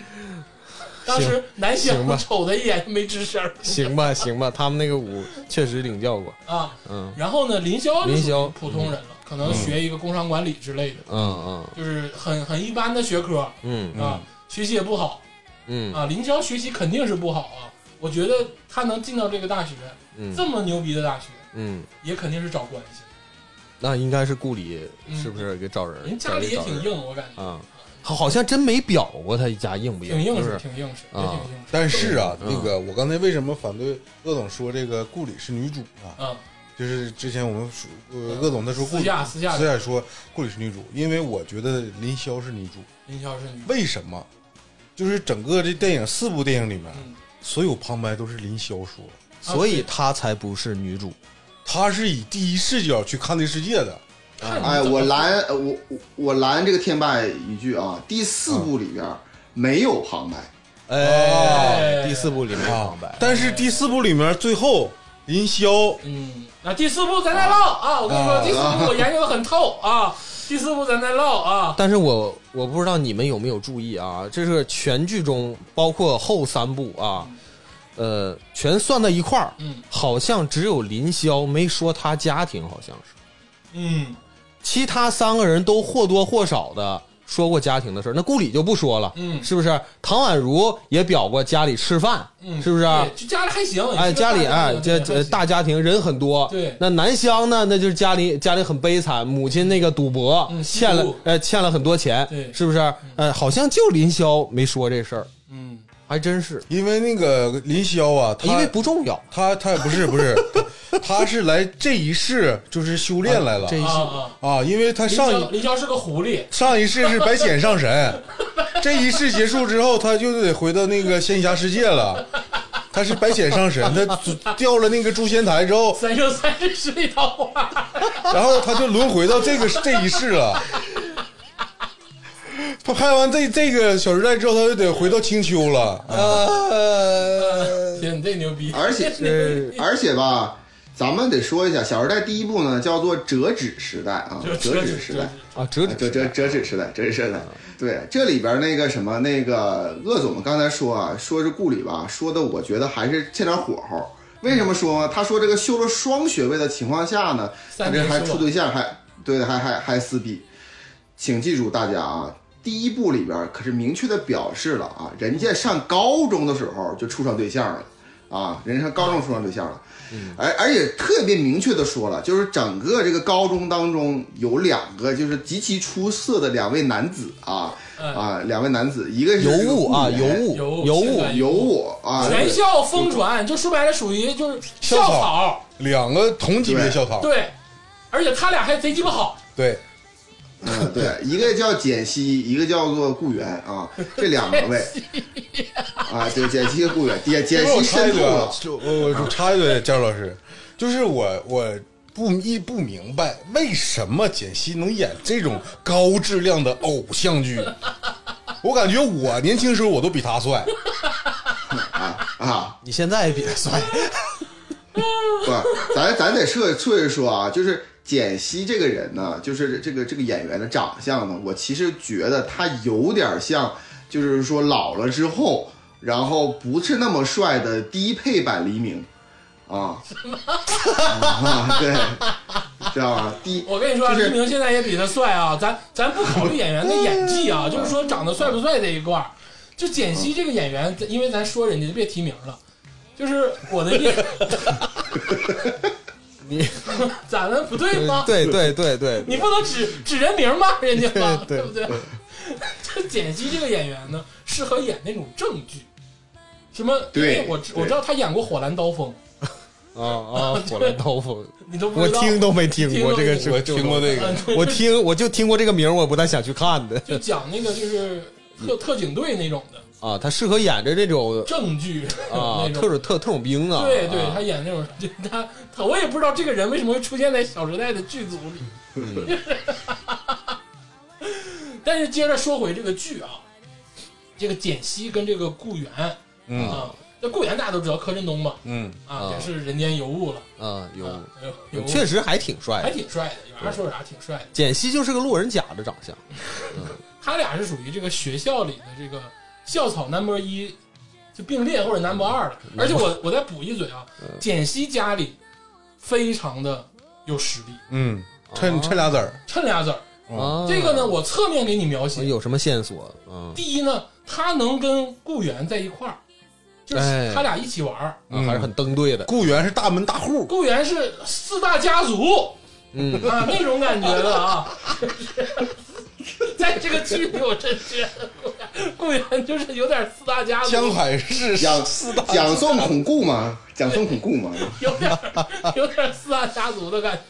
[SPEAKER 1] 当时南
[SPEAKER 3] 行
[SPEAKER 1] 湘
[SPEAKER 3] 吧
[SPEAKER 1] 瞅他一眼没吱声儿
[SPEAKER 3] 行吧行吧，他们那个舞确实领教过，
[SPEAKER 1] 啊。
[SPEAKER 3] 嗯
[SPEAKER 1] 然后呢，林霄就
[SPEAKER 3] 林
[SPEAKER 1] 属
[SPEAKER 3] 霄
[SPEAKER 1] 于普通人了，可能学一个工商管理之类的，
[SPEAKER 3] 嗯
[SPEAKER 1] 就是很很一般的学科啊，
[SPEAKER 3] 嗯
[SPEAKER 1] 学习也不好
[SPEAKER 3] 嗯嗯
[SPEAKER 1] 啊。林霄学习肯定是不好啊，我觉得他能进到这个大学，
[SPEAKER 3] 嗯
[SPEAKER 1] 这么牛逼的大学，
[SPEAKER 3] 嗯，
[SPEAKER 1] 也肯定是找关系。
[SPEAKER 3] 那应该是顾里
[SPEAKER 1] 嗯
[SPEAKER 3] 是不是给找人？
[SPEAKER 1] 人家里也
[SPEAKER 3] 找人
[SPEAKER 1] 挺硬，我感觉，
[SPEAKER 3] 啊，好好像真没表过他家硬不硬，
[SPEAKER 1] 挺硬，
[SPEAKER 3] 就是是
[SPEAKER 1] 挺硬实，也挺
[SPEAKER 3] 啊
[SPEAKER 1] 硬实。
[SPEAKER 2] 但是啊，
[SPEAKER 3] 嗯
[SPEAKER 2] 那个我刚才为什么反对鄂总说这个顾里是女主啊？
[SPEAKER 1] 嗯，
[SPEAKER 2] 就是之前我们说，呃
[SPEAKER 1] 嗯，
[SPEAKER 2] 鄂总他说顾
[SPEAKER 1] 私
[SPEAKER 2] 里，
[SPEAKER 1] 下私下
[SPEAKER 2] 私下说顾里是女主，因为我觉得林霄是女主。
[SPEAKER 1] 林霄是女，
[SPEAKER 2] 为什么？就是整个这电影四部电影里面，
[SPEAKER 1] 嗯，
[SPEAKER 2] 所有旁白都是林霄说，
[SPEAKER 3] 所
[SPEAKER 1] 啊
[SPEAKER 3] 以她才不是女主。
[SPEAKER 2] 他是以第一视角去看这世界的。
[SPEAKER 1] 看你
[SPEAKER 4] 哎，
[SPEAKER 1] 怎么
[SPEAKER 4] 我拦呃我我我拦这个天霸一句啊，第四部里边没有旁白，
[SPEAKER 1] 哦
[SPEAKER 3] 哎，第四部里面
[SPEAKER 2] 啊
[SPEAKER 3] 旁白，
[SPEAKER 2] 但是第四部里面最后林霄
[SPEAKER 1] 嗯，那第四部咱再唠啊！我跟你说，
[SPEAKER 2] 啊
[SPEAKER 1] 第四部我研究的很透啊，第四部咱再唠啊。
[SPEAKER 3] 但是我我不知道你们有没有注意啊，这是全剧中包括后三部啊，呃，全算到一块儿，
[SPEAKER 1] 嗯
[SPEAKER 3] 好像只有林霄没说他家庭，好像是，
[SPEAKER 1] 嗯
[SPEAKER 3] 其他三个人都或多或少的说过家庭的事儿。那顾里就不说了，
[SPEAKER 1] 嗯
[SPEAKER 3] 是不是？唐宛如也表过家里吃饭，
[SPEAKER 1] 嗯，
[SPEAKER 3] 是不是啊？
[SPEAKER 1] 对就家里还行，
[SPEAKER 3] 哎，家里哎，这这
[SPEAKER 1] 大
[SPEAKER 3] 大家庭人很多。
[SPEAKER 1] 对
[SPEAKER 3] 那南湘呢？那就是家里家里很悲惨，母亲那个赌博，
[SPEAKER 1] 嗯吸毒
[SPEAKER 3] 欠了呃欠了很多钱，
[SPEAKER 1] 对
[SPEAKER 3] 是不是？呃，好像就林霄没说这事儿，
[SPEAKER 1] 嗯
[SPEAKER 3] 还真是，
[SPEAKER 2] 因为那个林霄啊，他
[SPEAKER 3] 因为不重要。
[SPEAKER 2] 他他不是不是，他他是来这一世就是修炼来了
[SPEAKER 3] 这一
[SPEAKER 1] 啊
[SPEAKER 3] 世
[SPEAKER 1] 啊，
[SPEAKER 2] 啊，因为他
[SPEAKER 1] 林
[SPEAKER 2] 上
[SPEAKER 1] 霄
[SPEAKER 2] 一
[SPEAKER 1] 林霄是个狐狸，
[SPEAKER 2] 上一世是白浅上神，这一世结束之后，他就得回到那个仙侠世界了。他是白浅上神，他掉了那个诛仙台之后，
[SPEAKER 1] 三生三世十里桃花，
[SPEAKER 2] 然后他就轮回到这个这一世了。他拍完这这个《小时代》之后，他就得回到青丘了。啊
[SPEAKER 3] 呃，
[SPEAKER 1] 行，你这牛逼，
[SPEAKER 4] 而且嗯
[SPEAKER 1] 这牛逼
[SPEAKER 4] 而且吧，咱们得说一下，《小时代》第一部呢叫做折纸时代啊，
[SPEAKER 1] 就
[SPEAKER 4] 折纸时代，
[SPEAKER 3] 啊，折纸
[SPEAKER 4] 折折折纸时代，折纸时代。对，这里边那个什么，那个鄂总刚才说啊，说是顾里吧，说的我觉得还是欠点火候。为什么说呢？他说这个修了双学位的情况下呢，他
[SPEAKER 1] 三
[SPEAKER 4] 这
[SPEAKER 1] 年
[SPEAKER 4] 还
[SPEAKER 1] 修
[SPEAKER 4] 处
[SPEAKER 1] 完
[SPEAKER 4] 对象，还对，还还还撕逼。请记住大家啊，第一部里边可是明确的表示了啊，人家上高中的时候就处上对象了啊，人家上高中处上对象了，
[SPEAKER 3] 嗯
[SPEAKER 4] 而而且特别明确的说了，就是整个这个高中当中有两个就是极其出色的两位男子啊
[SPEAKER 1] 嗯
[SPEAKER 4] 啊，两位男子，一个是
[SPEAKER 3] 尤物啊，
[SPEAKER 4] 这
[SPEAKER 3] 尤
[SPEAKER 4] 个
[SPEAKER 3] 物
[SPEAKER 1] 尤物
[SPEAKER 3] 尤物
[SPEAKER 1] 现在，
[SPEAKER 4] 尤物啊，
[SPEAKER 1] 全校疯传，就说白了属于就是校
[SPEAKER 2] 校草
[SPEAKER 1] 草，
[SPEAKER 2] 两个同级别校草，
[SPEAKER 1] 对，而且他俩还贼鸡巴好，
[SPEAKER 2] 对，
[SPEAKER 4] 嗯，对，一个叫简溪，一个叫做顾源啊，这两个 位啊，对，简溪和顾源，简简
[SPEAKER 2] 我
[SPEAKER 4] 溪
[SPEAKER 2] 插
[SPEAKER 4] 渗
[SPEAKER 2] 一
[SPEAKER 4] 透
[SPEAKER 2] 嘴啊
[SPEAKER 4] 了，，
[SPEAKER 2] 就我我插一嘴，姜老师，就是我我不一不明白为什么简溪能演这种高质量的偶像剧，我感觉我年轻时候我都比他帅，
[SPEAKER 4] 啊，
[SPEAKER 3] 你现在也比他帅，
[SPEAKER 4] 不，啊咱咱得说说一说啊，就是简溪这个人呢，就是这个这个演员的长相呢，我其实觉得他有点像，就是说老了之后，然后不是那么帅的低配版黎明，啊，啊， 对，知道吧？低，
[SPEAKER 1] 我跟你说啊，
[SPEAKER 4] 就是
[SPEAKER 1] 黎明现在也比他帅啊，咱咱不考虑演员的演技 啊，就是说长得帅不帅这一块儿，就简溪这个演员，因为咱说人家就别提名了，就是我的意，
[SPEAKER 3] 你
[SPEAKER 1] 咱们不对吗？
[SPEAKER 3] 对对对对，
[SPEAKER 1] 你不能指指人名骂人家吧，
[SPEAKER 3] 对
[SPEAKER 1] 对 不对？这简溪这个演员呢，适合演那种正剧，什么？因
[SPEAKER 4] 对
[SPEAKER 1] 为我知我
[SPEAKER 4] 对
[SPEAKER 1] 知道他演过《火蓝刀锋
[SPEAKER 3] 啊啊，火蓝刀锋，》，
[SPEAKER 1] 你都不
[SPEAKER 3] 我
[SPEAKER 1] 知道。
[SPEAKER 3] 听都没听过这个
[SPEAKER 1] 是
[SPEAKER 3] 是，
[SPEAKER 2] 我听过这个
[SPEAKER 1] 嗯，
[SPEAKER 3] 我听我就听过这个名儿，我不太想去看的
[SPEAKER 1] 就讲那个就是特特警队那种的
[SPEAKER 3] 啊。他适合演着这种
[SPEAKER 1] 正剧
[SPEAKER 3] 啊
[SPEAKER 1] 那
[SPEAKER 3] 特
[SPEAKER 1] 种。
[SPEAKER 3] 种特特种兵呢，
[SPEAKER 1] 对对，
[SPEAKER 3] 啊
[SPEAKER 1] 他演那种，就他他我也不知道这个人为什么会出现在《小时代》的剧组里。
[SPEAKER 3] 嗯
[SPEAKER 1] 但是接着说回这个剧啊，这个简溪跟这个顾源
[SPEAKER 2] 嗯
[SPEAKER 1] 啊，那顾源大家都知道柯震东嘛，
[SPEAKER 2] 嗯，
[SPEAKER 1] 啊
[SPEAKER 3] 啊
[SPEAKER 1] 也是人间尤物了，
[SPEAKER 3] 啊
[SPEAKER 1] 啊
[SPEAKER 3] 有，
[SPEAKER 1] 尤物
[SPEAKER 3] 确实还挺帅
[SPEAKER 1] 还
[SPEAKER 3] 的。
[SPEAKER 1] 挺帅的，有啥说啥，挺帅的。
[SPEAKER 3] 简溪就是个路人甲的长相，
[SPEAKER 1] 他俩是属于这个学校里的这个校草 number 一，就并列或者 number 二了。而且
[SPEAKER 3] 嗯
[SPEAKER 1] 我我再补一嘴啊，简溪家里非常的有实力，
[SPEAKER 2] 嗯，趁趁俩子儿，
[SPEAKER 1] 趁俩子儿。
[SPEAKER 3] 啊，
[SPEAKER 1] 哦这个呢，我侧面给你描写。
[SPEAKER 3] 有什么线索？嗯，
[SPEAKER 1] 第一呢，他能跟顾源在一块儿，就是
[SPEAKER 3] 哎
[SPEAKER 1] 他俩一起玩儿。
[SPEAKER 3] 啊还是很登对的。
[SPEAKER 2] 顾源是大门大户，
[SPEAKER 1] 顾源是四大家族，
[SPEAKER 3] 嗯
[SPEAKER 1] 啊，那种感觉的啊。 在这个剧里，我真觉得顾源顾源就是有点四大家族，
[SPEAKER 2] 江海市
[SPEAKER 4] 讲
[SPEAKER 2] 四大
[SPEAKER 4] 讲宋恐顾嘛，讲宋恐顾 嘛，
[SPEAKER 1] 有点儿有点儿四大家族的感 觉。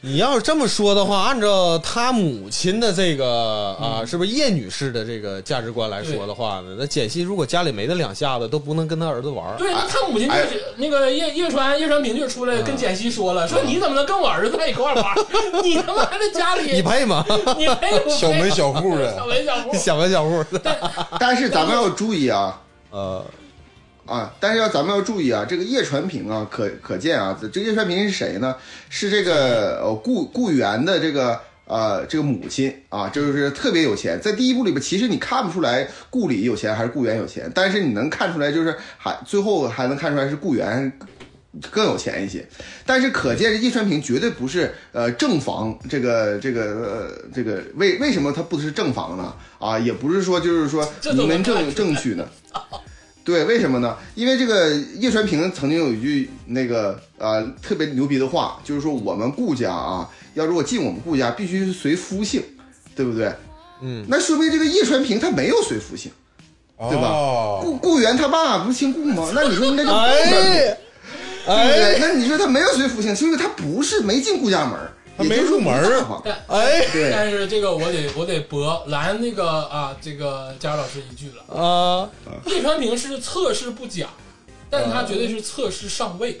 [SPEAKER 3] 你要是这么说的话，按照他母亲的这个
[SPEAKER 1] 嗯
[SPEAKER 3] 啊，是不是叶女士的这个价值观来说的话呢？那简溪如果家里没那两下子，都不能跟他儿子玩儿。
[SPEAKER 1] 对，他母亲
[SPEAKER 2] 哎
[SPEAKER 1] 就是那个叶叶川叶川平就出来
[SPEAKER 2] 嗯
[SPEAKER 1] 跟简溪说了，说你怎么能跟我儿子在一块儿玩 儿？你他妈还在家里，
[SPEAKER 3] 你配吗？
[SPEAKER 1] 你没有
[SPEAKER 2] 小门小户啊
[SPEAKER 1] 小
[SPEAKER 2] 的，
[SPEAKER 1] 门小户，
[SPEAKER 3] 小门小户的，
[SPEAKER 4] 但是咱们要注意啊
[SPEAKER 3] 呃，
[SPEAKER 4] 啊！但是要咱们要注意啊，这个叶传平啊，可可见啊，这叶传平是谁呢？是这个呃顾顾源的这个呃这个母亲啊，这就是特别有钱。在第一部里边，其实你看不出来顾里有钱还是顾源有钱，但是你能看出来，就是还最后还能看出来是顾源更有钱一些。但是可见叶传平绝对不是呃正房这个这个呃这个为为什么他不是正房呢？啊，也不是说就是说
[SPEAKER 1] 这都
[SPEAKER 4] 名门
[SPEAKER 1] 能看
[SPEAKER 4] 正
[SPEAKER 1] 出来
[SPEAKER 4] 正娶 呢。对，为什么呢？因为这个叶传平曾经有一句那个呃特别牛逼的话，就是说我们顾家啊，要如果进我们顾家，必须是随夫姓，对不对？
[SPEAKER 3] 嗯，
[SPEAKER 4] 那说明这个叶传平他没有随夫姓。对吧
[SPEAKER 2] 哦
[SPEAKER 4] 顾顾源他爸不是姓顾吗？那你说那就
[SPEAKER 3] 哎
[SPEAKER 4] 对不对？
[SPEAKER 3] 哎
[SPEAKER 4] 那你说他没有随服姓，所以说他不是没进顾家门儿，
[SPEAKER 2] 他
[SPEAKER 4] 也
[SPEAKER 2] 没
[SPEAKER 4] 就是
[SPEAKER 2] 入门儿
[SPEAKER 4] 不是上房
[SPEAKER 1] 但
[SPEAKER 3] 哎
[SPEAKER 4] 对
[SPEAKER 1] 但是这个我得我得驳拦那个啊这个佳老师一句了，
[SPEAKER 3] 啊，
[SPEAKER 1] 叶川平是测试不假，但
[SPEAKER 4] 啊
[SPEAKER 1] 他绝对是测试上位。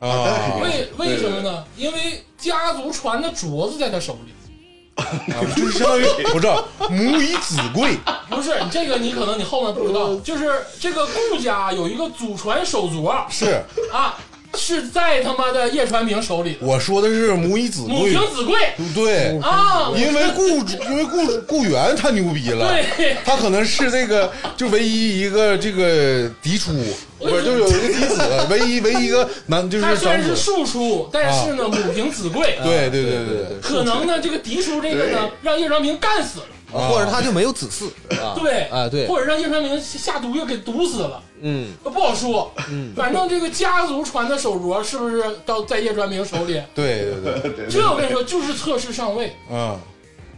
[SPEAKER 2] 啊，
[SPEAKER 1] 为
[SPEAKER 4] 对
[SPEAKER 1] 为什么呢？因为家族传的镯子在他手里。
[SPEAKER 2] 就是相当于不是母以子贵，
[SPEAKER 1] 不是你这个，你可能你后面不知道，就是这个顾家有一个祖传手镯
[SPEAKER 2] 是
[SPEAKER 1] 啊，是在他妈的叶传平手里的，
[SPEAKER 2] 我说的是母以
[SPEAKER 4] 嗯
[SPEAKER 2] 子
[SPEAKER 1] 母
[SPEAKER 2] 贵
[SPEAKER 1] 凭，子贵
[SPEAKER 2] 对，
[SPEAKER 1] 啊！
[SPEAKER 2] 因为 雇主，因为雇主雇员他牛逼了，
[SPEAKER 1] 对
[SPEAKER 2] 他可能是这个就唯一一个这个嫡出，不是就是有一个嫡子， 唯一唯一一个男就是
[SPEAKER 1] 他虽
[SPEAKER 2] 长
[SPEAKER 1] 然是啊
[SPEAKER 2] 子，
[SPEAKER 1] 庶出，但是
[SPEAKER 4] 啊
[SPEAKER 1] 呢，母凭子贵。
[SPEAKER 4] 嗯
[SPEAKER 2] 对对对
[SPEAKER 3] 对
[SPEAKER 2] 对，
[SPEAKER 1] 可能呢，这个嫡出这个呢，让叶传平干死了，
[SPEAKER 3] 或者他就没有子嗣，啊
[SPEAKER 1] 对，
[SPEAKER 3] 啊对，
[SPEAKER 1] 或者让叶传平下毒药给毒死了，呃
[SPEAKER 3] 嗯，
[SPEAKER 1] 不好说。反正这个家族传的手镯是不是到在叶传平手里？
[SPEAKER 2] 对对对，
[SPEAKER 4] 对
[SPEAKER 1] 这我跟你说，就是测试上位，
[SPEAKER 2] 嗯，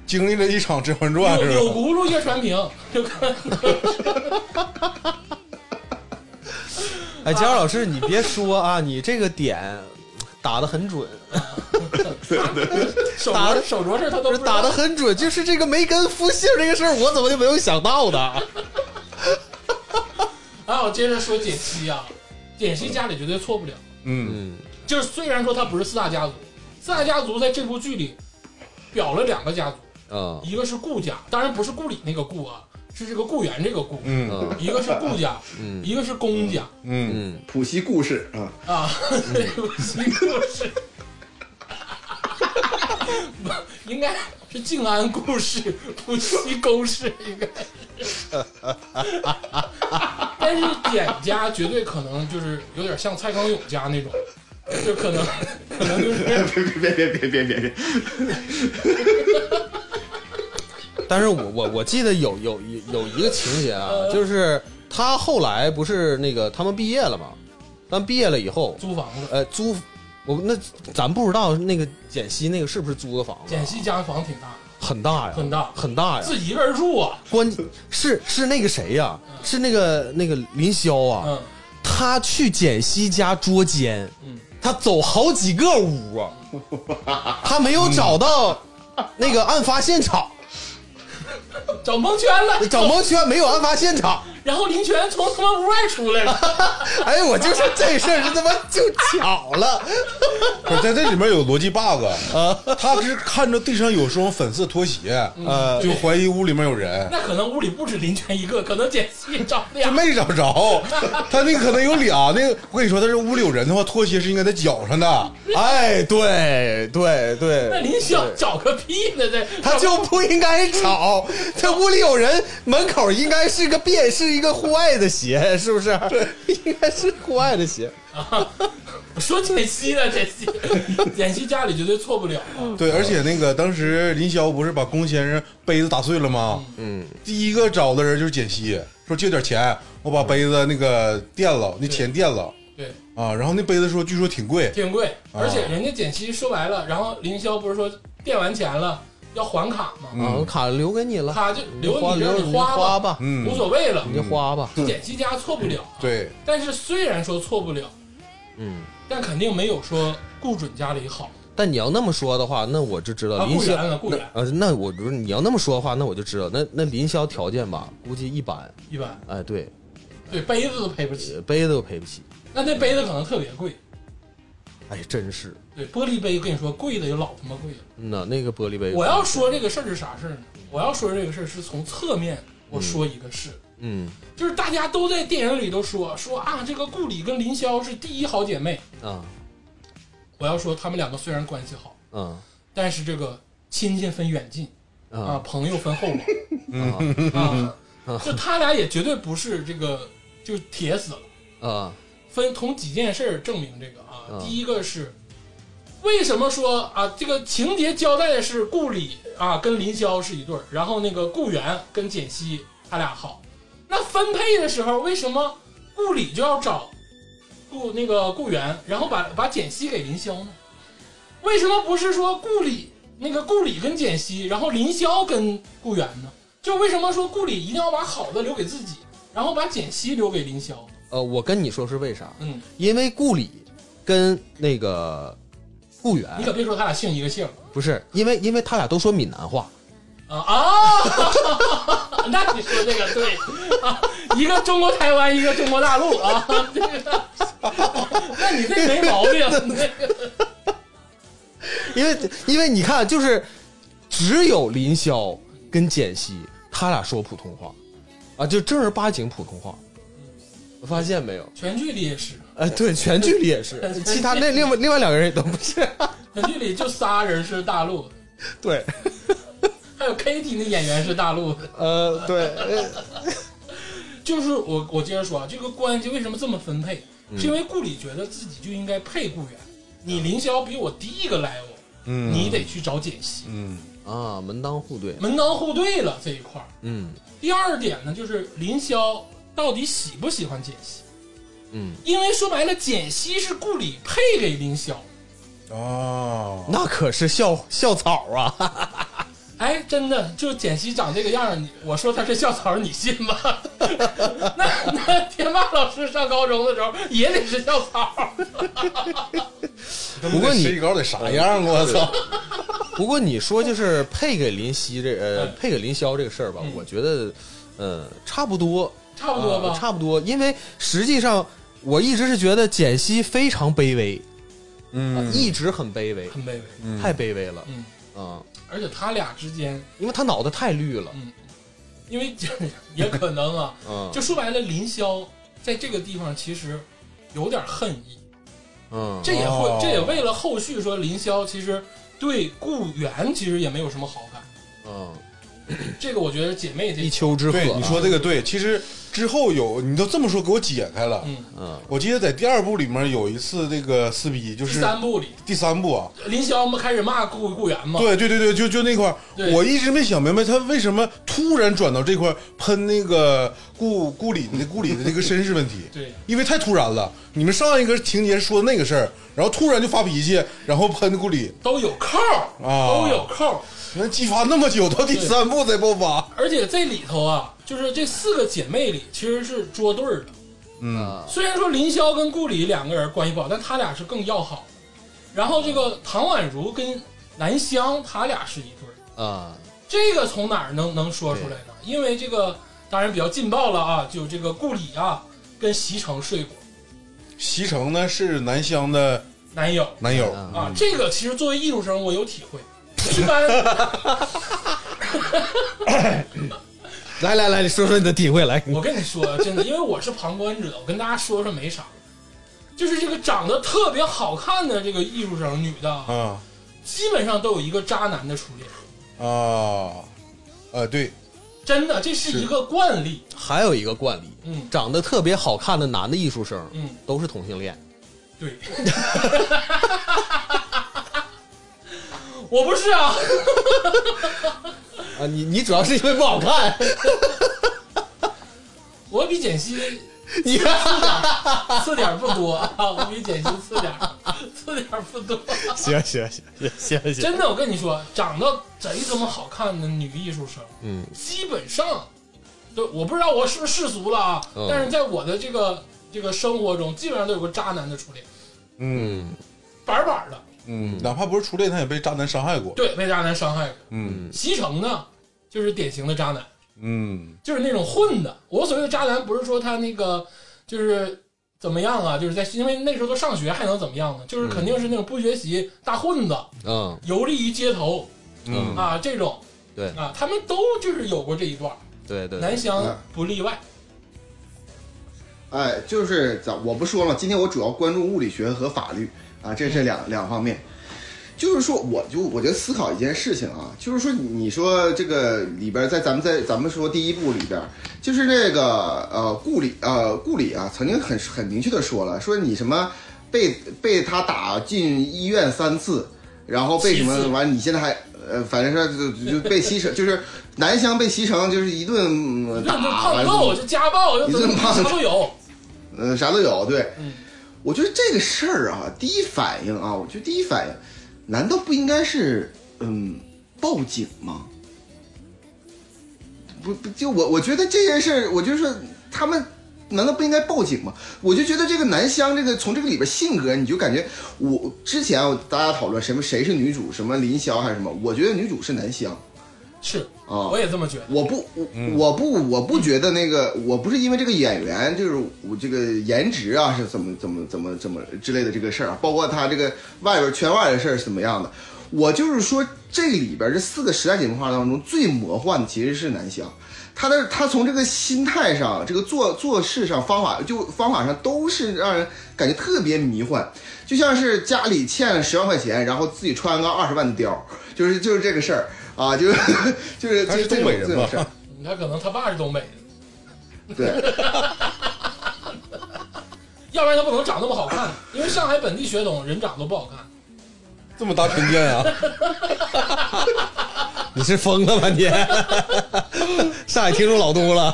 [SPEAKER 2] 经历了一场《甄嬛传》
[SPEAKER 1] 有
[SPEAKER 2] 是
[SPEAKER 1] 有
[SPEAKER 2] 吧？
[SPEAKER 1] 轱辘叶传平，就 看啊
[SPEAKER 3] 哎，姜老师，你别说啊，你这个点打的很准，
[SPEAKER 1] 手
[SPEAKER 3] 打
[SPEAKER 1] 镯手镯这他都
[SPEAKER 3] 不
[SPEAKER 1] 不
[SPEAKER 3] 是
[SPEAKER 1] 知道
[SPEAKER 3] 打的很准，就是这个梅根夫姓这个事儿，我怎么就没有想到 呢？
[SPEAKER 1] 啊！我接着说简溪啊，简溪家里绝对错不了。
[SPEAKER 2] 嗯
[SPEAKER 3] 嗯
[SPEAKER 1] 就是虽然说他不是四大家族，四大家族在这部剧里表了两个家族，
[SPEAKER 3] 啊
[SPEAKER 1] 一个是顾家，当然不是顾里那个顾啊，是这个顾源这个顾，
[SPEAKER 2] 嗯
[SPEAKER 3] 嗯
[SPEAKER 1] 一个是顾家，
[SPEAKER 3] 嗯
[SPEAKER 1] 一个是公家
[SPEAKER 2] 嗯，
[SPEAKER 3] 嗯，
[SPEAKER 4] 普希故事啊，
[SPEAKER 1] 啊，对不起，故事，不应该是静安故事，不西公事应该是。但是简家绝对可能就是有点像蔡康永家那种，就可能可能就是
[SPEAKER 4] 哎别别别别别别别，
[SPEAKER 3] 但是我我我记得有有有一个情节啊，
[SPEAKER 1] 嗯
[SPEAKER 3] 就是他后来不是那个他们毕业了嘛，但毕业了以后，
[SPEAKER 1] 租房子。
[SPEAKER 3] 呃，租我那咱不知道那个简溪那个是不是租的房子啊，
[SPEAKER 1] 简溪家房挺大的，
[SPEAKER 3] 很大呀，
[SPEAKER 1] 很大
[SPEAKER 3] 很大呀，
[SPEAKER 1] 自己一个人住啊，
[SPEAKER 3] 关是是那个谁呀、是那个那个林霄啊，
[SPEAKER 1] 嗯，
[SPEAKER 3] 他去简溪家捉奸，
[SPEAKER 1] 嗯
[SPEAKER 3] 他走好几个屋 啊，他没有找到那个案发现场，
[SPEAKER 1] 找蒙圈了，
[SPEAKER 3] 找蒙圈没有案发 现场。
[SPEAKER 1] 然后林泉从他妈屋外出来了，
[SPEAKER 3] 哎，我就说这事儿是他妈就巧 了，
[SPEAKER 2] 不是在这里面有逻辑 bug，他是看着地上有双粉色拖鞋，
[SPEAKER 3] 呃，
[SPEAKER 2] 就怀疑屋里面有人，
[SPEAKER 1] 那可能屋里不止林泉一个，可能简溪找
[SPEAKER 2] 就
[SPEAKER 1] 俩，
[SPEAKER 2] 没找着，他那个可能有俩，那个我跟你说，他是屋里有人的话，拖鞋是应该在脚上的。
[SPEAKER 3] 哎，对对
[SPEAKER 1] 那
[SPEAKER 3] 对，
[SPEAKER 1] 林霄找个屁呢？这
[SPEAKER 3] 他就不应 该吵，这屋里有人，门口应该是个便，是一个户外的鞋，是不是？ 应该是户外的鞋。
[SPEAKER 1] 啊说简溪呢，简溪，简溪家里绝对错不了啊。
[SPEAKER 2] 对，而且那个当时林霄不是把龚先生杯子打碎了吗？嗯，第一个找的人就是简溪，说借点钱，我把杯子那个垫了，那钱垫了
[SPEAKER 1] 对，
[SPEAKER 2] 啊。然后那杯子说据说挺贵，
[SPEAKER 1] 挺贵，
[SPEAKER 3] 啊
[SPEAKER 1] 而且人家简溪说白了，然后林霄不是说垫完钱了要还卡吗？
[SPEAKER 3] 啊，卡留给你了，
[SPEAKER 1] 卡就留
[SPEAKER 3] 花
[SPEAKER 1] 你让
[SPEAKER 3] 留
[SPEAKER 1] 你
[SPEAKER 3] 花
[SPEAKER 1] 吧，
[SPEAKER 3] 吧，
[SPEAKER 2] 嗯
[SPEAKER 1] 无，所谓了
[SPEAKER 3] 你。就花嗯吧。
[SPEAKER 1] 简溪家错不了，啊
[SPEAKER 2] 对，
[SPEAKER 1] 但是虽然说错不了，
[SPEAKER 3] 嗯，
[SPEAKER 1] 但肯定没有说顾准家里好。
[SPEAKER 3] 但你要那么说的话，那我就知道
[SPEAKER 1] 啊，
[SPEAKER 3] 林
[SPEAKER 1] 顾
[SPEAKER 3] 啊霄
[SPEAKER 1] 源了，顾源
[SPEAKER 3] 呃，那我不是你要那么说的话，那我就知道，那那林霄条件吧，估计一般。
[SPEAKER 1] 一般，
[SPEAKER 3] 哎，对，
[SPEAKER 1] 对杯子都赔不起，
[SPEAKER 3] 呃杯子都赔不起。
[SPEAKER 1] 那那杯子可能特别贵。
[SPEAKER 3] 哎，真是，
[SPEAKER 1] 对，玻璃杯跟你说贵的就老他妈贵了。
[SPEAKER 3] 嗯呐，那个玻璃杯，
[SPEAKER 1] 我要说这个事儿是啥事儿呢？我要说这个事儿是从侧面我说一个事，
[SPEAKER 3] 嗯
[SPEAKER 1] 就是大家都在电影里都说说啊，这个顾里跟林霄是第一好姐妹。
[SPEAKER 3] 啊
[SPEAKER 1] 我要说他们两个虽然关系好，
[SPEAKER 3] 啊
[SPEAKER 1] 但是这个亲戚分远近啊，
[SPEAKER 3] 啊
[SPEAKER 1] 朋友分厚薄。
[SPEAKER 3] 啊
[SPEAKER 1] 啊，就他俩也绝对不是这个，就铁死了。
[SPEAKER 3] 啊！
[SPEAKER 1] 分从几件事儿证明这个啊
[SPEAKER 3] 嗯。
[SPEAKER 1] 第一个是，为什么说啊这个情节交代的是顾里啊跟林霄是一对儿，然后那个顾源跟简溪他俩好，那分配的时候为什么顾里就要找顾那个顾源，然后把把简溪给林霄呢？为什么不是说顾里那个顾里跟简溪，然后林霄跟顾源呢？就为什么说顾里一定要把好的留给自己，然后把简溪留给林霄？
[SPEAKER 3] 呃，我跟你说是为啥？
[SPEAKER 1] 嗯，
[SPEAKER 3] 因为顾里跟那个顾源
[SPEAKER 1] 你可别说他俩姓一个姓儿
[SPEAKER 3] 不是，因为因为他俩都说闽南话，
[SPEAKER 1] 啊啊！ 那你说这个对啊，一个中国台湾，一个中国大陆啊，这个，那你这没毛病，那个
[SPEAKER 3] 因为因为你看，就是只有林霄跟简溪他俩说普通话，啊，就正儿八经普通话，发现没有？
[SPEAKER 1] 全剧里也是，
[SPEAKER 3] 哎，对，全剧里也是，其他那另外另外两个人也都不是。
[SPEAKER 1] 全剧里就仨人是大陆，
[SPEAKER 3] 对，
[SPEAKER 1] 还有 Kitty 那演员是大陆的。
[SPEAKER 3] 呃，对，呃
[SPEAKER 1] 就是我我接着说啊，这个关系为什么这么分配？是因为顾里觉得自己就应该配顾源，你凌霄比我低一个 level，、
[SPEAKER 2] 嗯，
[SPEAKER 1] 你得去找解析，
[SPEAKER 2] 嗯
[SPEAKER 3] 啊，门当户对，
[SPEAKER 1] 门当户对了这一块儿。
[SPEAKER 3] 嗯
[SPEAKER 1] 第二点呢，就是林霄到底喜不喜欢简溪？
[SPEAKER 3] 嗯，
[SPEAKER 1] 因为说白了，简溪是顾里配给林霄。
[SPEAKER 2] 哦，
[SPEAKER 3] 那可是校校草 啊，
[SPEAKER 1] 哎，真的，就简溪长这个样儿，你我说他是校草，你信 吗？那那天霸老师上高中的时候也得是校
[SPEAKER 3] 嗯
[SPEAKER 1] 草，
[SPEAKER 3] 不过你
[SPEAKER 2] 身高得啥样？啊我操！
[SPEAKER 3] 不过你说就是配给林夕这呃配给林霄这个事儿吧，我觉得呃差不多，
[SPEAKER 1] 差不多吧？
[SPEAKER 3] 啊差不多，因为实际上我一直是觉得简溪非常卑微，
[SPEAKER 1] 啊
[SPEAKER 2] 嗯，
[SPEAKER 3] 一直很卑微，
[SPEAKER 1] 很卑微。
[SPEAKER 3] 太卑微了
[SPEAKER 1] 嗯，
[SPEAKER 3] 啊，
[SPEAKER 1] 而且他俩之间，
[SPEAKER 3] 因为他脑袋太绿了，
[SPEAKER 1] 嗯，因为 也可能啊，
[SPEAKER 3] 嗯
[SPEAKER 1] 就说白了，林霄在这个地方其实有点恨意。
[SPEAKER 3] 嗯
[SPEAKER 1] 这也会
[SPEAKER 2] 哦，
[SPEAKER 1] 这也为了后续说林霄其实对顾源其实也没有什么好感，
[SPEAKER 3] 嗯，
[SPEAKER 1] 这个我觉得姐妹这
[SPEAKER 3] 一丘之貉
[SPEAKER 2] 对，
[SPEAKER 3] 啊，
[SPEAKER 2] 你说这个对。其实之后有，你都这么说给我解开了。
[SPEAKER 1] 嗯，
[SPEAKER 3] 嗯
[SPEAKER 2] 我记得在第二部里面有一次这个撕逼，就
[SPEAKER 1] 第
[SPEAKER 2] 是
[SPEAKER 1] 三部里
[SPEAKER 2] 第三部啊，
[SPEAKER 1] 林霄不开始骂顾顾源嘛，
[SPEAKER 2] 对对对对，就就那块儿
[SPEAKER 1] 对，。
[SPEAKER 2] 我一直没想明白他为什么突然转到这块儿喷那个顾顾里那顾里的这个身世问题
[SPEAKER 1] 对
[SPEAKER 2] 因为太突然了，你们上一个情节说的那个事儿，然后突然就发脾气，然后喷顾里，
[SPEAKER 1] 都有扣，
[SPEAKER 2] 啊
[SPEAKER 1] 都有扣，
[SPEAKER 2] 那激发那么久，到第三部才爆发。
[SPEAKER 1] 而且这里头啊，就是这四个姐妹里其实是捉对儿的，
[SPEAKER 2] 嗯，
[SPEAKER 3] 啊
[SPEAKER 1] 虽然说林霄跟顾里两个人关系不好，但他俩是更要好的，然后这个唐宛如跟兰香他俩是一对儿。
[SPEAKER 3] 啊
[SPEAKER 1] 这个从哪儿能能说出来呢？因为这个当然比较劲爆了啊，就这个顾里啊跟席城睡过
[SPEAKER 2] 席城呢是南湘的
[SPEAKER 1] 男友
[SPEAKER 2] 男友，
[SPEAKER 3] 嗯
[SPEAKER 1] 啊，这个其实作为艺术生我有体会，一般
[SPEAKER 3] 来来来，你说说你的体会来，
[SPEAKER 1] 我跟你说真的，因为我是旁观者，我跟大家说说没啥，就是这个长得特别好看的这个艺术生女的啊，
[SPEAKER 3] 嗯
[SPEAKER 2] 啊
[SPEAKER 1] 基本上都有一个渣男的初恋，
[SPEAKER 2] 啊，呃，对，
[SPEAKER 1] 真的这是
[SPEAKER 2] 是
[SPEAKER 1] 一个惯例，
[SPEAKER 3] 还有一个惯例，
[SPEAKER 1] 嗯
[SPEAKER 3] 长得特别好看的男的艺术生
[SPEAKER 1] 嗯。
[SPEAKER 3] 都是同性恋，
[SPEAKER 1] 对， 我不是啊。
[SPEAKER 3] 啊，你你主要是因为不好 看，
[SPEAKER 1] 我比简溪
[SPEAKER 3] 你看，
[SPEAKER 1] 次点儿不多啊，我比简溪次点儿次点儿不多。
[SPEAKER 3] 行行行行行，
[SPEAKER 1] 真的，我跟你说，长得贼他妈好看的女艺术生，
[SPEAKER 3] 嗯
[SPEAKER 1] 基本上，对，我不知道我是不是世俗了啊，
[SPEAKER 3] 嗯
[SPEAKER 1] 但是在我的这个这个生活中，基本上都有个渣男的初恋，
[SPEAKER 2] 嗯
[SPEAKER 3] 嗯
[SPEAKER 1] 板板的，
[SPEAKER 2] 嗯，哪怕不是初恋，他也被渣男伤害过。
[SPEAKER 1] 对，被渣男伤害过。
[SPEAKER 2] 嗯
[SPEAKER 1] 席城呢，就是典型的渣男，
[SPEAKER 2] 嗯
[SPEAKER 1] 就是那种混的。我所谓的渣男，不是说他那个就是怎么样啊，就是在因为那时候都上学，还能怎么样呢？就是肯定是那种不学习大混子，
[SPEAKER 3] 嗯
[SPEAKER 1] 游历于街头
[SPEAKER 2] 嗯
[SPEAKER 1] 啊这种。
[SPEAKER 3] 对
[SPEAKER 1] 啊，他们都就是有过这一段，
[SPEAKER 3] 对对，对
[SPEAKER 1] 南湘
[SPEAKER 4] 嗯
[SPEAKER 1] 不例外。
[SPEAKER 4] 哎，就是咋我不说了，今天我主要关注物理学和法律啊，这是
[SPEAKER 1] 嗯
[SPEAKER 4] 两两方面。就是说，我就我觉得思考一件事情啊，就是说，你说这个里边儿，在咱们在咱们说第一部里边儿，就是这个呃顾里呃顾里啊，曾经很很明确的说了，说你什么被被他打进医院三次，然后被什
[SPEAKER 1] 七
[SPEAKER 4] 么
[SPEAKER 1] 次
[SPEAKER 4] 完，你现在还呃，反正说就就就被西城，就是南湘被西城就是一顿嗯
[SPEAKER 1] 就
[SPEAKER 4] 打，
[SPEAKER 1] 胖
[SPEAKER 4] 完
[SPEAKER 1] 揍，就家暴，就
[SPEAKER 4] 一顿
[SPEAKER 1] 怎么
[SPEAKER 4] 胖
[SPEAKER 1] 啥都有。
[SPEAKER 4] 嗯，啥都有。对，
[SPEAKER 1] 嗯
[SPEAKER 4] 我觉得这个事儿啊，第一反应啊，我觉得第一反应，难道不应该是嗯报警吗？不不，就我我觉得这件事儿，我就是他们。难道不应该报警吗？我就觉得这个南湘，这个从这个里边性格，你就感觉我之前啊大家讨论什么谁是女主，什么林霄还是什么，我觉得女主是南湘
[SPEAKER 1] 是，
[SPEAKER 4] 啊。
[SPEAKER 1] 我也这么嗯觉得。
[SPEAKER 4] 我不，我我不，我不觉得那个，我不是因为这个演员，就是我这个颜值啊，是怎么怎么怎么怎么之类的这个事儿啊，包括他这个外边圈外的事儿是怎么样的，我就是说这里边这四个时代姐妹花当中最魔幻的其实是南湘，他的他从这个心态上，这个做做事上方法就方法上都是让人感觉特别迷幻，就像是家里欠了十万块钱，然后自己穿个二十万的貂，就是就是这个事儿啊，就是 就是
[SPEAKER 2] 他
[SPEAKER 4] 就是这
[SPEAKER 2] 东
[SPEAKER 4] 种
[SPEAKER 2] 北人
[SPEAKER 4] 这种
[SPEAKER 2] 吧
[SPEAKER 4] 事儿，
[SPEAKER 1] 他可能他爸是东北的，
[SPEAKER 4] 对，
[SPEAKER 1] 要不然他不能长那么好看，因为上海本地学童人长都不好看。
[SPEAKER 2] 这么大偏见啊？
[SPEAKER 3] 你是疯了吧你？上海听众老多了，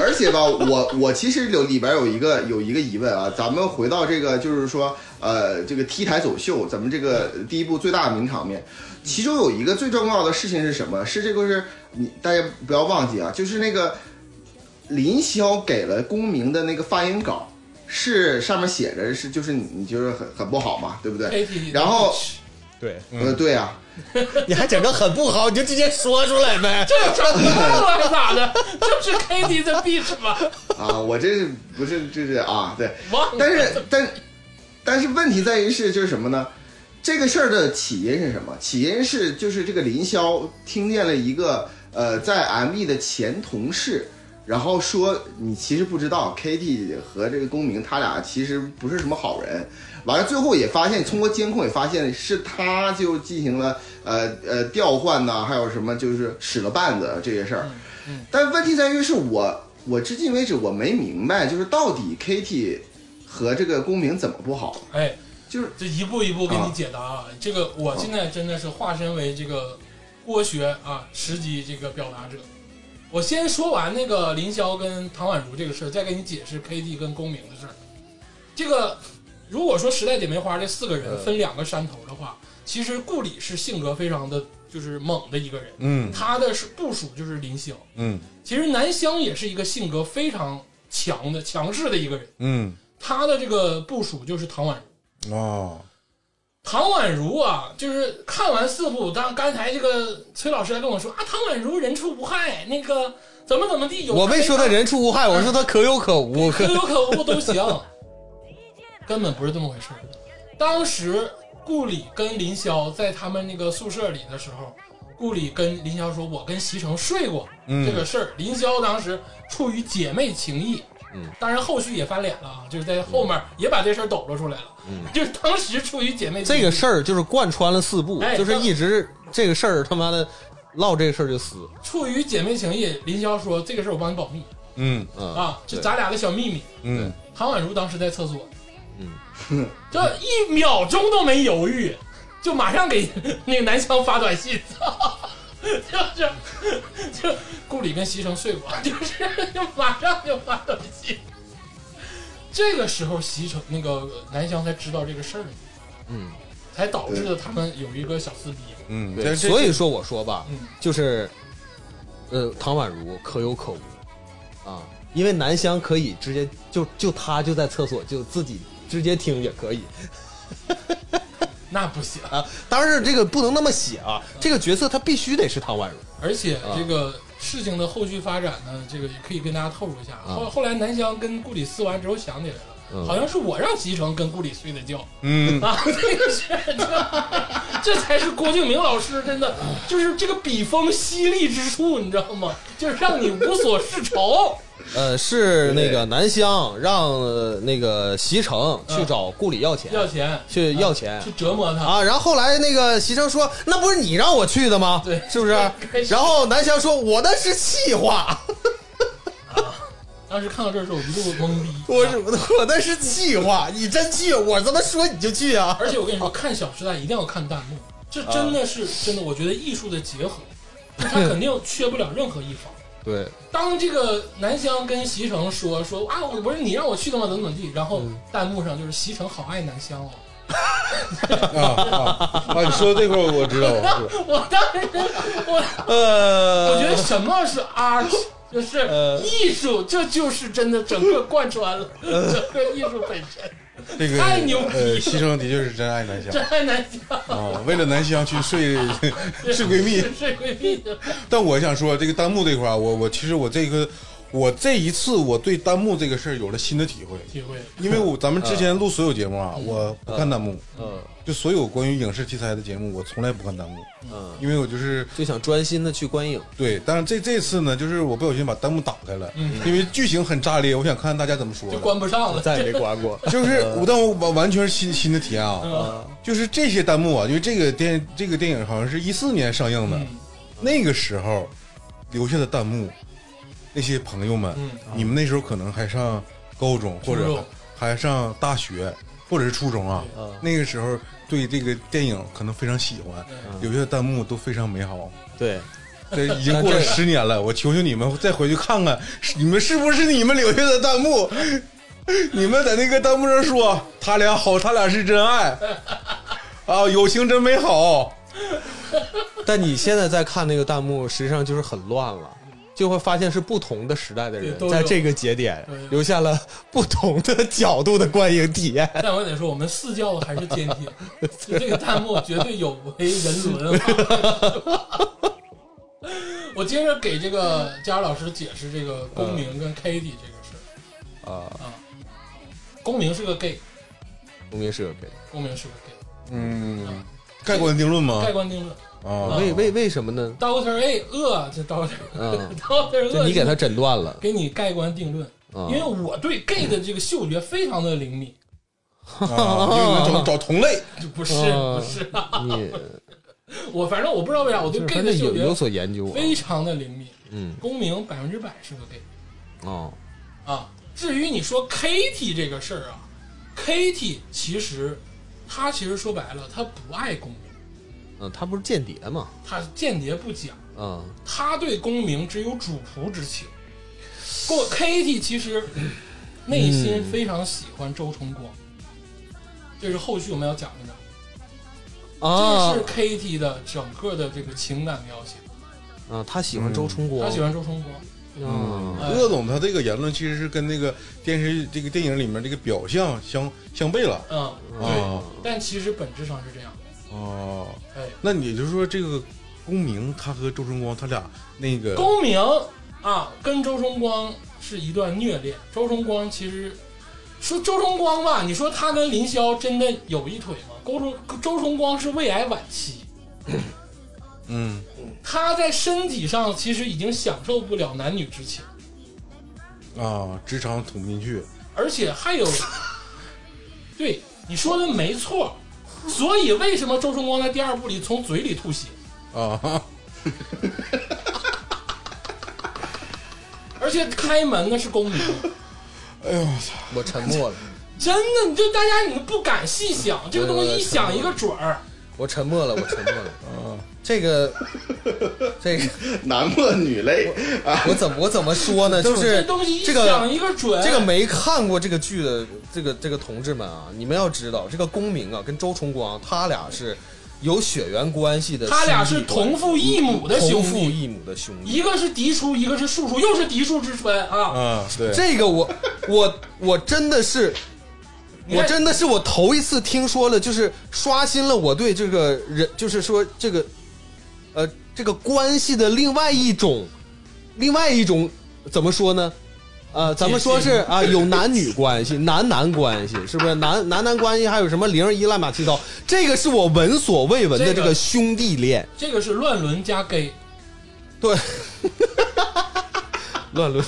[SPEAKER 4] 而且吧，我我其实有里边有一个有一个疑问啊，咱们回到这个就是说，呃，这个 T 台走秀，咱们这个第一部最大的名场面，其中有一个最重要的事情是什么？是这个是你大家不要忘记啊，就是那个林霄给了公明的那个发言稿，是上面写着是就是你你就是很很不好嘛，对不对？
[SPEAKER 1] AT，
[SPEAKER 4] 然后
[SPEAKER 3] 对，
[SPEAKER 4] 呃，对啊，
[SPEAKER 3] 嗯你还整个很不好，你就直接说出来呗。
[SPEAKER 1] 这有什么还是咋的？ 这不是 KT 的 beach 吗？
[SPEAKER 4] 啊，我这是不是这是啊，对，
[SPEAKER 1] 忘 了
[SPEAKER 4] 但是但但是问题在于是就是什么呢？这个事儿的起因是什么？起因是就是这个林霄听见了一个呃在 ME 的前同事，然后说你其实不知道 KT 和这个公明他俩其实不是什么好人。完了，最后也发现，通过监控也发现是他就进行了呃呃调换呐、还有什么就是使了绊子这些事儿。但问题在于是我我至今为止我没明白，就是到底 KT 和这个公明怎么不好了？
[SPEAKER 1] 哎，
[SPEAKER 4] 就是
[SPEAKER 1] 这一步一步给你解答啊！这个我现在真的是化身为这个郭学啊十级这个表达者。我先说完那个林霄跟唐宛如这个事儿，再给你解释 KT 跟公明的事儿。这个如果说时代姐妹花这四个人分两个山头的话，其实顾里是性格非常的就是猛的一个人，
[SPEAKER 2] 嗯
[SPEAKER 1] 他的是部署就是林霄。
[SPEAKER 2] 嗯
[SPEAKER 1] 其实南湘也是一个性格非常强的强势的一个人，
[SPEAKER 2] 嗯
[SPEAKER 1] 他的这个部署就是唐宛如。
[SPEAKER 2] 哦，
[SPEAKER 1] 唐宛如啊，就是看完四部，当刚才这个崔老师还跟我说啊，唐宛如人畜无害，那个怎么怎么地有，
[SPEAKER 3] 我没说他
[SPEAKER 1] 他
[SPEAKER 3] 人畜无害，我说他可有可无，
[SPEAKER 1] 可
[SPEAKER 3] 可
[SPEAKER 1] 有可无都行，根本不是这么回事儿。当时顾里跟林霄在他们那个宿舍里的时候，顾里跟林霄说：“我跟席城睡过。”
[SPEAKER 2] 嗯
[SPEAKER 1] 这个事儿，林霄当时出于姐妹情谊，嗯，当然后续也翻脸了啊，就是在后面也把这事儿抖露出来了，嗯， 就是当时出于姐妹情谊
[SPEAKER 3] 这个事儿就是贯穿了四部
[SPEAKER 1] 哎，
[SPEAKER 3] 就是一直这个事儿他妈的唠这个事儿就撕，
[SPEAKER 1] 出于姐妹情谊，林霄说这个事儿我帮你保密
[SPEAKER 2] 嗯
[SPEAKER 3] 嗯，
[SPEAKER 1] 啊，这
[SPEAKER 3] 对
[SPEAKER 1] 咱俩的小秘密。
[SPEAKER 2] 嗯，
[SPEAKER 1] 唐宛如当时在厕所，
[SPEAKER 3] 嗯，
[SPEAKER 1] 这一秒钟都没犹豫，就马上给那个南湘发短信， 就是就顾里跟西城睡过， 就是就马上就发短信。这个时候，西城那个南湘才知道这个事儿，
[SPEAKER 3] 嗯，
[SPEAKER 1] 才导致了他们有一个小撕逼。
[SPEAKER 2] 嗯，
[SPEAKER 3] 对，
[SPEAKER 2] 但是这
[SPEAKER 3] 所以说我说吧
[SPEAKER 1] 嗯，
[SPEAKER 3] 就是，呃，唐宛如可有可无啊，因为南湘可以直接就就她就在厕所就自己直接听也可以
[SPEAKER 1] 那不行，
[SPEAKER 3] 啊，当然这个不能那么写啊，这个角色他必须得是唐宛如，
[SPEAKER 1] 而且这
[SPEAKER 3] 啊
[SPEAKER 1] 个事情的后续发展呢，这个也可以跟大家透露一下。
[SPEAKER 3] 啊
[SPEAKER 1] 后后来南湘跟顾里撕完之后想起来了，
[SPEAKER 3] 嗯
[SPEAKER 1] 好像是我让席城跟顾里睡的觉
[SPEAKER 2] 嗯
[SPEAKER 1] 啊， 这个是这才是郭敬明老师真的
[SPEAKER 3] 啊
[SPEAKER 1] 就是这个笔锋犀利之处，你知道吗？就是让你无所适 从。
[SPEAKER 3] 呃，是那个
[SPEAKER 4] 对
[SPEAKER 3] 南湘让呃那个席城去
[SPEAKER 1] 嗯
[SPEAKER 3] 找顾里要钱，
[SPEAKER 1] 要钱
[SPEAKER 3] 去要钱
[SPEAKER 1] 去折磨他，
[SPEAKER 3] 啊，然后后来那个席城说：“那不是你让我去的吗？
[SPEAKER 1] 对
[SPEAKER 3] 是 不是
[SPEAKER 1] 开始？”
[SPEAKER 3] 然后南翔说：“我那是气话，
[SPEAKER 1] 当时看到这儿的时候我一度懵逼。啊
[SPEAKER 3] 我是我那是气话，你真去，我他妈说你就去啊
[SPEAKER 1] 而且我跟你说，看《小时代》一定要看弹幕，这真的
[SPEAKER 3] 啊
[SPEAKER 1] 是真的，我觉得艺术的结合，就它肯定缺不了任何一方。！”
[SPEAKER 3] 对，
[SPEAKER 1] 当这个南湘跟席城说说啊，我不是你让我去的吗？怎么怎么地？然后弹幕上就是席城好爱南湘哦，
[SPEAKER 2] 啊啊啊！你说这块儿我知道，我 知 道
[SPEAKER 1] 我当时我
[SPEAKER 3] 呃，
[SPEAKER 1] 我觉得什么是 art，就是
[SPEAKER 3] 呃
[SPEAKER 1] 艺术，这就是真的整个贯穿了 整个艺术本身。
[SPEAKER 2] 这个
[SPEAKER 1] 太牛逼了
[SPEAKER 2] 呃，西城的确是真爱南
[SPEAKER 1] 真
[SPEAKER 2] 湘
[SPEAKER 1] 爱南湘
[SPEAKER 2] 啊，为了南湘去睡 睡闺蜜。
[SPEAKER 1] 是闺蜜的，
[SPEAKER 2] 啊但我想说，这个弹幕这块儿，我我其实我这个我这一次我对弹幕这个事儿有了新的体会，
[SPEAKER 1] 体会
[SPEAKER 2] 因为我咱们之前录所有节目啊，我不看弹幕，
[SPEAKER 3] 嗯
[SPEAKER 2] 就所有关于影视题材的节目，我从来不看弹幕，
[SPEAKER 3] 嗯，
[SPEAKER 2] 因为我就是
[SPEAKER 3] 就想专心的去观影。
[SPEAKER 2] 对，但是这这次呢，就是我不小心把弹幕打开了，因为剧情很炸裂，我想看大家怎么说
[SPEAKER 1] 嗯就
[SPEAKER 2] 了。
[SPEAKER 1] 关不上了。
[SPEAKER 3] 再也没刮 过。
[SPEAKER 2] 就是我，但我完完全是新新的体验
[SPEAKER 1] 嗯
[SPEAKER 3] 呃
[SPEAKER 2] 啊！就是这些弹幕啊，因为这个电这个电影好像是一四年上映的，
[SPEAKER 1] 嗯
[SPEAKER 2] 那个时候留下的弹幕，那些朋友们，
[SPEAKER 1] 嗯
[SPEAKER 2] 你们那时候可能还上高中，或
[SPEAKER 1] 初
[SPEAKER 2] 者
[SPEAKER 1] 中
[SPEAKER 2] 还上大学，或者是初中啊。
[SPEAKER 3] 嗯，
[SPEAKER 2] 那个时候对这个电影可能非常喜欢，
[SPEAKER 1] 嗯
[SPEAKER 2] 留下的弹幕都非常美好。
[SPEAKER 3] 对，
[SPEAKER 2] 这已经过了十年了，我求求你们再回去看看，是你们是不是你们留下的弹幕？ 你们在那个弹幕上说他俩好，他俩是真爱啊，友情真美好。
[SPEAKER 3] 但你现在在看那个弹幕，实际上就是很乱了。就会发现是不同的时代的
[SPEAKER 1] 对
[SPEAKER 3] 人
[SPEAKER 1] 都，有
[SPEAKER 3] 在这个节点
[SPEAKER 1] 对
[SPEAKER 3] 留下了不同的角度的观影体 验。
[SPEAKER 1] 但我得说，我们四教还是坚 挺，就这个弹幕绝对有违人伦啊。 我接着给这个佳儿老师解释这个公明跟 Kitty 这个事儿。
[SPEAKER 3] 啊，
[SPEAKER 1] 公明是个 gay，
[SPEAKER 3] 公民社给
[SPEAKER 1] 公明是个 gay，
[SPEAKER 2] 嗯，盖棺定论吗
[SPEAKER 1] 盖？棺定论。
[SPEAKER 2] 啊，
[SPEAKER 3] 为为为什么 呢？
[SPEAKER 1] Doctor A 恶，这 Doctor
[SPEAKER 3] 嗯
[SPEAKER 1] Doctor
[SPEAKER 3] 就
[SPEAKER 1] 恶，
[SPEAKER 3] 你给他诊断了，
[SPEAKER 1] 给你盖棺定论。
[SPEAKER 3] 啊
[SPEAKER 1] 因为我对 gay 的这个嗅觉非常的灵敏，
[SPEAKER 2] 啊因为你们找 找同类，
[SPEAKER 1] 就不是
[SPEAKER 3] 啊
[SPEAKER 1] 不是啊，
[SPEAKER 3] 你
[SPEAKER 1] 我反正我不知道为啥我对
[SPEAKER 3] 就是
[SPEAKER 1] gay
[SPEAKER 3] 反
[SPEAKER 1] 的
[SPEAKER 3] 正
[SPEAKER 1] 嗅
[SPEAKER 3] 有有
[SPEAKER 1] 觉
[SPEAKER 3] 所研究啊。
[SPEAKER 1] 非常的灵敏。
[SPEAKER 3] 嗯
[SPEAKER 1] 公明百分之百是个 gay。
[SPEAKER 3] 哦，
[SPEAKER 1] 啊。至于你说 Kitty 这个事儿啊，Kitty 其实他其实说白了，他不爱公明，
[SPEAKER 3] 嗯，他不是间谍嘛？
[SPEAKER 1] 他间谍不讲，
[SPEAKER 3] 嗯
[SPEAKER 1] 他对公明只有主仆之情。过 Kitty 其实内心非常喜欢周崇光，这是后续我们要讲的呢。
[SPEAKER 3] 啊
[SPEAKER 1] 这是 Kitty 的整个的这个情感描写，
[SPEAKER 3] 啊，他喜欢周冲
[SPEAKER 1] 他
[SPEAKER 3] 光，
[SPEAKER 1] 喜欢周崇光。
[SPEAKER 3] 嗯
[SPEAKER 1] 哎
[SPEAKER 2] 鄂总他这个言论其实是跟那个电视这个电影里面这个表象相相悖了
[SPEAKER 1] 嗯，对，
[SPEAKER 2] 啊
[SPEAKER 1] 但其实本质上是这样的。
[SPEAKER 2] 哦，
[SPEAKER 1] 哎，
[SPEAKER 2] 那也就是说，这个公明他和周春光他俩那个
[SPEAKER 1] 公明啊，跟周崇光是一段虐恋。周崇光其实说周崇光吧，你说他跟林霄真的有一腿吗？周崇周崇光是胃癌晚期，
[SPEAKER 2] 嗯
[SPEAKER 1] 他在身体上其实已经享受不了男女之情，
[SPEAKER 2] 啊，职场捅不进去，
[SPEAKER 1] 而且还有，对你说的没错。所以为什么周崇光在第二部里从嘴里吐血？
[SPEAKER 2] 啊，
[SPEAKER 1] 而且开门的是公明，
[SPEAKER 2] 哎呦我操！
[SPEAKER 3] 我沉默了，
[SPEAKER 1] 真的，你就大家你不敢细想，这个东西一想一个准儿。
[SPEAKER 3] 我沉默了，我沉默 了。这 个，这个，
[SPEAKER 4] 男莫女泪啊，
[SPEAKER 3] 我怎么我怎么 说呢？就
[SPEAKER 1] 这
[SPEAKER 3] 是
[SPEAKER 1] 东西一
[SPEAKER 3] 这
[SPEAKER 1] 想
[SPEAKER 3] 个
[SPEAKER 1] 一个准，
[SPEAKER 3] 这个没看过这个剧的这个这个同志们啊，你们要知道，这个公明啊跟周崇光他俩是有血缘关系的兄弟关
[SPEAKER 1] 他
[SPEAKER 3] 系，
[SPEAKER 1] 俩是同父异母的兄
[SPEAKER 3] 同父
[SPEAKER 1] 弟，
[SPEAKER 3] 异母的兄弟。
[SPEAKER 1] 一个是嫡出，一个是庶出，又是嫡庶之分
[SPEAKER 3] 嗯
[SPEAKER 1] 啊！
[SPEAKER 2] 啊，对，
[SPEAKER 3] 这个我我我真的是，
[SPEAKER 1] 你
[SPEAKER 3] 我
[SPEAKER 1] 看
[SPEAKER 3] 真的是我头一次听说了，就是刷新了我对这个人，就是说这个，呃，这个关系的另外一种，另外一种怎么说呢？呃，咱们说是啊，有男女关系、男男关系，是不是？男男男关系还有什么零一乱码七糟？这个是我闻所未闻的
[SPEAKER 1] 这
[SPEAKER 3] 这
[SPEAKER 1] 个
[SPEAKER 3] 个兄弟恋，
[SPEAKER 1] 这个是乱伦加 gay，
[SPEAKER 3] 对，乱伦，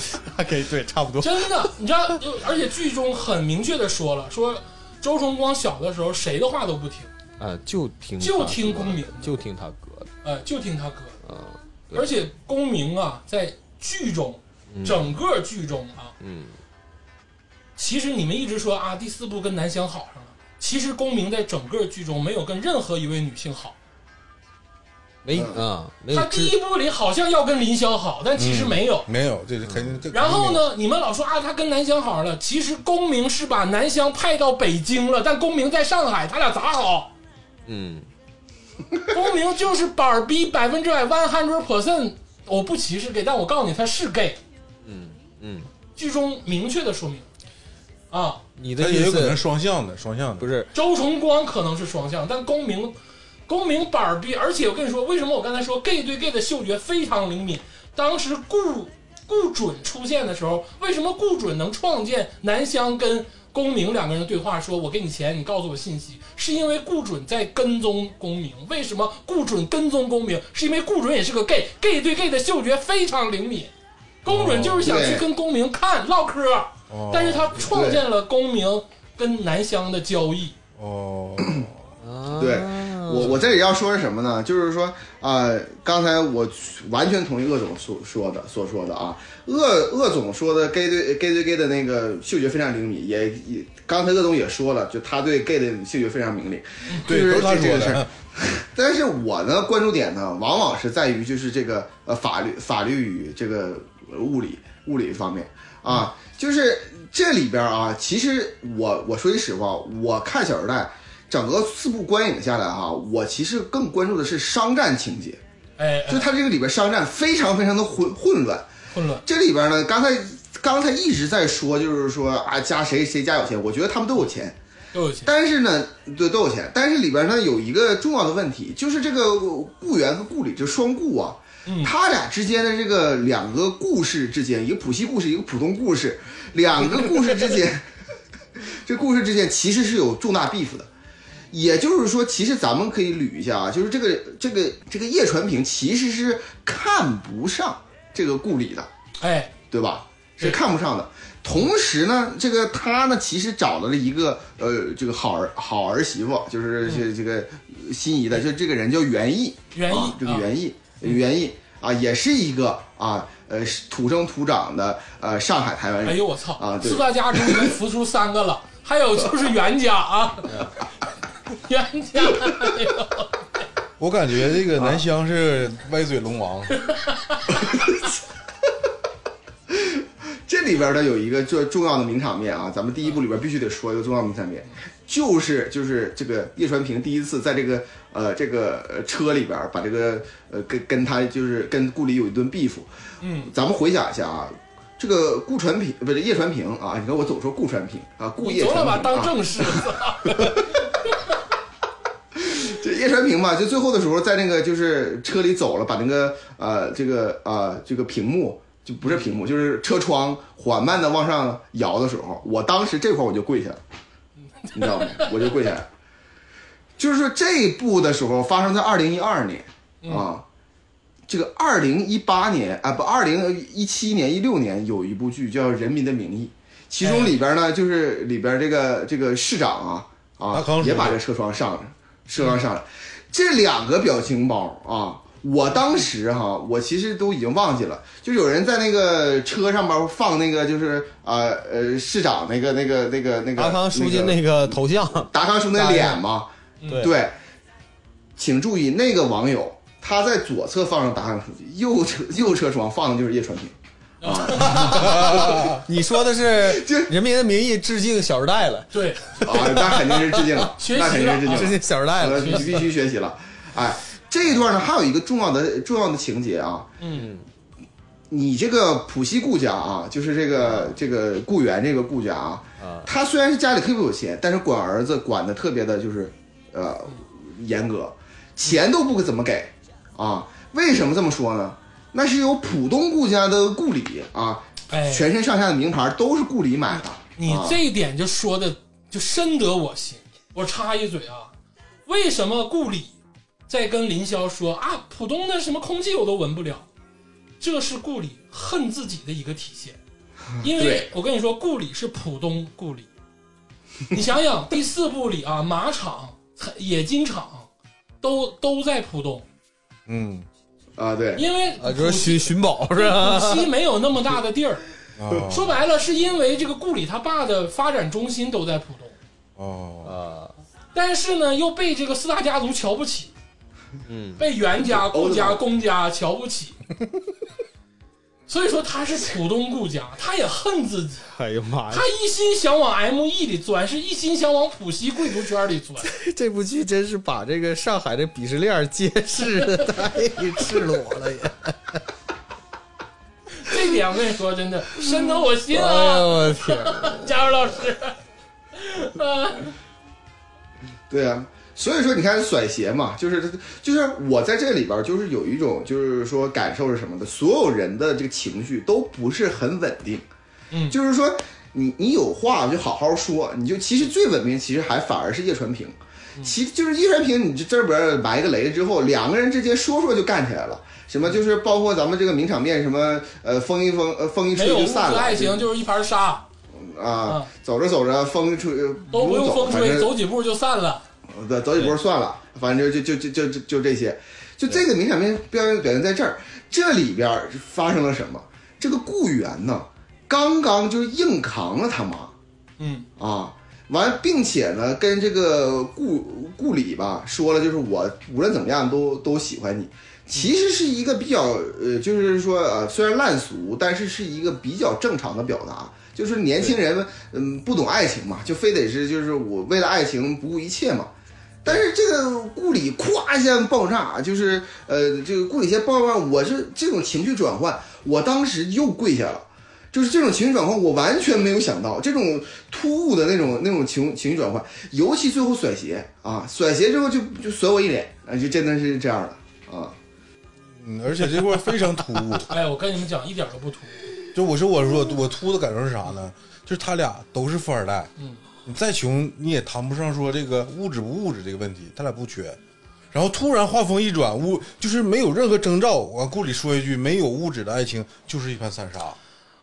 [SPEAKER 3] 可以对，差不多。
[SPEAKER 1] 真的，你知道？就而且剧中很明确的说了，说周崇光小的时候谁的话都不听，
[SPEAKER 3] 啊，就听
[SPEAKER 1] 就
[SPEAKER 3] 他
[SPEAKER 1] 听
[SPEAKER 3] 哥
[SPEAKER 1] 公明的
[SPEAKER 3] 就听他哥
[SPEAKER 1] 呃，就听他哥。
[SPEAKER 3] 的啊，对
[SPEAKER 1] 而且公明啊，在剧中，整个剧中啊，
[SPEAKER 3] 嗯，
[SPEAKER 1] 其实你们一直说啊，第四部跟南湘好上了，其实公明在整个剧中没有跟任何一位女性好。
[SPEAKER 3] 没
[SPEAKER 4] 嗯
[SPEAKER 3] 啊，没有
[SPEAKER 1] 他第
[SPEAKER 3] 知嗯
[SPEAKER 1] 一部里好像要跟林霄好，但其实没有。
[SPEAKER 2] 没有，这是肯定。这
[SPEAKER 1] 然后？呢，你们老说啊，他跟南湘好了，其实公明是把南湘派到北京了，但公明在上海，他俩咋好？
[SPEAKER 3] 嗯
[SPEAKER 1] 公明就是板儿逼百分之百 one hundred percent，我不歧视 gay，但我告诉你他是 gay，
[SPEAKER 3] 嗯嗯，
[SPEAKER 1] 剧中明确的说明。啊，
[SPEAKER 3] 你
[SPEAKER 2] 他
[SPEAKER 3] 的
[SPEAKER 2] 也
[SPEAKER 3] 意
[SPEAKER 2] 有可能
[SPEAKER 3] 思
[SPEAKER 2] 双向的，双向的。
[SPEAKER 3] 不是
[SPEAKER 1] 周崇光可能是双向，但公明，公明板儿逼，而且我跟你说，为什么我刚才说 gay 对 gay 的嗅觉非常灵敏？当时顾顾准出现的时候，为什么顾准能创建南湘跟公明两个人的对话，说我给你钱，你告诉我信息，是因为顾准在跟踪公明。为什么顾准跟踪公明？是因为顾准也是个 gay，gay 对 gay 的嗅觉非常灵敏。公准就是想去
[SPEAKER 4] 对
[SPEAKER 1] 跟公明看唠嗑，
[SPEAKER 2] 哦
[SPEAKER 1] 但是他创建了公明跟南湘的交易。
[SPEAKER 2] 哦，
[SPEAKER 4] 对我我这里要说是什么呢？就是说啊、呃刚才我完全同意鄂总所说的所说的啊，鄂鄂总说的 gay 对 gay 对 gay 的那个嗅觉非常灵敏，也也刚才鄂总也说了，就他对 gay 的嗅觉非常灵敏，
[SPEAKER 2] 对
[SPEAKER 4] 就是
[SPEAKER 2] 都是他
[SPEAKER 4] 这这
[SPEAKER 2] 说
[SPEAKER 4] 个事儿
[SPEAKER 2] 的。
[SPEAKER 4] 但是我呢，关注点呢，往往是在于就是这个呃法律法律与这个呃物理物理方面啊，就是这里边啊，其实我我说句实话，我看《小时代》整个四部观影下来哈、我其实更关注的是商战情节，
[SPEAKER 1] 哎，
[SPEAKER 4] 就
[SPEAKER 1] 哎
[SPEAKER 4] 它这个里边商战非常非常的混混乱，
[SPEAKER 1] 混乱。
[SPEAKER 4] 这里边呢，刚才刚才一直在说，就是说啊，家谁谁家有钱，我觉得他们都有钱，
[SPEAKER 1] 都有钱。
[SPEAKER 4] 但是呢，对都有钱，但是里边呢有一个重要的问题，就是这个顾源和顾里这双顾啊，他俩之间的这个两个故事之间，一个普希故事，一个普通故事，两个故事之间， 这故事之间其实是有重大 beef 的。也就是说，其实咱们可以捋一下啊，就是这个这个这个叶传平其实是看不上这个顾里的，
[SPEAKER 1] 哎，
[SPEAKER 4] 对吧？
[SPEAKER 1] 对
[SPEAKER 4] 是看不上的。同时呢，这个他呢，其实找到了一个呃，这个好儿好儿媳妇，就是这这个呃心仪的，就这个人叫袁艺，
[SPEAKER 1] 嗯袁艺
[SPEAKER 4] 啊这个
[SPEAKER 1] 啊
[SPEAKER 4] 袁艺，袁艺啊，也是一个啊呃土生土长的呃上海台湾
[SPEAKER 1] 哎
[SPEAKER 4] 人
[SPEAKER 1] 呦我操！
[SPEAKER 4] 啊对
[SPEAKER 1] 四大家中已经浮出三个了，还有就是袁 家啊，袁家。哎呦
[SPEAKER 2] 我感觉这个南湘是歪嘴龙 王，
[SPEAKER 4] 这里边呢有一个这重要的名场面啊，咱们第一部里边必须得说一个重要的名场面，就是就是这个叶传平第一次在这个呃这个呃车里边把这个呃跟跟他就是跟顾里有一顿 beef，嗯，咱们回想一下啊，这个顾传平不是叶传平啊，你看我总说顾传平啊，顾
[SPEAKER 1] 你
[SPEAKER 4] 叶
[SPEAKER 1] 总
[SPEAKER 4] 传平
[SPEAKER 1] 得把
[SPEAKER 4] 啊，
[SPEAKER 1] 当 正事，
[SPEAKER 4] 这叶传平吧，就最后的时候在那个就是车里走了，把那个呃这个呃这个屏幕就不是屏幕，就是车窗缓慢的往上摇的时候，我当时这块我就跪下了，你知道吗？我就跪下来。就是说这一步的时候发生在二零一二年
[SPEAKER 3] 嗯
[SPEAKER 4] 啊，这个二零一八年啊不二零一七年一六年有一部剧叫《人民的名义》，其
[SPEAKER 3] 哎
[SPEAKER 4] 中里边呢就是里边这个这个市长啊
[SPEAKER 2] 达
[SPEAKER 4] 啊
[SPEAKER 2] 康
[SPEAKER 4] 也
[SPEAKER 2] 说
[SPEAKER 4] 把
[SPEAKER 2] 的
[SPEAKER 4] 这车窗上了，车窗上了，这两个表情包啊。我当时哈、我其实都已经忘记了，就有人在那个车上边放那个，就是啊呃市长那个那个那个那个
[SPEAKER 3] 达康书记
[SPEAKER 4] 那个
[SPEAKER 3] 那个头像，
[SPEAKER 4] 达康叔那脸嘛，
[SPEAKER 1] 嗯
[SPEAKER 3] 对
[SPEAKER 4] 对，请注意那个网友，他在左侧放上达康书记，右侧右车窗放的就是叶传平。啊
[SPEAKER 3] 你说的 是
[SPEAKER 4] 这
[SPEAKER 3] 《人民的名义》致敬《小时代》了，
[SPEAKER 1] 对，
[SPEAKER 4] 啊，那肯定是致敬了，
[SPEAKER 1] 学习了
[SPEAKER 4] 那肯定是致敬
[SPEAKER 3] 致敬《小时代》
[SPEAKER 4] 呃
[SPEAKER 3] 了。
[SPEAKER 4] 必必须学习了。哎，这一段呢，还有一个重要的重要的情节啊，嗯，你这个浦西顾家啊，就是这个这个顾源这个顾家啊，他虽然是家里特别有钱，但是管儿子管的特别的，就是呃严格，钱都不怎么给啊。为什么这么说呢？那是由浦东顾家的顾里啊，
[SPEAKER 1] 哎，
[SPEAKER 4] 全身上下的名牌都是顾里买的。
[SPEAKER 1] 你
[SPEAKER 4] 啊
[SPEAKER 1] 这一点就说的就深得我心。我插一嘴啊，为什么顾里在跟林霄说啊，浦东的什么空气我都闻不了？这是顾里恨自己的一个体 现，因为
[SPEAKER 4] 对
[SPEAKER 1] 我跟你说，顾里是浦东顾里。你 想想，第四部里啊，马场、冶金厂都都在浦东，
[SPEAKER 2] 嗯
[SPEAKER 4] 啊，对，
[SPEAKER 1] 因为
[SPEAKER 3] 啊，就是
[SPEAKER 1] 浦
[SPEAKER 3] 寻寻宝是吧？
[SPEAKER 1] 浦西没有那么大的地 儿。
[SPEAKER 2] 啊
[SPEAKER 1] 说白了，是因为这个顾里他爸的发展中心都在浦东，
[SPEAKER 2] 哦，
[SPEAKER 3] 啊，
[SPEAKER 1] 但是呢，又被这个四大家族瞧不起，
[SPEAKER 3] 嗯，
[SPEAKER 1] 被袁家、顾
[SPEAKER 4] 欧
[SPEAKER 1] 家、
[SPEAKER 4] 子
[SPEAKER 1] 龚家瞧不起，所以说他是浦东顾家，他也恨自己，
[SPEAKER 3] 哎呀妈呀
[SPEAKER 1] 他，一心想往 ME 里钻，是一心想往浦西贵族圈里 钻。
[SPEAKER 3] 这部剧真是把这个上海的鄙视链揭示的太赤裸了 也。
[SPEAKER 1] 这点我跟你说，真的深得我心
[SPEAKER 3] 哎呀，
[SPEAKER 1] 啊，
[SPEAKER 3] 我 天！
[SPEAKER 1] 佳茹老师。呃，
[SPEAKER 4] 对啊，所以说，你看甩鞋嘛，就是就是我在这里边，就是有一种就是说感受是什么的，所有人的这个情绪都不是很稳定，
[SPEAKER 1] 嗯
[SPEAKER 4] 就是说你你有话就好好说，你就其实最稳定，其实还反而是叶传平，
[SPEAKER 1] 嗯
[SPEAKER 4] 其就是叶传平，你这这边埋个雷之后，两个人之间说说就干起来了。什么就是包括咱们这个名场面，什么呃风一风呃风一吹
[SPEAKER 1] 没有
[SPEAKER 4] 就
[SPEAKER 1] 物质
[SPEAKER 4] 散了，
[SPEAKER 1] 爱情就是一盘沙，
[SPEAKER 4] 啊
[SPEAKER 1] 啊，
[SPEAKER 4] 走着走着风吹
[SPEAKER 1] 都不用风
[SPEAKER 4] 反
[SPEAKER 1] 吹，
[SPEAKER 4] 正
[SPEAKER 1] 走几步就散了。
[SPEAKER 4] 走走几波算了，反正就就就就就就这些，就这个明显面表现表现在这儿，这里边儿发生了什么？这个雇员呢，刚刚就硬扛了他妈
[SPEAKER 1] 嗯
[SPEAKER 4] 啊，完，并且呢，跟这个顾顾里吧说了，就是我无论怎么样都都喜欢你。其实是一个比较呃，就是说呃，虽然烂俗，但是是一个比较正常的表达。就是年轻人嗯不懂爱情嘛，就非得是就是我为了爱情不顾一切嘛。但是这个顾里咵一下爆炸，啊就是呃，这个顾里先爆炸，我是这种情绪转换，我当时又跪下了。就是这种情绪转换，我完全没有想到这种突兀的那种那种情情绪转换，尤其最后甩鞋啊，甩鞋之后就就甩我一脸，啊，就真的是这样的啊。
[SPEAKER 2] 嗯，而且这块儿非常突兀。
[SPEAKER 1] 哎，我跟你们讲，一点都不突兀。
[SPEAKER 2] 就我说我说我我突的感受是啥呢？就是他俩都是富二代，
[SPEAKER 1] 嗯，
[SPEAKER 2] 你再穷你也谈不上说这个物质不物质这个问题，他俩不缺。然后突然话锋一转，物就是没有任何征兆，往故里说一句，没有物质的爱情就是一盘散沙。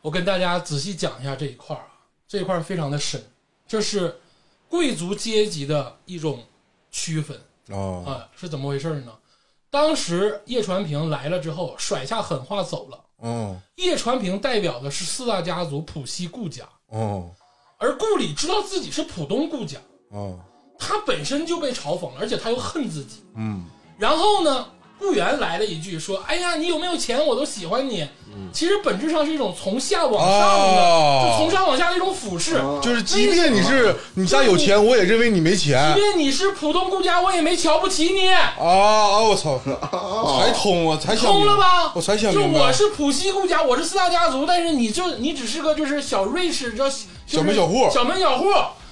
[SPEAKER 1] 我跟大家仔细讲一下这一块儿啊，这一块儿非常的深，这是贵族阶级的一种区分。
[SPEAKER 2] 哦，
[SPEAKER 1] 啊，是怎么回事呢？当时叶传平来了之后，甩下狠话走了。
[SPEAKER 2] 嗯
[SPEAKER 1] 叶传平代表的是四大家族浦西顾家，
[SPEAKER 2] 嗯
[SPEAKER 1] 而顾里知道自己是浦东顾家，
[SPEAKER 2] 嗯
[SPEAKER 1] 他本身就被嘲讽了，而且他又恨自己。
[SPEAKER 2] 嗯
[SPEAKER 1] 然后呢，顾源来了一句说：“哎呀，你有没有钱我都喜欢你。”其实本质上是一种从下往上的，
[SPEAKER 2] 嗯哦
[SPEAKER 1] 就从上往下的一种俯视。
[SPEAKER 4] 啊
[SPEAKER 2] 就是即便你是你家有钱，我也认为你没钱
[SPEAKER 1] 即便你是浦东顾家，我也没瞧不起你。
[SPEAKER 2] 啊啊！我操，才
[SPEAKER 4] 哦
[SPEAKER 2] 通啊，才想
[SPEAKER 1] 通
[SPEAKER 2] 明
[SPEAKER 1] 了吧？
[SPEAKER 2] 我才想
[SPEAKER 1] 就
[SPEAKER 2] 明白，
[SPEAKER 1] 我是浦西顾家，我是四大家族，但是你就你只是个就是小瑞士这
[SPEAKER 2] 小门小户
[SPEAKER 1] 小门小户，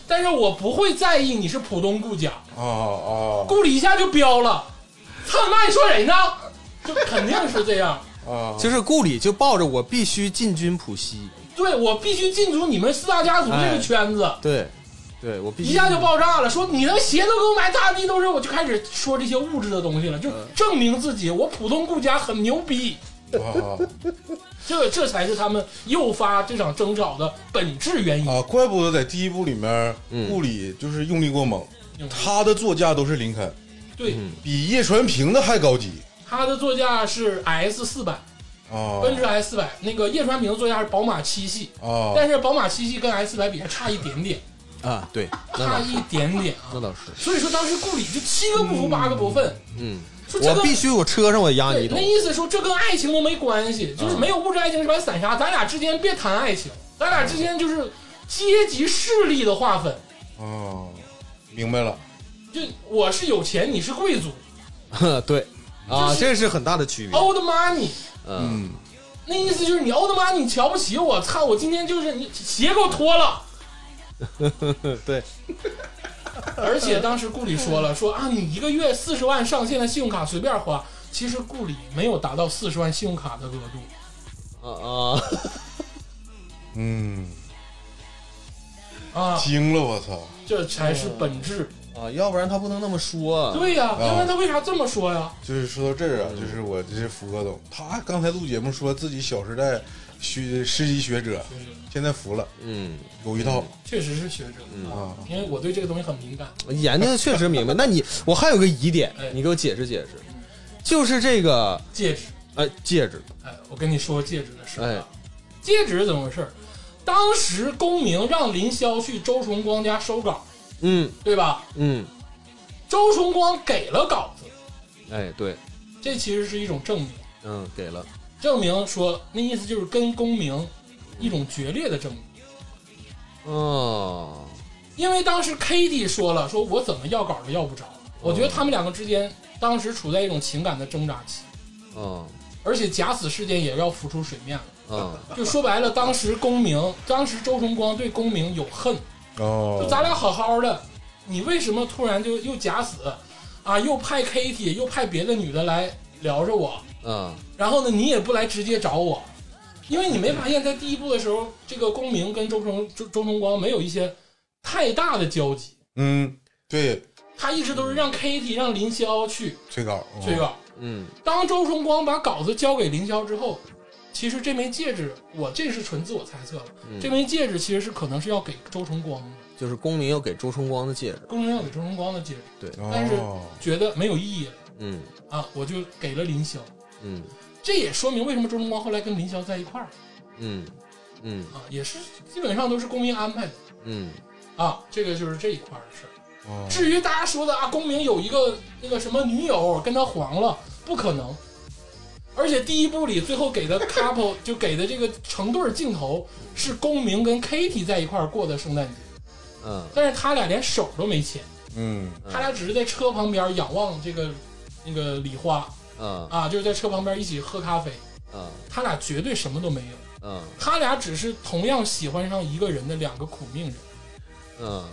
[SPEAKER 1] 但是我不会在意你是浦东顾家，
[SPEAKER 2] 啊啊
[SPEAKER 1] 顾里一下就飙了，操你妈！你说谁呢？就肯定是这样。
[SPEAKER 2] 啊！
[SPEAKER 3] 就是顾里就抱着我必须进军浦西，
[SPEAKER 1] 对我必须进足你们四大家族这个圈子，
[SPEAKER 3] 对，对我必须
[SPEAKER 1] 一下就爆炸了。说你的鞋都给我买大地都是，我就开始说这些物质的东西了，就证明自己我浦东顾家很牛逼。
[SPEAKER 2] 啊
[SPEAKER 1] 这这才是他们诱发这场争吵的本质原因。
[SPEAKER 2] 啊，怪不得在第一部里面，顾里就是用力过猛，
[SPEAKER 1] 用力
[SPEAKER 2] 他的座驾都是林肯，
[SPEAKER 1] 对，
[SPEAKER 2] 比叶传平的还高级
[SPEAKER 1] 它的座驾是 S 四百，
[SPEAKER 2] 啊
[SPEAKER 1] 奔驰 S 四百。那个叶传平的座驾是宝马七系，
[SPEAKER 2] 啊！
[SPEAKER 1] 但是宝马七系跟 S 四百比还差一点点，
[SPEAKER 3] 啊，对，那
[SPEAKER 1] 差
[SPEAKER 3] 倒
[SPEAKER 1] 一点点啊。
[SPEAKER 3] 那倒是，
[SPEAKER 1] 所以说当时顾里就七个不服八个不忿，
[SPEAKER 3] 嗯，
[SPEAKER 1] 说这
[SPEAKER 3] 我
[SPEAKER 1] 个
[SPEAKER 3] 必须我车上我压你一
[SPEAKER 1] 对，
[SPEAKER 3] 头
[SPEAKER 1] 那，意思说这跟爱情都没关系，就是没有物质爱情是盘散沙，咱俩之间别谈爱情，咱俩之间就是阶级势力的划分，
[SPEAKER 2] 啊，明白了，
[SPEAKER 1] 就我是有钱，你是贵族
[SPEAKER 3] 对，啊，
[SPEAKER 1] 就是
[SPEAKER 3] 这是哦很大的区别，
[SPEAKER 1] ，old money。
[SPEAKER 3] 嗯，
[SPEAKER 1] 那意思就是你欧他妈你瞧不起我，操！我今天就是你鞋给我脱 了。
[SPEAKER 3] 对，
[SPEAKER 1] 而且当时顾里说了，说啊，你一个月四十万上限的信用卡随便花。其实顾里没有达到四十万信用卡的额度，
[SPEAKER 3] 啊啊，
[SPEAKER 2] 嗯，
[SPEAKER 1] 啊，
[SPEAKER 2] 惊了，我操！
[SPEAKER 1] 这才是本质。
[SPEAKER 3] 啊，要不然他不能那么说。
[SPEAKER 1] 对呀、要不然他为啥这么说呀？
[SPEAKER 2] 就是说到这儿啊，就是我这是福哥懂，他刚才录节目说自己小时代学师级学者，现在服了，
[SPEAKER 3] 嗯，
[SPEAKER 2] 有一套
[SPEAKER 1] 确实是学者
[SPEAKER 2] 嗯
[SPEAKER 1] 啊，因为我对这个东西很敏感。
[SPEAKER 3] 研究的确实明白。那你我还有个疑点
[SPEAKER 1] 哎，
[SPEAKER 3] 你给我解释解释，就是这个
[SPEAKER 1] 戒指，
[SPEAKER 3] 呃戒指，
[SPEAKER 1] 哎，我跟你说戒指的事儿
[SPEAKER 3] 哎
[SPEAKER 1] 啊。戒指是怎么回事儿？当时公明让林霄去周崇光家收稿，
[SPEAKER 3] 嗯
[SPEAKER 1] 对吧？
[SPEAKER 3] 嗯，
[SPEAKER 1] 周崇光给了稿子，
[SPEAKER 3] 哎对，
[SPEAKER 1] 这其实是一种证明，
[SPEAKER 3] 嗯给了，
[SPEAKER 1] 证明说那意思就是跟公明一种决裂的证明。
[SPEAKER 3] 哦，
[SPEAKER 1] 因为当时 k d 说了，说我怎么要稿都要不着，我觉得他们两个之间当时处在一种情感的挣扎期，
[SPEAKER 3] 哦
[SPEAKER 1] 而且假死事件也要浮出水面了。
[SPEAKER 3] 哦，
[SPEAKER 1] 就说白了，当时公明，当时周崇光对公明有恨，就
[SPEAKER 2] 哦，
[SPEAKER 1] 咱俩好好的，你为什么突然就又假死啊？又派 Kitty，又派别的女的来聊着我，
[SPEAKER 3] 嗯
[SPEAKER 1] 然后呢，你也不来直接找我，因为你没发现，在第一部的时候，这个公明跟周成周周崇光没有一些太大的交集，
[SPEAKER 2] 嗯，对，
[SPEAKER 1] 他一直都是让 Kitty 让林霄去
[SPEAKER 2] 催稿，嗯
[SPEAKER 1] 催，稿。
[SPEAKER 3] 嗯
[SPEAKER 1] 当周崇光把稿子交给林霄之后，其实这枚戒指，我这是纯自我猜测了，
[SPEAKER 3] 嗯
[SPEAKER 1] 这枚戒指其实是可能是要给周崇光的，
[SPEAKER 3] 就是公民要给周崇光的戒指，
[SPEAKER 1] 公明要给周崇光的戒指，但是
[SPEAKER 2] 哦，
[SPEAKER 1] 觉得没有意义了
[SPEAKER 3] 嗯
[SPEAKER 1] 啊，我就给了林霄。
[SPEAKER 3] 嗯
[SPEAKER 1] 这也说明为什么周崇光后来跟林霄在一块儿
[SPEAKER 3] 嗯嗯
[SPEAKER 1] 啊，也是基本上都是公明安排的。
[SPEAKER 3] 嗯
[SPEAKER 1] 啊，这个就是这一块儿的事儿。
[SPEAKER 2] 哦
[SPEAKER 1] 至于大家说的啊，公明有一个那个什么女友跟他黄了，不可能。而且第一部里最后给的 couple 就给的这个成对儿镜头是公明跟 Kitty 在一块儿过的圣诞节，
[SPEAKER 3] 嗯
[SPEAKER 1] 但是他俩连手都没牵，
[SPEAKER 2] 嗯
[SPEAKER 1] 他俩只是在车旁边仰望这个那个礼花
[SPEAKER 3] 嗯
[SPEAKER 1] 啊，就是在车旁边一起喝咖啡，
[SPEAKER 3] 嗯
[SPEAKER 1] 他俩绝对什么都没有，
[SPEAKER 3] 嗯
[SPEAKER 1] 他俩只是同样喜欢上一个人的两个苦命人。
[SPEAKER 3] 嗯。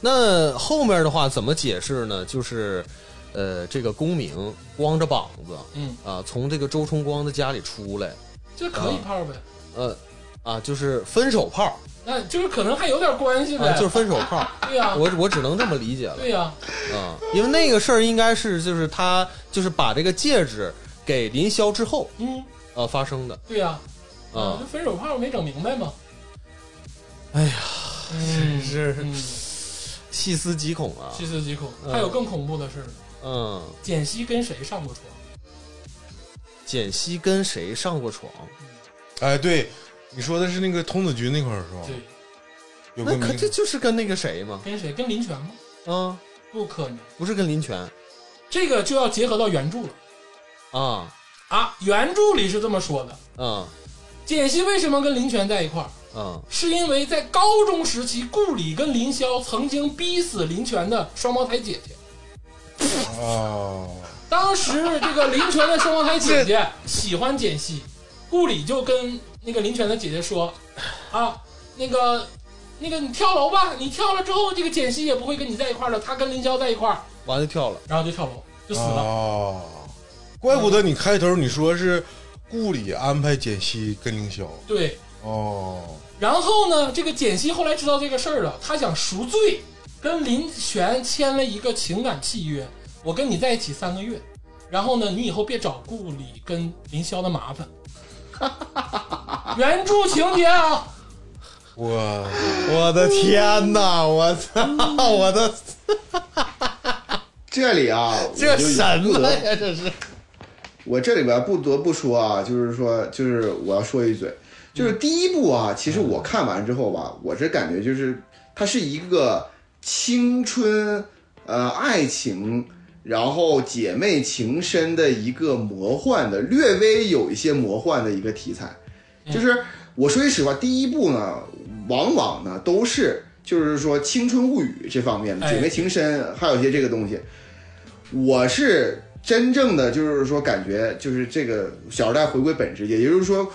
[SPEAKER 3] 那后面的话怎么解释呢？就是，呃，这个公明光着膀子
[SPEAKER 1] 嗯，
[SPEAKER 3] 啊，从这个周崇光的家里出来，
[SPEAKER 1] 这可以泡呗，
[SPEAKER 3] 呃，啊，就是分手炮，
[SPEAKER 1] 那就是可能还有点关系呗，
[SPEAKER 3] 啊，就是分手炮，
[SPEAKER 1] 对呀、
[SPEAKER 3] 我我只能这么理解了。
[SPEAKER 1] 对呀、
[SPEAKER 3] 啊，因为那个事儿应该是就是他就是把这个戒指给林霄之后
[SPEAKER 1] 嗯，
[SPEAKER 3] 呃发生的
[SPEAKER 1] 对呀、
[SPEAKER 3] 啊
[SPEAKER 1] 这，分手炮没整明白嘛。
[SPEAKER 3] 哎
[SPEAKER 1] 呀，嗯，
[SPEAKER 3] 是
[SPEAKER 1] 嗯，
[SPEAKER 3] 细思极恐啊，
[SPEAKER 1] 细思极恐。
[SPEAKER 3] 嗯
[SPEAKER 1] 还有更恐怖的事儿呢，
[SPEAKER 3] 嗯，
[SPEAKER 1] 简溪跟谁上过床？
[SPEAKER 3] 简溪跟谁上过床？
[SPEAKER 2] 哎，对，你说的是那个童子军那块儿是吧？
[SPEAKER 1] 对，
[SPEAKER 2] 有个
[SPEAKER 3] 那可
[SPEAKER 2] 名
[SPEAKER 3] 这就是跟那个谁嘛，
[SPEAKER 1] 跟谁？跟林泉吗？
[SPEAKER 3] 啊，
[SPEAKER 1] 不可能，
[SPEAKER 3] 不是跟林泉
[SPEAKER 1] 这个就要结合到原著了
[SPEAKER 3] 啊，
[SPEAKER 1] 啊。原著里是这么说的：
[SPEAKER 3] 嗯
[SPEAKER 1] 简溪为什么跟林泉在一块儿？
[SPEAKER 3] 嗯
[SPEAKER 1] 是因为在高中时期，顾里跟林霄曾经逼死林泉的双胞胎姐姐。
[SPEAKER 2] 哦，
[SPEAKER 1] 当时这个林泉的双胞胎姐姐喜欢简溪，顾里就跟那个林泉的姐姐说：“啊，那个，那个你跳楼吧，你跳了之后，这个简溪也不会跟你在一块儿了，她跟林霄在一块儿，
[SPEAKER 3] 完了跳了，
[SPEAKER 1] 然后就跳楼，就死了。
[SPEAKER 2] 哦，怪不得你开头你说是顾里安排简溪跟凌霄
[SPEAKER 1] 对，
[SPEAKER 2] 哦，
[SPEAKER 1] 然后呢，这个简溪后来知道这个事儿了，她想赎罪，跟林泉签了一个情感契约，我跟你在一起三个月，然后呢，你以后别找顾里跟林霄的麻烦。原著情节啊。”
[SPEAKER 2] 我
[SPEAKER 3] 我的天哪，我操，我的
[SPEAKER 4] 这里啊，
[SPEAKER 3] 这
[SPEAKER 4] 我就
[SPEAKER 3] 什
[SPEAKER 4] 不
[SPEAKER 3] 么
[SPEAKER 4] 得
[SPEAKER 3] 呀，这是，
[SPEAKER 4] 我这里边不得不说啊，就是说，就是我要说一嘴，就是第一部啊，其实我看完之后吧，我这感觉就是它是一个青春呃爱情，然后姐妹情深的一个魔幻的，略微有一些魔幻的一个题材。就是我说句实话，第一部呢，往往呢都是就是说青春物语这方面的
[SPEAKER 1] 哎
[SPEAKER 4] 姐妹情深，还有一些这个东西。我是真正的就是说感觉就是这个《小时代》回归本质，也就是说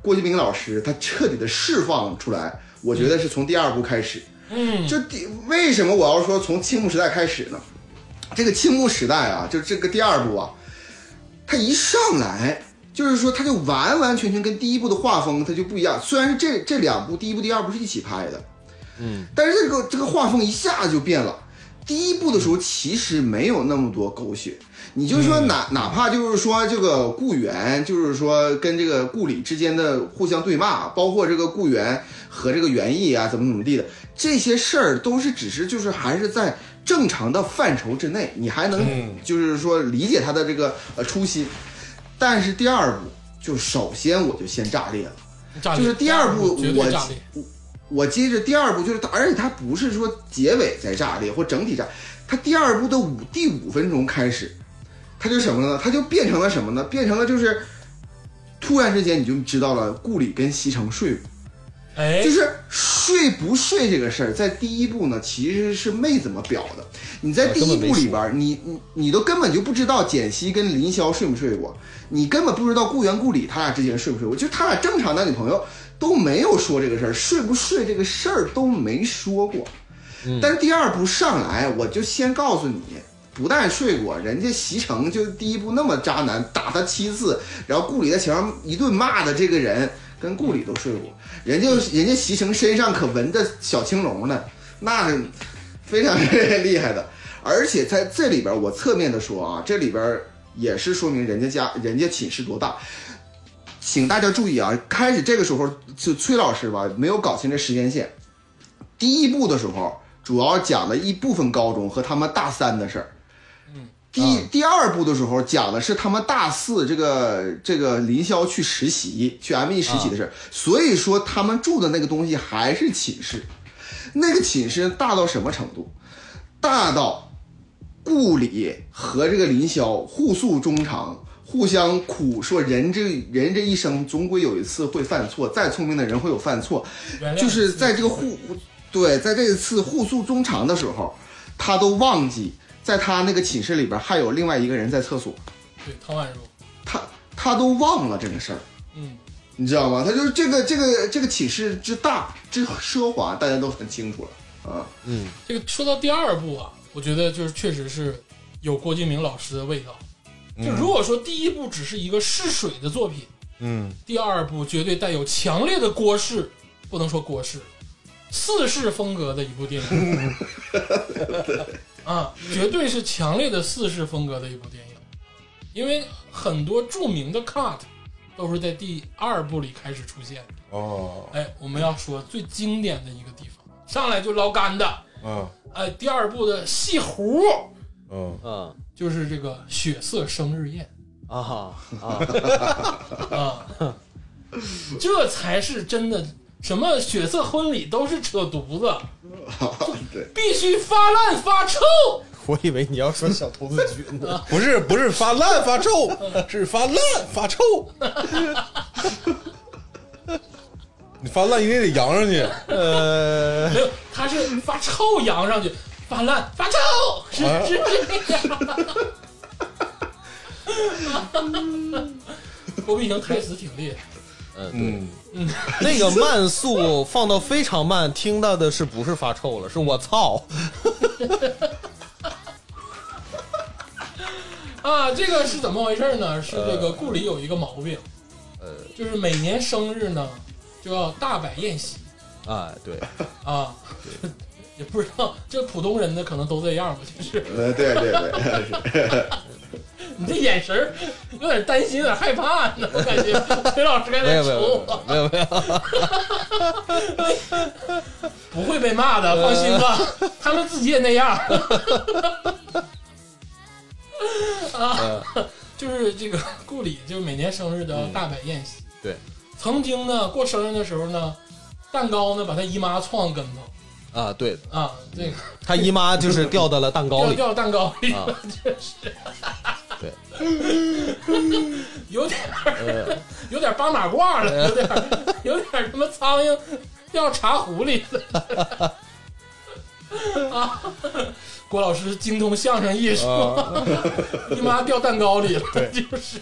[SPEAKER 4] 郭敬明老师他彻底的释放出来，我觉得是从第二部开始。
[SPEAKER 1] 嗯，
[SPEAKER 4] 就第为什么我要说从青木时代开始呢？这个青木时代啊，就这个第二部啊，它一上来就是说，它就完完全全跟第一部的画风它就不一样。虽然是这这两部，第一部、第二部是一起拍的，
[SPEAKER 3] 嗯，
[SPEAKER 4] 但是这个这个画风一下就变了。第一部的时候其实没有那么多狗血，你就说哪、哪怕就是说这个顾源，就是说跟这个顾里之间的互相对骂，包括这个顾源和这个袁艺啊，怎么怎么地的，这些事儿都是只是就是还是在正常的范畴之内，你还能就是说理解他的这个呃初心。但是第二部就首先我就先炸裂了。
[SPEAKER 1] 炸裂
[SPEAKER 4] 就是第二部
[SPEAKER 1] 绝
[SPEAKER 4] 我
[SPEAKER 1] 对炸裂。
[SPEAKER 4] 我接着第二部就是它，而且它不是说结尾才炸裂或整体炸，它第二部的五第五分钟开始，它就什么呢？它就变成了什么呢？变成了就是突然之间你就知道了顾里跟西城睡过，
[SPEAKER 1] 哎
[SPEAKER 4] 就，是睡不睡这个事儿，在第一部呢其实是妹子们表的，你在第一部里边儿，你你你都根本就不知道简溪跟林霄睡没睡过，你根本不知道顾源顾里他俩之间睡不睡过，就是他俩正常男女朋友都没有说这个事儿，睡不睡这个事儿都没说过。但是第二部上来，我就先告诉你，不但睡过，人家席城就第一部那么渣男，打他七次，然后顾里在墙上一顿骂的这个人，跟顾里都睡过，人家人家席城身上可闻着小青龙呢，那是非常厉害的。而且在这里边，我侧面的说啊，这里边也是说明人家家人家寝室多大。请大家注意啊，开始这个时候就崔老师吧，没有搞清这时间线。第一部的时候，主要讲了一部分高中和他们大三的事儿。第第二部的时候讲的是他们大四这个这个林霄去实习，去 M E 实习的事儿，所以说他们住的那个东西还是寝室，那个寝室大到什么程度？大到顾里和这个林霄互诉衷肠，互相苦说人这人这一生总归有一次会犯错，再聪明的人会有犯错，
[SPEAKER 1] 原谅
[SPEAKER 4] 就是在这个互对，在这次互诉衷肠的时候，他都忘记在他那个寝室里边还有另外一个人在厕所，
[SPEAKER 1] 对唐宛如，
[SPEAKER 4] 他他都忘了这个事儿，
[SPEAKER 1] 嗯，
[SPEAKER 4] 你知道吗？他就是这个这个这个寝室之大之奢华，大家都很清楚了啊。
[SPEAKER 1] 这个说到第二部啊，我觉得就是确实是有郭敬明老师的味道。
[SPEAKER 4] 嗯
[SPEAKER 1] 就如果说第一部只是一个试水的作品，
[SPEAKER 2] 嗯，
[SPEAKER 1] 第二部绝对带有强烈的郭氏，不能说郭氏，四氏风格的一部电影。 啊，绝对是强烈的四氏风格的一部电影，因为很多著名的 cut 都是在第二部里开始出现。
[SPEAKER 2] 哦，
[SPEAKER 1] 哎，我们要说最经典的一个地方，上来就捞干的。
[SPEAKER 2] 啊，
[SPEAKER 1] 哎，第二部的戏胡
[SPEAKER 2] 嗯，
[SPEAKER 3] 嗯
[SPEAKER 1] 就是这个血色生日宴
[SPEAKER 3] 啊哈啊，
[SPEAKER 1] 啊，这才是真的。什么血色婚礼都是扯犊子，
[SPEAKER 4] 对，
[SPEAKER 1] 必须发烂发臭。
[SPEAKER 3] 我以为你要说小童子军呢。
[SPEAKER 2] 不是不是发烂发臭，是发烂发臭。 你发烂一定得扬上去，
[SPEAKER 3] 呃，
[SPEAKER 1] 没有，他是发臭扬上去，发烂发臭，是是这样。 郭碧婷台词挺厉害，
[SPEAKER 2] 嗯，
[SPEAKER 3] 那个慢速放到非常慢，听到的是不是发臭了？是我操！
[SPEAKER 1] 啊，这个是怎么回事呢？是这个顾里有一个毛病，
[SPEAKER 3] 呃，
[SPEAKER 1] 就是每年生日呢就要大摆宴席
[SPEAKER 3] 哎，对，
[SPEAKER 1] 啊，也不知道这普通人呢可能都这样吧，就是
[SPEAKER 4] 呃，对对对，
[SPEAKER 1] 你这眼神儿有点担心，有点害怕呢，我感 觉崔老师刚
[SPEAKER 3] 没
[SPEAKER 1] 才
[SPEAKER 3] 有没
[SPEAKER 1] 瞅
[SPEAKER 3] 有
[SPEAKER 1] 我，
[SPEAKER 3] 没有没有，
[SPEAKER 1] 不会被骂的，放心
[SPEAKER 3] 呃
[SPEAKER 1] 吧，他们自己也那样。啊，就是这个顾里，就是每年生日都要大摆宴席。
[SPEAKER 3] 嗯对，
[SPEAKER 1] 曾经呢，过生日的时候呢，蛋糕呢把他姨妈撞跟头
[SPEAKER 3] 啊，对
[SPEAKER 1] 啊，这个
[SPEAKER 3] 他姨妈就是掉到了蛋糕
[SPEAKER 1] 掉
[SPEAKER 3] 里
[SPEAKER 1] 掉蛋糕里
[SPEAKER 3] 啊
[SPEAKER 1] 了，真是。
[SPEAKER 3] 对，
[SPEAKER 1] 有点儿有点儿八马褂了，有点儿有点儿他妈苍蝇掉茶壶里了。 啊，郭老师精通相声艺术，
[SPEAKER 3] 啊，
[SPEAKER 1] 你妈掉蛋糕里了， 就是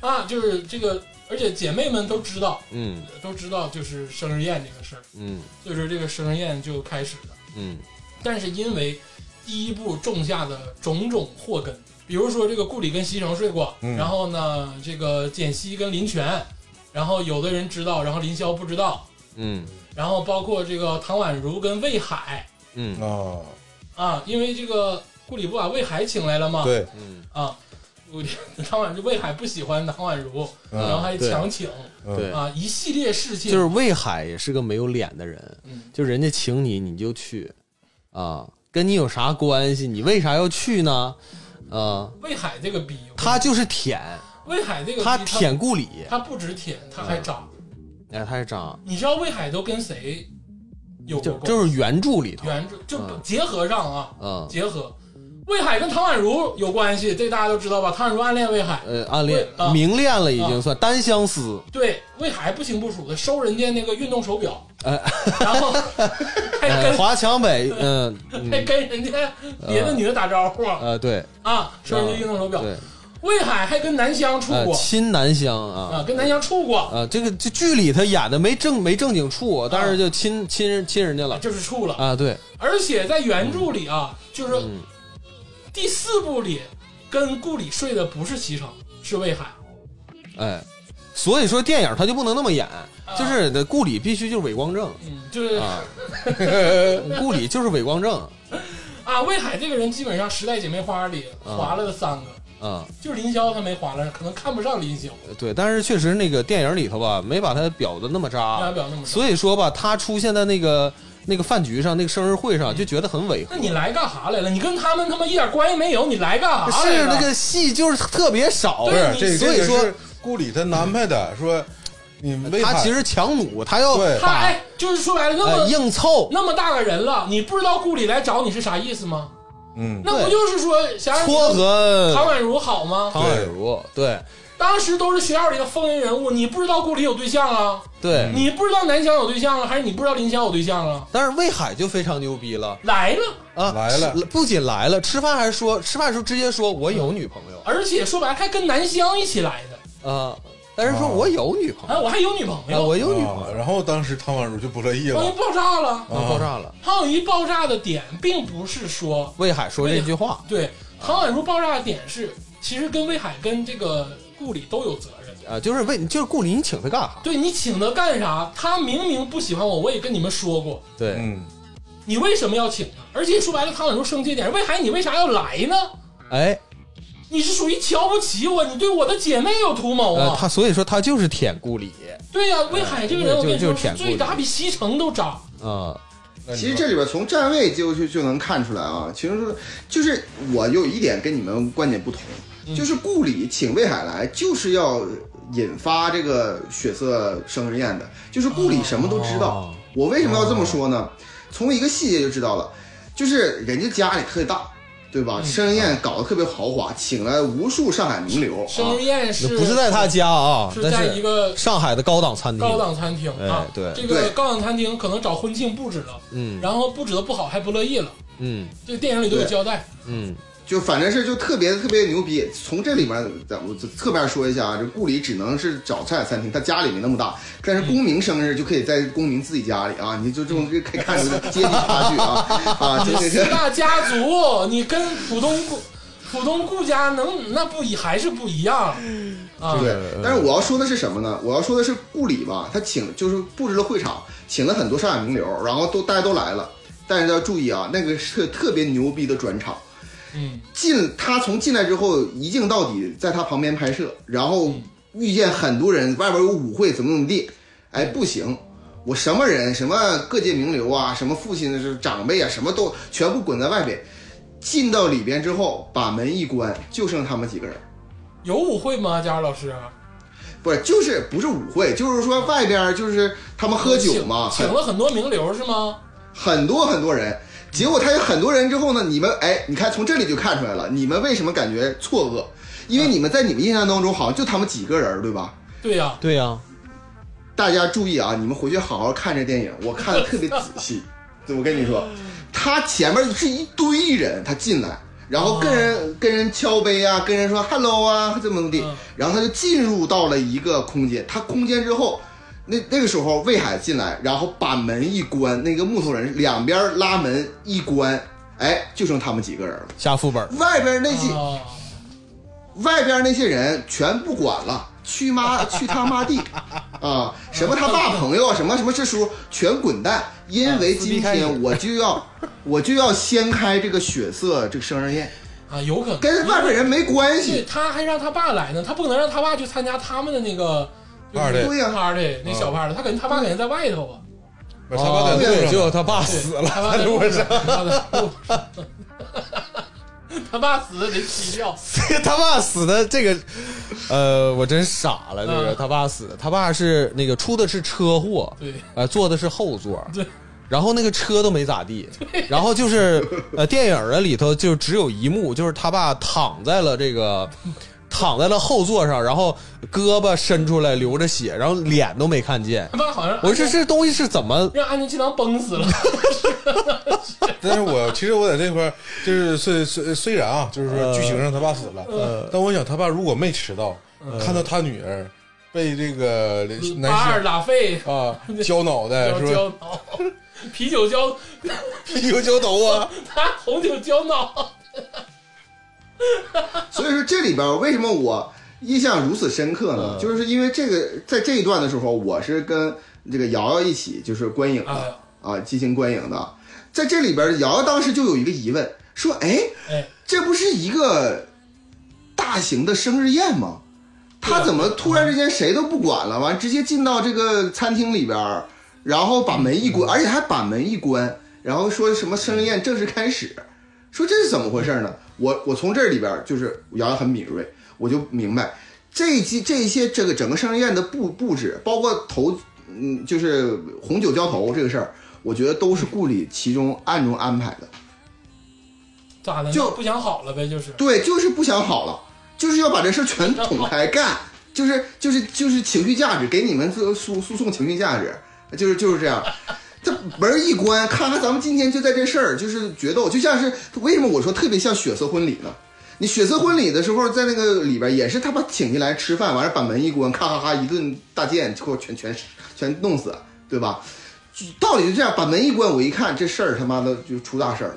[SPEAKER 1] 啊，就是这个，而且姐妹们都知道，
[SPEAKER 3] 嗯
[SPEAKER 1] 都知道就是生日宴这个事儿，
[SPEAKER 3] 嗯
[SPEAKER 1] 所以说这个生日宴就开始了。
[SPEAKER 3] 嗯
[SPEAKER 1] 但是因为第一部种下的种种祸根，比如说这个顾里跟西城睡过，
[SPEAKER 2] 嗯
[SPEAKER 1] 然后呢，这个简溪跟林泉，然后有的人知道，然后林霄不知道，
[SPEAKER 3] 嗯
[SPEAKER 1] 然后包括这个唐宛如跟魏海
[SPEAKER 3] 嗯
[SPEAKER 2] 啊，
[SPEAKER 1] 啊，因为这个顾里不把魏海请来了吗？
[SPEAKER 2] 对，
[SPEAKER 3] 嗯，
[SPEAKER 1] 啊，顾 里唐宛如魏海不喜欢唐宛如，
[SPEAKER 2] 嗯
[SPEAKER 1] 然后还
[SPEAKER 3] 对
[SPEAKER 1] 强请
[SPEAKER 2] 嗯
[SPEAKER 3] 对
[SPEAKER 1] 啊，一系列事情
[SPEAKER 3] 就是魏海也是个没有脸的人
[SPEAKER 1] 嗯，
[SPEAKER 3] 就人家请你你就去啊，跟你有啥关系？你为啥要去呢？啊，
[SPEAKER 1] 魏海这个逼，
[SPEAKER 3] 他就是舔，
[SPEAKER 1] 魏海这个逼
[SPEAKER 3] 他舔顾里，
[SPEAKER 1] 他不止舔，他还长。
[SPEAKER 3] 哎，他是张，
[SPEAKER 1] 你知道魏海都跟谁有过
[SPEAKER 3] 就
[SPEAKER 1] 关？
[SPEAKER 3] 就是原著里头，
[SPEAKER 1] 原著就不
[SPEAKER 3] 嗯
[SPEAKER 1] 结合上啊，
[SPEAKER 3] 嗯
[SPEAKER 1] 结合魏海跟唐宛如有关系，这大家都知道吧？唐宛如暗恋魏海，
[SPEAKER 3] 呃，暗恋
[SPEAKER 1] 对啊啊
[SPEAKER 3] 明恋了已经算单相思，
[SPEAKER 1] 对魏海不清不楚的收人家那个运动手表，
[SPEAKER 3] 呃
[SPEAKER 1] 然后还
[SPEAKER 3] 哎，
[SPEAKER 1] 跟
[SPEAKER 3] 华强北，嗯
[SPEAKER 1] 还
[SPEAKER 3] 嗯
[SPEAKER 1] 跟人家别的女的打招呼啊
[SPEAKER 3] 呃对
[SPEAKER 1] 啊，收人家运动手表。
[SPEAKER 3] 对，
[SPEAKER 1] 魏海还跟南湘处
[SPEAKER 3] 呃，
[SPEAKER 1] 过
[SPEAKER 3] 亲南湘
[SPEAKER 1] 啊，
[SPEAKER 3] 啊，
[SPEAKER 1] 跟南湘处过，
[SPEAKER 3] 啊，这个这剧里他演的没正没正经
[SPEAKER 1] 啊
[SPEAKER 3] 处，但是就亲亲人亲人家了
[SPEAKER 1] 哎就是处了。
[SPEAKER 3] 啊，对，
[SPEAKER 1] 而且在原著里啊，
[SPEAKER 3] 嗯
[SPEAKER 1] 就是第四部里跟顾里睡的不是齐城，是魏海。
[SPEAKER 3] 哎，所以说电影他就不能那么演，就是那顾里必须就是伪光正
[SPEAKER 1] 啊嗯，就是
[SPEAKER 3] 啊， 顾里就是伪光正
[SPEAKER 1] 啊，魏海这个人基本上《时代姐妹花》里划了的三个，
[SPEAKER 3] 啊，
[SPEAKER 1] 就是林霄他没划了，可能看不上林霄，
[SPEAKER 3] 对，但是确实那个电影里头吧，没把他表的那么
[SPEAKER 1] 大
[SPEAKER 3] 渣，
[SPEAKER 1] 不了那么说。
[SPEAKER 3] 所以说吧，他出现在那个那个饭局上、那个生日会
[SPEAKER 1] 嗯
[SPEAKER 3] 上，就觉得很违和
[SPEAKER 1] 那。你来干啥来了？你跟他们他妈一点关系没有，你来干啥来
[SPEAKER 3] 是
[SPEAKER 1] 了？
[SPEAKER 3] 那个戏就是特别少
[SPEAKER 2] 不，是这个，
[SPEAKER 3] 所以
[SPEAKER 2] 这个
[SPEAKER 3] 说
[SPEAKER 2] 是顾里他安排的，说你魏
[SPEAKER 3] 他
[SPEAKER 2] 海
[SPEAKER 3] 其实强弩，他要
[SPEAKER 2] 对
[SPEAKER 1] 他
[SPEAKER 3] 把
[SPEAKER 1] 哎，就是说白了，那
[SPEAKER 3] 呃
[SPEAKER 1] 么、
[SPEAKER 3] 硬凑
[SPEAKER 1] 那么大个人了，你不知道顾里来找你是啥意思吗？
[SPEAKER 2] 嗯，
[SPEAKER 1] 那不
[SPEAKER 3] 对
[SPEAKER 1] 就是说想让你
[SPEAKER 3] 撮合
[SPEAKER 1] 唐宛如好吗？
[SPEAKER 3] 唐宛如，对
[SPEAKER 1] 当时都是学校里的风云人物，你不知道顾里有对象啊？
[SPEAKER 3] 对。
[SPEAKER 2] 嗯
[SPEAKER 1] 你不知道南湘有对象了，啊还是你不知道林湘有对象了？
[SPEAKER 3] 但是魏海就非常牛逼了
[SPEAKER 1] 来了，
[SPEAKER 3] 啊，
[SPEAKER 2] 来了
[SPEAKER 3] 吃不仅来了，吃饭还说吃饭的时候直接说我有女朋友
[SPEAKER 1] 而且说白了还跟南湘一起来的，
[SPEAKER 3] 啊，但是说
[SPEAKER 2] 哦
[SPEAKER 3] 我有女朋
[SPEAKER 1] 哎，
[SPEAKER 3] 友，
[SPEAKER 1] 我还有女哦朋
[SPEAKER 3] 啊，
[SPEAKER 1] 友，
[SPEAKER 3] 我有女
[SPEAKER 2] 啊
[SPEAKER 3] 朋友，
[SPEAKER 2] 然后当时汤宛如就不乐意
[SPEAKER 1] 唐宛
[SPEAKER 2] 了
[SPEAKER 1] 如，爆炸了。
[SPEAKER 3] 那爆炸了。
[SPEAKER 1] 唐宛如爆炸的点并不是说
[SPEAKER 3] 魏海说这句话，
[SPEAKER 1] 对，唐宛如爆炸的点是，其实跟魏海跟这个顾里都有责任。
[SPEAKER 3] 啊，就是魏，就是顾里，你请他干啥？
[SPEAKER 1] 对你请他干啥？他明明不喜欢我，我也跟你们说过，
[SPEAKER 3] 对，
[SPEAKER 2] 嗯，
[SPEAKER 1] 你为什么要请他？而且说白了，唐宛如生气点，魏海你为啥要来呢？
[SPEAKER 3] 哎，
[SPEAKER 1] 你是属于瞧不起我，你对我的姐妹有图谋
[SPEAKER 3] 呃，
[SPEAKER 1] 啊！
[SPEAKER 3] 他所以说他就是舔顾里
[SPEAKER 1] 对呀、魏海这个人，
[SPEAKER 3] 对
[SPEAKER 1] 我跟你
[SPEAKER 3] 就
[SPEAKER 1] 说
[SPEAKER 3] 就是舔
[SPEAKER 1] 是
[SPEAKER 3] 顾
[SPEAKER 1] 最渣，比西城都渣。
[SPEAKER 3] 啊，
[SPEAKER 2] 那你
[SPEAKER 4] 其实
[SPEAKER 2] 说
[SPEAKER 4] 这里边从站位就就就能看出来啊，其实说就是我有一点跟你们观点不同，就是顾里请魏海来就是要引发这个血色生日宴的，就是顾里什么都知道。
[SPEAKER 3] 哦
[SPEAKER 4] 我为什么要这么说呢？从一个细节就知道了，就是人家家里特别大。对吧？生日宴搞得特别豪华，请了无数上海名流啊，
[SPEAKER 1] 生日宴是
[SPEAKER 3] 不是在他家啊，
[SPEAKER 1] 是
[SPEAKER 3] 但
[SPEAKER 1] 在一个
[SPEAKER 3] 上海的高档餐厅，
[SPEAKER 1] 高档餐厅啊
[SPEAKER 3] 哎？对
[SPEAKER 1] 这个
[SPEAKER 4] 对
[SPEAKER 1] 高档餐厅可能找婚庆布置了，
[SPEAKER 3] 嗯
[SPEAKER 1] 然后布置的不好还不乐意了。
[SPEAKER 3] 嗯
[SPEAKER 1] 这电影里都有
[SPEAKER 4] 对
[SPEAKER 1] 交代，
[SPEAKER 3] 嗯，
[SPEAKER 4] 就反正是就特别特别牛逼。从这里面，咱我就侧面说一下啊，这顾里只能是找上海餐厅，他家里没那么大，但是公明生日就可以在公明自己家里啊，你就这种就可以看出来阶级差距啊啊， 这
[SPEAKER 1] 四
[SPEAKER 4] 个
[SPEAKER 1] 大家族，你跟普通顾普通顾家能那不一还是不一样啊？
[SPEAKER 4] 对，但是我要说的是什么呢？我要说的是顾里吧，他请就是布置了会场，请了很多上海名流，然后都大家都来了，但是要注意啊，那个是特别牛逼的转场。
[SPEAKER 1] 嗯，
[SPEAKER 4] 进他从进来之后一镜到底，在他旁边拍摄，然后遇见很多人，外边有舞会，怎么怎么地，哎，不行，我什么人，什么各界名流啊，什么父亲就是长辈啊，什么都全部滚在外边。进到里边之后，把门一关，就剩他们几个人，
[SPEAKER 1] 有舞会吗？佳儿老师，
[SPEAKER 4] 不是，就是不是舞会，就是说外边就是他们喝酒嘛，
[SPEAKER 1] 请
[SPEAKER 4] 很
[SPEAKER 1] 请了很多名流是吗？
[SPEAKER 4] 很多很多人。结果他有很多人之后呢，你们哎，你看从这里就看出来了，你们为什么感觉错愕？因为你们在你们印象当中好像就他们几个人儿，对吧？
[SPEAKER 1] 对呀、
[SPEAKER 3] 对啊呀，
[SPEAKER 4] 大家注意啊，你们回去好好看这电影，我看的特别仔细。对我跟你说，他前面是一堆人，他进来，然后跟人、跟人敲杯啊，跟人说 hello 啊，这么怎么地
[SPEAKER 1] 嗯，
[SPEAKER 4] 然后他就进入到了一个空间，他空间之后。那那个时候，魏海进来，然后把门一关，那个木头人两边拉门一关，哎，就剩他们几个人了。
[SPEAKER 3] 下副本，
[SPEAKER 4] 外边那些、
[SPEAKER 1] 啊，
[SPEAKER 4] 外边那些人全不管了，去妈去他妈地啊！什么他爸朋友啊，什么什么这叔全滚蛋！因为今天我就要我就要掀开这个血色这个生日宴，
[SPEAKER 1] 啊，有可能
[SPEAKER 4] 跟外边人没关
[SPEAKER 1] 对，
[SPEAKER 4] 系。
[SPEAKER 1] 他还让他爸来呢，他不能让他爸去参加他们的那个
[SPEAKER 2] 二
[SPEAKER 1] 的
[SPEAKER 2] 对
[SPEAKER 4] 对呀、
[SPEAKER 1] party 那小 party，他肯定他爸肯定在外头啊，
[SPEAKER 2] 不是他爸在
[SPEAKER 4] 对
[SPEAKER 2] 路
[SPEAKER 3] 哦对，
[SPEAKER 2] 上
[SPEAKER 3] 结果他爸
[SPEAKER 1] 对
[SPEAKER 3] 死了，
[SPEAKER 1] 他爸在路上，他爸在路上他爸死的人奇妙，
[SPEAKER 3] 这个他爸死的这个，呃，我真傻了。这个
[SPEAKER 1] 嗯
[SPEAKER 3] 他爸死的，他爸是那个出的是车祸，
[SPEAKER 1] 对
[SPEAKER 3] 呃，坐的是后座，
[SPEAKER 1] 对，
[SPEAKER 3] 然后那个车都没咋地，然后就是呃，电影儿的里头就只有一幕，就是他爸躺在了这个。躺在了后座上，然后胳膊伸出来流着血，然后脸都没看见。
[SPEAKER 1] 他妈好像
[SPEAKER 3] 我说这这东西是怎么？
[SPEAKER 1] 让安全气囊崩死了，
[SPEAKER 2] 但是我其实我在这块儿就是虽虽虽然啊，就是说
[SPEAKER 3] 呃
[SPEAKER 2] 剧情上他爸死了，
[SPEAKER 1] 嗯
[SPEAKER 2] 但我想他爸如果没迟到，看到他女儿被这个
[SPEAKER 1] 巴
[SPEAKER 2] 男
[SPEAKER 1] 尔拉费
[SPEAKER 2] 性啊
[SPEAKER 1] 嗯
[SPEAKER 2] 浇脑袋
[SPEAKER 1] 要
[SPEAKER 2] 是吧？
[SPEAKER 1] 浇脑， 啤酒浇
[SPEAKER 2] 啤酒浇头啊，
[SPEAKER 1] 他红酒浇脑，
[SPEAKER 4] 所以说这里边儿为什么我印象如此深刻呢？就是因为这个在这一段的时候，我是跟这个瑶瑶一起就是观影
[SPEAKER 1] 哎
[SPEAKER 4] 的啊，进行观影的。在这里边儿，瑶瑶当时就有一个疑问，说：“哎，
[SPEAKER 1] 哎，
[SPEAKER 4] 这不是一个大型的生日宴吗？
[SPEAKER 1] 对
[SPEAKER 4] 他
[SPEAKER 1] 啊
[SPEAKER 4] 怎么突然之间谁都不管了？完直接进到这个餐厅里边儿，然后把门一关，而且还把门一关，然后说什么生日宴正式开始，说这是怎么回事呢？我我从这里边儿就是瑶瑶很敏锐，我就明白这一季这一些这个整个生日宴的布布置，包括头嗯就是红酒浇头这个事儿，我觉得都是顾里其中暗中安排的。
[SPEAKER 1] 咋的呢？
[SPEAKER 4] 就
[SPEAKER 1] 不想好了呗，就是
[SPEAKER 4] 对，就是不想好了，就是要把这事儿全捅开干，就是就是就是情绪价值，给你们诉诉诉讼情绪价值，就是就是这样。这门儿一关，咔咔，咱们今天就在这事儿，就是决斗，就像是为什么我说特别像血色婚礼呢？你血色婚礼的时候，在那个里边也是他把请进来吃饭，完了把门一关，咔咔咔一顿大剑，给我全全全弄死，对吧？道理就这样，把门一关，我一看这事儿他妈的就出大事儿了。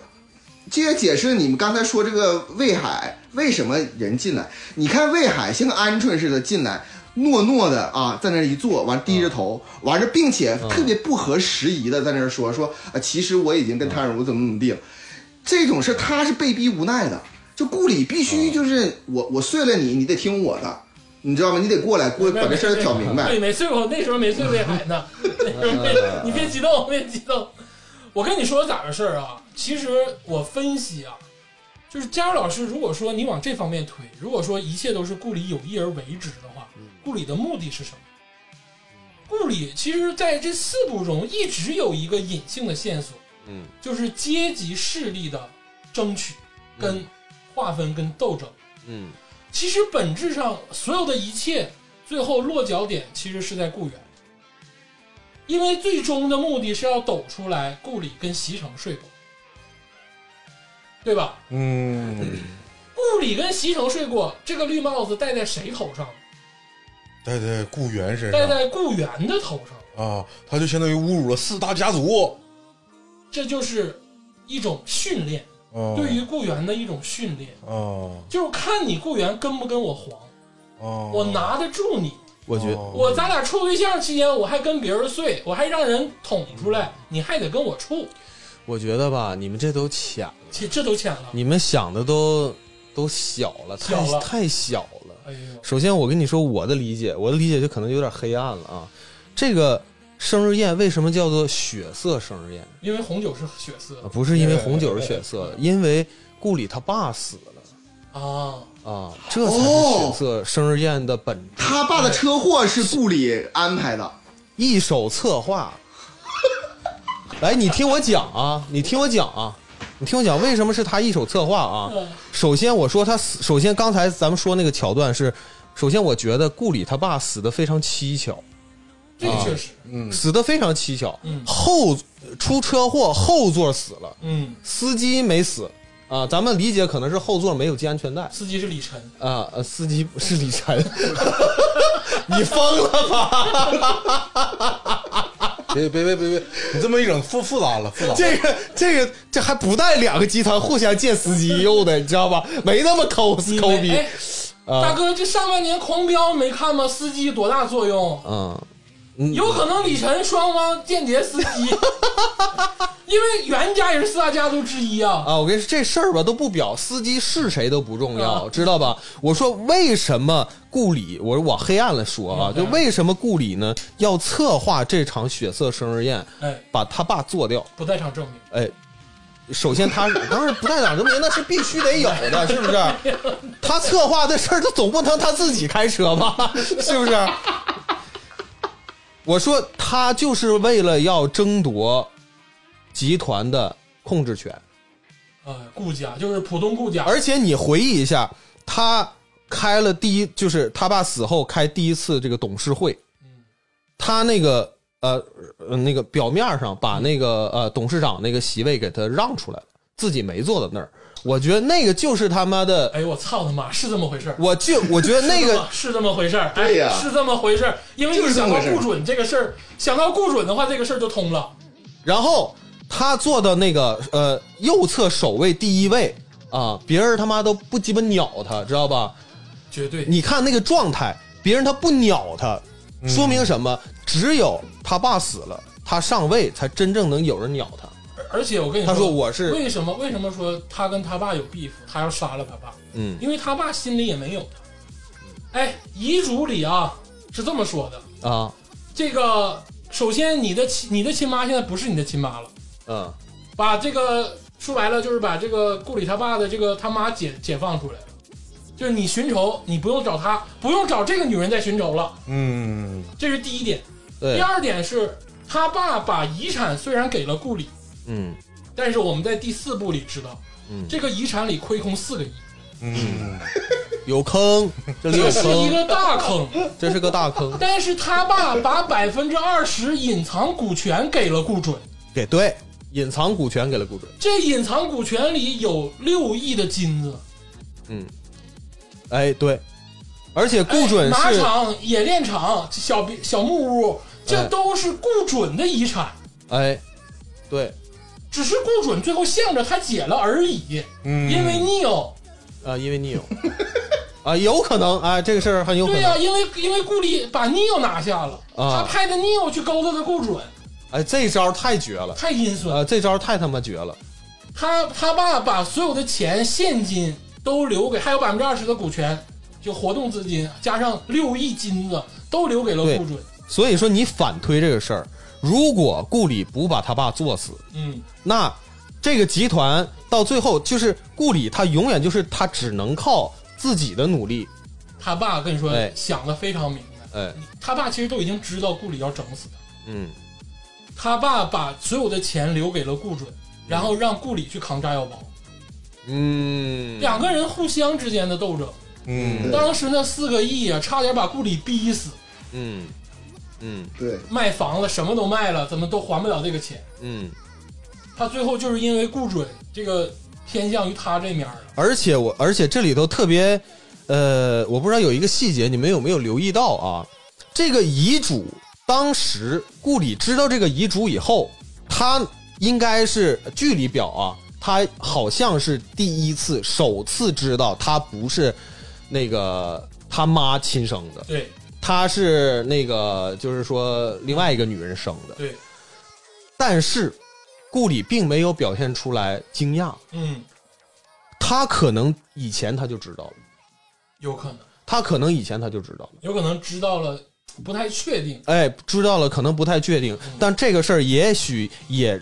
[SPEAKER 4] 这也解释了你们刚才说这个魏海为什么人进来。你看魏海像个鹌鹑似的进来，糯糯的啊，在那儿一坐，完低着头，完了，并且特别不合时宜的在那儿说说啊，其实我已经跟汤如怎么怎么地了。这种事他是被逼无奈的，就顾里必须就是我我睡了你，你得听我的，你知道吗？你得过来过来把这事儿挑明白。
[SPEAKER 1] 对，没睡过，那时候没睡魏海呢。那时候没你别激动，别激动。我跟你说咋回事儿啊？其实我分析啊，就是佳茹老师，如果说你往这方面推，如果说一切都是顾里有意而为之的话，顾里的目的是什么？顾里其实在这四部中一直有一个隐性的线索，
[SPEAKER 3] 嗯，
[SPEAKER 1] 就是阶级势力的争取、跟划分、跟斗争。
[SPEAKER 3] 嗯
[SPEAKER 1] 其实本质上所有的一切，最后落脚点其实是在顾源，因为最终的目的是要抖出来顾里跟席城睡过，对吧？
[SPEAKER 2] 嗯，
[SPEAKER 1] 顾里跟席城睡过，这个绿帽子戴在谁头上？
[SPEAKER 2] 戴在顾源身
[SPEAKER 1] 戴
[SPEAKER 2] 上
[SPEAKER 1] 在顾源的头上，
[SPEAKER 2] 啊，他就相当于侮辱了四大家族。
[SPEAKER 1] 这就是一种训练，
[SPEAKER 2] 啊
[SPEAKER 1] 对于顾源的一种训练，
[SPEAKER 2] 啊啊
[SPEAKER 1] 就是看你顾源跟不跟我黄，，我拿得住你。
[SPEAKER 3] 我觉得
[SPEAKER 2] 哦
[SPEAKER 1] 我咱俩处对象期间，我还跟别人睡，我还让人捅出来，你还得跟我处，
[SPEAKER 3] 我觉得吧，你们这都浅了，
[SPEAKER 1] 这这都浅了。
[SPEAKER 3] 你们想的都都小了，太
[SPEAKER 1] 小了
[SPEAKER 3] 太小了。
[SPEAKER 1] 哎呦，
[SPEAKER 3] 首先，我跟你说我的理解，我的理解就可能有点黑暗了啊。这个生日宴为什么叫做血色生日宴？
[SPEAKER 1] 因为红酒是血色
[SPEAKER 3] 啊不是因为红酒是血色的，因为顾里他爸死了
[SPEAKER 1] 啊，
[SPEAKER 3] 啊，这才是血色生日宴的本质。
[SPEAKER 1] 哦
[SPEAKER 4] 他爸的车祸是顾里安排的，
[SPEAKER 3] 一手策划。来，你听我讲啊，你听我讲啊，你听我讲，为什么是他一手策划啊？
[SPEAKER 1] 呃
[SPEAKER 3] 首先，我说他死，首先刚才咱们说那个桥段是，首先我觉得顾里他爸死的非常蹊跷，
[SPEAKER 1] 这
[SPEAKER 3] 啊
[SPEAKER 1] 个确实，
[SPEAKER 3] 死的非常蹊跷
[SPEAKER 1] 嗯，
[SPEAKER 3] 后出车祸后座死了，
[SPEAKER 1] 嗯，
[SPEAKER 3] 司机没死啊，咱们理解可能是后座没有系安全带。
[SPEAKER 1] 司机是李晨，
[SPEAKER 3] 啊，呃，司机是李晨， 你疯了吧？
[SPEAKER 2] 别别别别别，你这么一整复复杂了，复杂了。
[SPEAKER 3] 这个这个这还不带两个集团互相借司机用的，你知道吧？没那么抠
[SPEAKER 1] 你
[SPEAKER 3] 抠
[SPEAKER 1] 没
[SPEAKER 3] 逼啊
[SPEAKER 1] 哎，大哥，这上半年狂飙没看吗？司机多大作用？
[SPEAKER 3] 嗯，
[SPEAKER 1] 有可能李晨双方间谍司 机，因为袁家也是四大家族之一啊。
[SPEAKER 3] 啊，我跟你说这事儿吧都不表，司机是谁都不重要，
[SPEAKER 1] 啊
[SPEAKER 3] 知道吧？我说为什么顾里，我往黑暗了说啊，就为什么顾里呢要策划这场血色生日宴，
[SPEAKER 1] 哎，
[SPEAKER 3] 把他爸做掉？
[SPEAKER 1] 不在场证明，
[SPEAKER 3] 哎，首先他当然不带党证明，那是必须得有的，是不是？他策划的事儿，他总不能他自己开车吧？ 是不是？我说他就是为了要争夺集团的控制权，
[SPEAKER 1] 哎，顾家就是浦东顾家，
[SPEAKER 3] 而且你回忆一下，他开了第一，就是他爸死后开第一次这个董事会，他那个呃呃那个表面上把那个呃董事长那个席位给他让出来了，自己没坐到那儿。我觉得那个就是他妈的，
[SPEAKER 1] 哎呦我操他妈，是这么回事儿。
[SPEAKER 3] 我就我觉得那个
[SPEAKER 1] 是这么回事儿，哎
[SPEAKER 4] 对呀
[SPEAKER 1] 是这么回事儿。因为
[SPEAKER 4] 就
[SPEAKER 1] 你
[SPEAKER 4] 是这
[SPEAKER 1] 想
[SPEAKER 4] 么
[SPEAKER 1] 到
[SPEAKER 4] 回事儿
[SPEAKER 1] 顾准这个事儿，想到顾准的话，这个事儿就通了。
[SPEAKER 3] 然后他坐的那个呃右侧首位第一位啊，别人他妈都不鸡巴鸟他，知道吧？
[SPEAKER 1] 绝对，
[SPEAKER 3] 你看那个状态，别人他不鸟他，说明什么？只有他爸死了，他上位才真正能有人鸟他。
[SPEAKER 1] 而且我跟你
[SPEAKER 3] 他说我是
[SPEAKER 1] 为什么为什么说他跟他爸有 beef，他要杀了他爸，
[SPEAKER 3] 嗯
[SPEAKER 1] 因为他爸心里也没有他。哎，遗嘱里啊是这么说的，
[SPEAKER 3] 啊
[SPEAKER 1] 这个首先你的亲你的亲妈现在不是你的亲妈了，
[SPEAKER 3] 嗯
[SPEAKER 1] 把这个说白了就是把这个顾里他爸的这个他妈解解放出来了。就是你寻仇，你不用找他，不用找这个女人再寻仇了，
[SPEAKER 2] 嗯，
[SPEAKER 1] 这是第一点。第
[SPEAKER 3] 对
[SPEAKER 1] 二点是他爸把遗产虽然给了顾里，
[SPEAKER 3] 嗯
[SPEAKER 1] 但是我们在第四部里知道，
[SPEAKER 3] 嗯
[SPEAKER 1] 这个遗产里亏空四个亿，
[SPEAKER 2] 嗯，
[SPEAKER 3] 有 坑，这里有
[SPEAKER 1] 这是一
[SPEAKER 3] 坑，
[SPEAKER 1] 个大坑。
[SPEAKER 3] 这是个大坑。
[SPEAKER 1] 但是他爸把百分之二十隐藏股权给了顾准，
[SPEAKER 3] 给对隐藏股权给了顾准，
[SPEAKER 1] 这隐藏股权里有六亿的金子。
[SPEAKER 3] 嗯，哎对，而且顾准
[SPEAKER 1] 哎马
[SPEAKER 3] 是
[SPEAKER 1] 场、冶炼厂、小别小木屋，这
[SPEAKER 3] 哎
[SPEAKER 1] 都是顾准的遗产，
[SPEAKER 3] 哎对
[SPEAKER 1] 只是顾准最后向着他姐了而已。
[SPEAKER 2] 嗯
[SPEAKER 1] 因为 Neo，
[SPEAKER 3] 啊，因为你有 啊，有可能啊，这个事儿很有可
[SPEAKER 1] 对呀、
[SPEAKER 3] 能。
[SPEAKER 1] 因为因为顾里把 Neo 拿下了，他
[SPEAKER 3] 啊
[SPEAKER 1] 派的 Neo 去勾搭的顾准，
[SPEAKER 3] 哎，这招太绝了，
[SPEAKER 1] 太阴损了。
[SPEAKER 3] 啊，这招太他妈绝了。
[SPEAKER 1] 他他爸把所有的钱现金都留给，还有百分之二十的股权，就活动资金加上六亿金子都留给了
[SPEAKER 3] 对
[SPEAKER 1] 顾准。
[SPEAKER 3] 所以说你反推这个事儿，如果顾里不把他爸作死，
[SPEAKER 1] 嗯，
[SPEAKER 3] 那这个集团到最后就是顾里，他永远就是他只能靠自己的努力。
[SPEAKER 1] 他爸跟你说、
[SPEAKER 3] 哎
[SPEAKER 1] 想的非常明白，
[SPEAKER 3] 哎，
[SPEAKER 1] 他爸其实都已经知道顾里要整死他，
[SPEAKER 3] 嗯，
[SPEAKER 1] 他爸把所有的钱留给了顾准，然后让顾里去扛炸药包，
[SPEAKER 3] 嗯，
[SPEAKER 1] 两个人互相之间的斗争。
[SPEAKER 2] 嗯
[SPEAKER 4] 对
[SPEAKER 1] 当时那四个亿啊，差点把顾里逼死，
[SPEAKER 3] 嗯，嗯，
[SPEAKER 4] 对，
[SPEAKER 1] 卖房子什么都卖了，怎么都还不了这个钱。
[SPEAKER 3] 嗯，
[SPEAKER 1] 他最后就是因为顾准这个偏向于他这面儿了。
[SPEAKER 3] 而且我，而且这里头特别，呃，我不知道有一个细节，你们有没有留意到啊？这个遗嘱，当时顾里知道这个遗嘱以后，他应该是据理表啊，他好像是第一次、首次知道他不是那个他妈亲生的，
[SPEAKER 1] 对
[SPEAKER 3] 他是那个就是说另外一个女人生的。
[SPEAKER 1] 对，
[SPEAKER 3] 但是顾里并没有表现出来惊讶，
[SPEAKER 1] 嗯，
[SPEAKER 3] 他可能以前他就知道了，
[SPEAKER 1] 有可能，
[SPEAKER 3] 他可能以前他就知道了，
[SPEAKER 1] 有可能知道了，不太确定。
[SPEAKER 3] 哎，知道了可能不太确定，
[SPEAKER 1] 嗯
[SPEAKER 3] 但这个事儿也许也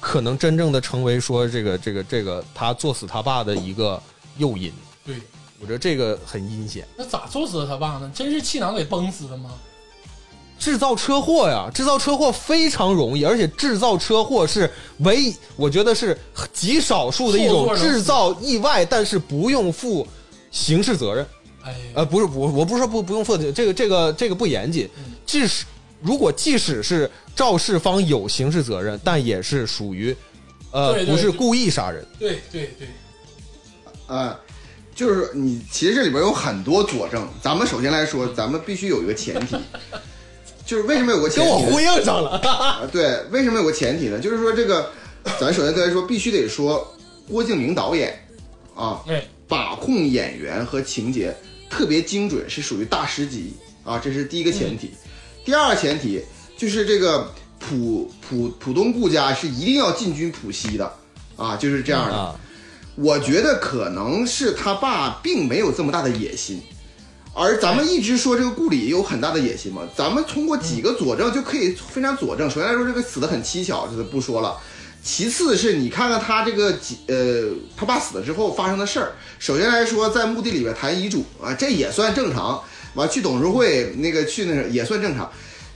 [SPEAKER 3] 可能真正的成为说这个这个这个他作死他爸的一个诱因，
[SPEAKER 1] 对，
[SPEAKER 3] 我觉得这个很阴险。
[SPEAKER 1] 那咋作死的他爸呢？真是气囊给崩死的吗？
[SPEAKER 3] 制造车祸呀，制造车祸非常容易，而且制造车祸是唯一，我觉得是极少数的一
[SPEAKER 1] 后
[SPEAKER 3] 种
[SPEAKER 1] 座能死
[SPEAKER 3] 制造意外，但是不用负刑事责任。
[SPEAKER 1] 哎呀，
[SPEAKER 3] 呃，不是，我我不是说不不用负责这个这个这个不严谨
[SPEAKER 1] 嗯，
[SPEAKER 3] 即使如果即使是肇事方有刑事责任，但也是属于，呃，
[SPEAKER 1] 对对
[SPEAKER 3] 不是
[SPEAKER 1] 对
[SPEAKER 3] 故意杀人。
[SPEAKER 1] 对对对，
[SPEAKER 4] 啊，就是你其实这里边有很多佐证。咱们首先来说，咱们必须有一个前提， 就是为什么有个前
[SPEAKER 3] 跟
[SPEAKER 4] 提
[SPEAKER 3] 我
[SPEAKER 4] 呢？
[SPEAKER 3] 呼应上了，
[SPEAKER 4] 啊，对，为什么有个前提呢？就是说这个，咱首先来说，必须得说郭敬明导演啊，
[SPEAKER 1] 哎，
[SPEAKER 4] 把控演员和情节特别精准，是属于大师级啊，这是第一个前提。
[SPEAKER 3] 嗯
[SPEAKER 4] 第二个前提就是这个浦浦浦东顾家是一定要进军浦西的啊，就是这样的。
[SPEAKER 3] 啊，
[SPEAKER 4] 我觉得可能是他爸并没有这么大的野心，而咱们一直说这个顾里有很大的野心嘛，咱们通过几个佐证就可以非常佐证。首先来说，这个死的很蹊跷，这个不说了。其次是你看看他这个几呃，他爸死了之后发生的事儿。首先来说，在墓地里边谈遗嘱啊，这也算正常。完去董事会那个去那啥也算正常，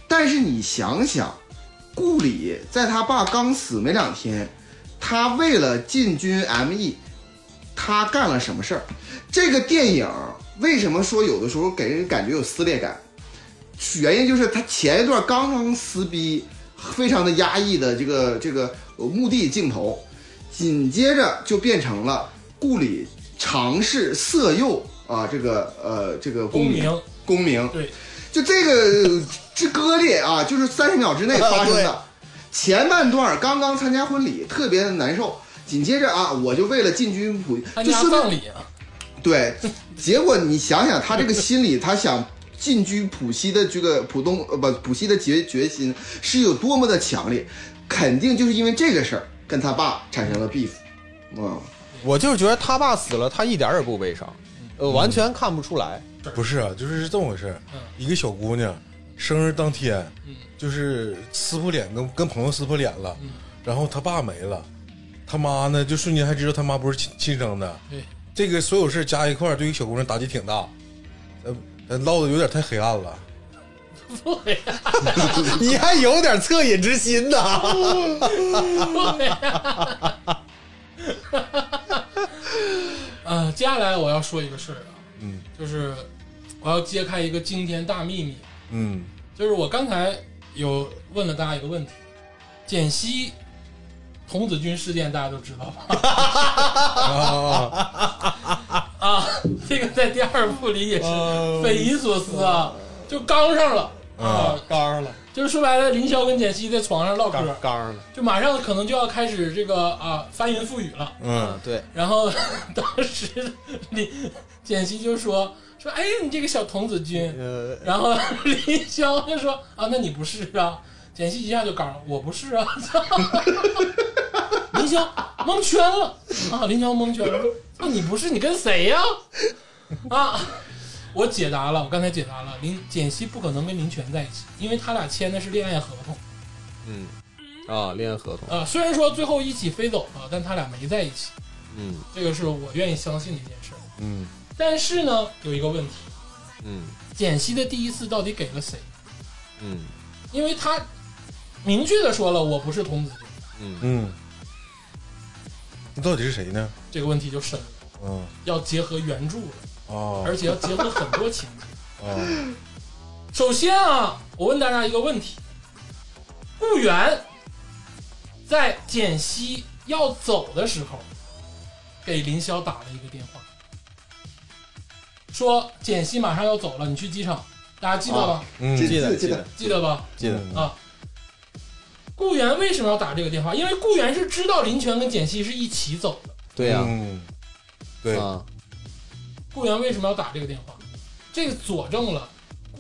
[SPEAKER 4] 但是你想想，顾里在他爸刚死没两天，他为了进军 M E，他干了什么事儿？这个电影为什么说有的时候给人感觉有撕裂感？原因就是他前一段刚刚撕逼，非常的压抑的这个这个呃墓地镜头，紧接着就变成了顾里尝试色诱啊这个呃这个
[SPEAKER 1] 公
[SPEAKER 4] 民
[SPEAKER 1] 明
[SPEAKER 4] 公民，
[SPEAKER 1] 对，
[SPEAKER 4] 就这个之割裂啊，就是三十秒之内发生的。前半段刚刚参加婚礼，特别的难受，紧接着啊，我就为了进军普，
[SPEAKER 1] 参
[SPEAKER 4] 就
[SPEAKER 1] 加
[SPEAKER 4] 顺便
[SPEAKER 1] 葬礼啊，
[SPEAKER 4] 对，结果你想想，他这个心理， 他想进军浦西的这个浦东呃不浦西的决决心是有多么的强烈，肯定就是因为这个事儿跟他爸产生了 beef，嗯，
[SPEAKER 3] 我就是觉得他爸死了，他一点儿也不悲伤，呃，完全看不出来。
[SPEAKER 2] 不是啊，就是这么回事儿
[SPEAKER 1] 嗯。
[SPEAKER 2] 一个小姑娘生日当天
[SPEAKER 1] 嗯，
[SPEAKER 2] 就是撕破脸，跟跟朋友撕破脸了
[SPEAKER 1] 嗯，
[SPEAKER 2] 然后她爸没了，她妈呢就瞬间还知道她妈不是亲亲生的。
[SPEAKER 1] 对，
[SPEAKER 2] 这个所有事儿加一块儿，对于小姑娘打击挺大。呃，呃唠的有点太黑暗了。
[SPEAKER 1] 对呀，
[SPEAKER 3] 你还有点恻隐之心呐。
[SPEAKER 1] 对呀。啊，接下来我要说一个事儿啊，
[SPEAKER 2] 嗯
[SPEAKER 1] 就是我要揭开一个惊天大秘密，
[SPEAKER 2] 嗯
[SPEAKER 1] 就是我刚才有问了大家一个问题，简溪童子军事件大家都知道吧？
[SPEAKER 2] 啊，
[SPEAKER 1] 啊，这个在第二部里也是匪夷所思啊，就刚上了哦啊，
[SPEAKER 3] 刚了，
[SPEAKER 1] 就是说白了，林霄跟简溪在床上唠嗑，
[SPEAKER 3] 刚刚了。
[SPEAKER 1] 就马上可能就要开始这个啊翻云覆雨了。
[SPEAKER 2] 嗯，
[SPEAKER 3] 对，
[SPEAKER 1] 然后 当时 林简溪就说说，哎，你这个小童子军，
[SPEAKER 3] 呃，
[SPEAKER 1] 然后 林霄就说啊，那你不是啊？简溪一下就刚了，我不是啊。 林霄蒙圈了啊！林霄蒙圈了，那、你不是你跟谁呀、 啊？我解答了，我刚才解答了，林简溪不可能跟林泉在一起，因为他俩签的是恋爱合同
[SPEAKER 3] 嗯，啊，恋爱合同，
[SPEAKER 1] 啊、虽然说最后一起飞走了，但他俩没在一起，
[SPEAKER 3] 嗯
[SPEAKER 1] 这个是我愿意相信的一件事。
[SPEAKER 2] 嗯，
[SPEAKER 1] 但是呢，有一个问题，
[SPEAKER 3] 嗯
[SPEAKER 1] 简溪的第一次到底给了谁？
[SPEAKER 3] 嗯
[SPEAKER 1] 因为他明确的说了我不是童子军，
[SPEAKER 3] 嗯，
[SPEAKER 2] 嗯，那到底是谁呢？
[SPEAKER 1] 这个问题就深了，
[SPEAKER 2] 嗯
[SPEAKER 1] 要结合原著了，
[SPEAKER 2] 啊
[SPEAKER 1] 而且要结合很多情节。
[SPEAKER 2] 啊，
[SPEAKER 1] 首先啊，我问大家一个问题：顾源在简溪要走的时候，给林霄打了一个电话，说简溪马上要走了，你去机场，大家记得吧？
[SPEAKER 2] 嗯，
[SPEAKER 4] 这
[SPEAKER 3] 记得
[SPEAKER 4] 记
[SPEAKER 3] 记
[SPEAKER 4] 得
[SPEAKER 3] 得
[SPEAKER 1] 记得吧？
[SPEAKER 3] 记得，
[SPEAKER 1] 啊，顾源为什么要打这个电话？因为顾源是知道林泉跟简溪是一起走的。
[SPEAKER 3] 对呀，
[SPEAKER 2] 嗯，对，
[SPEAKER 3] 啊，
[SPEAKER 1] 顾源为什么要打这个电话？这个佐证了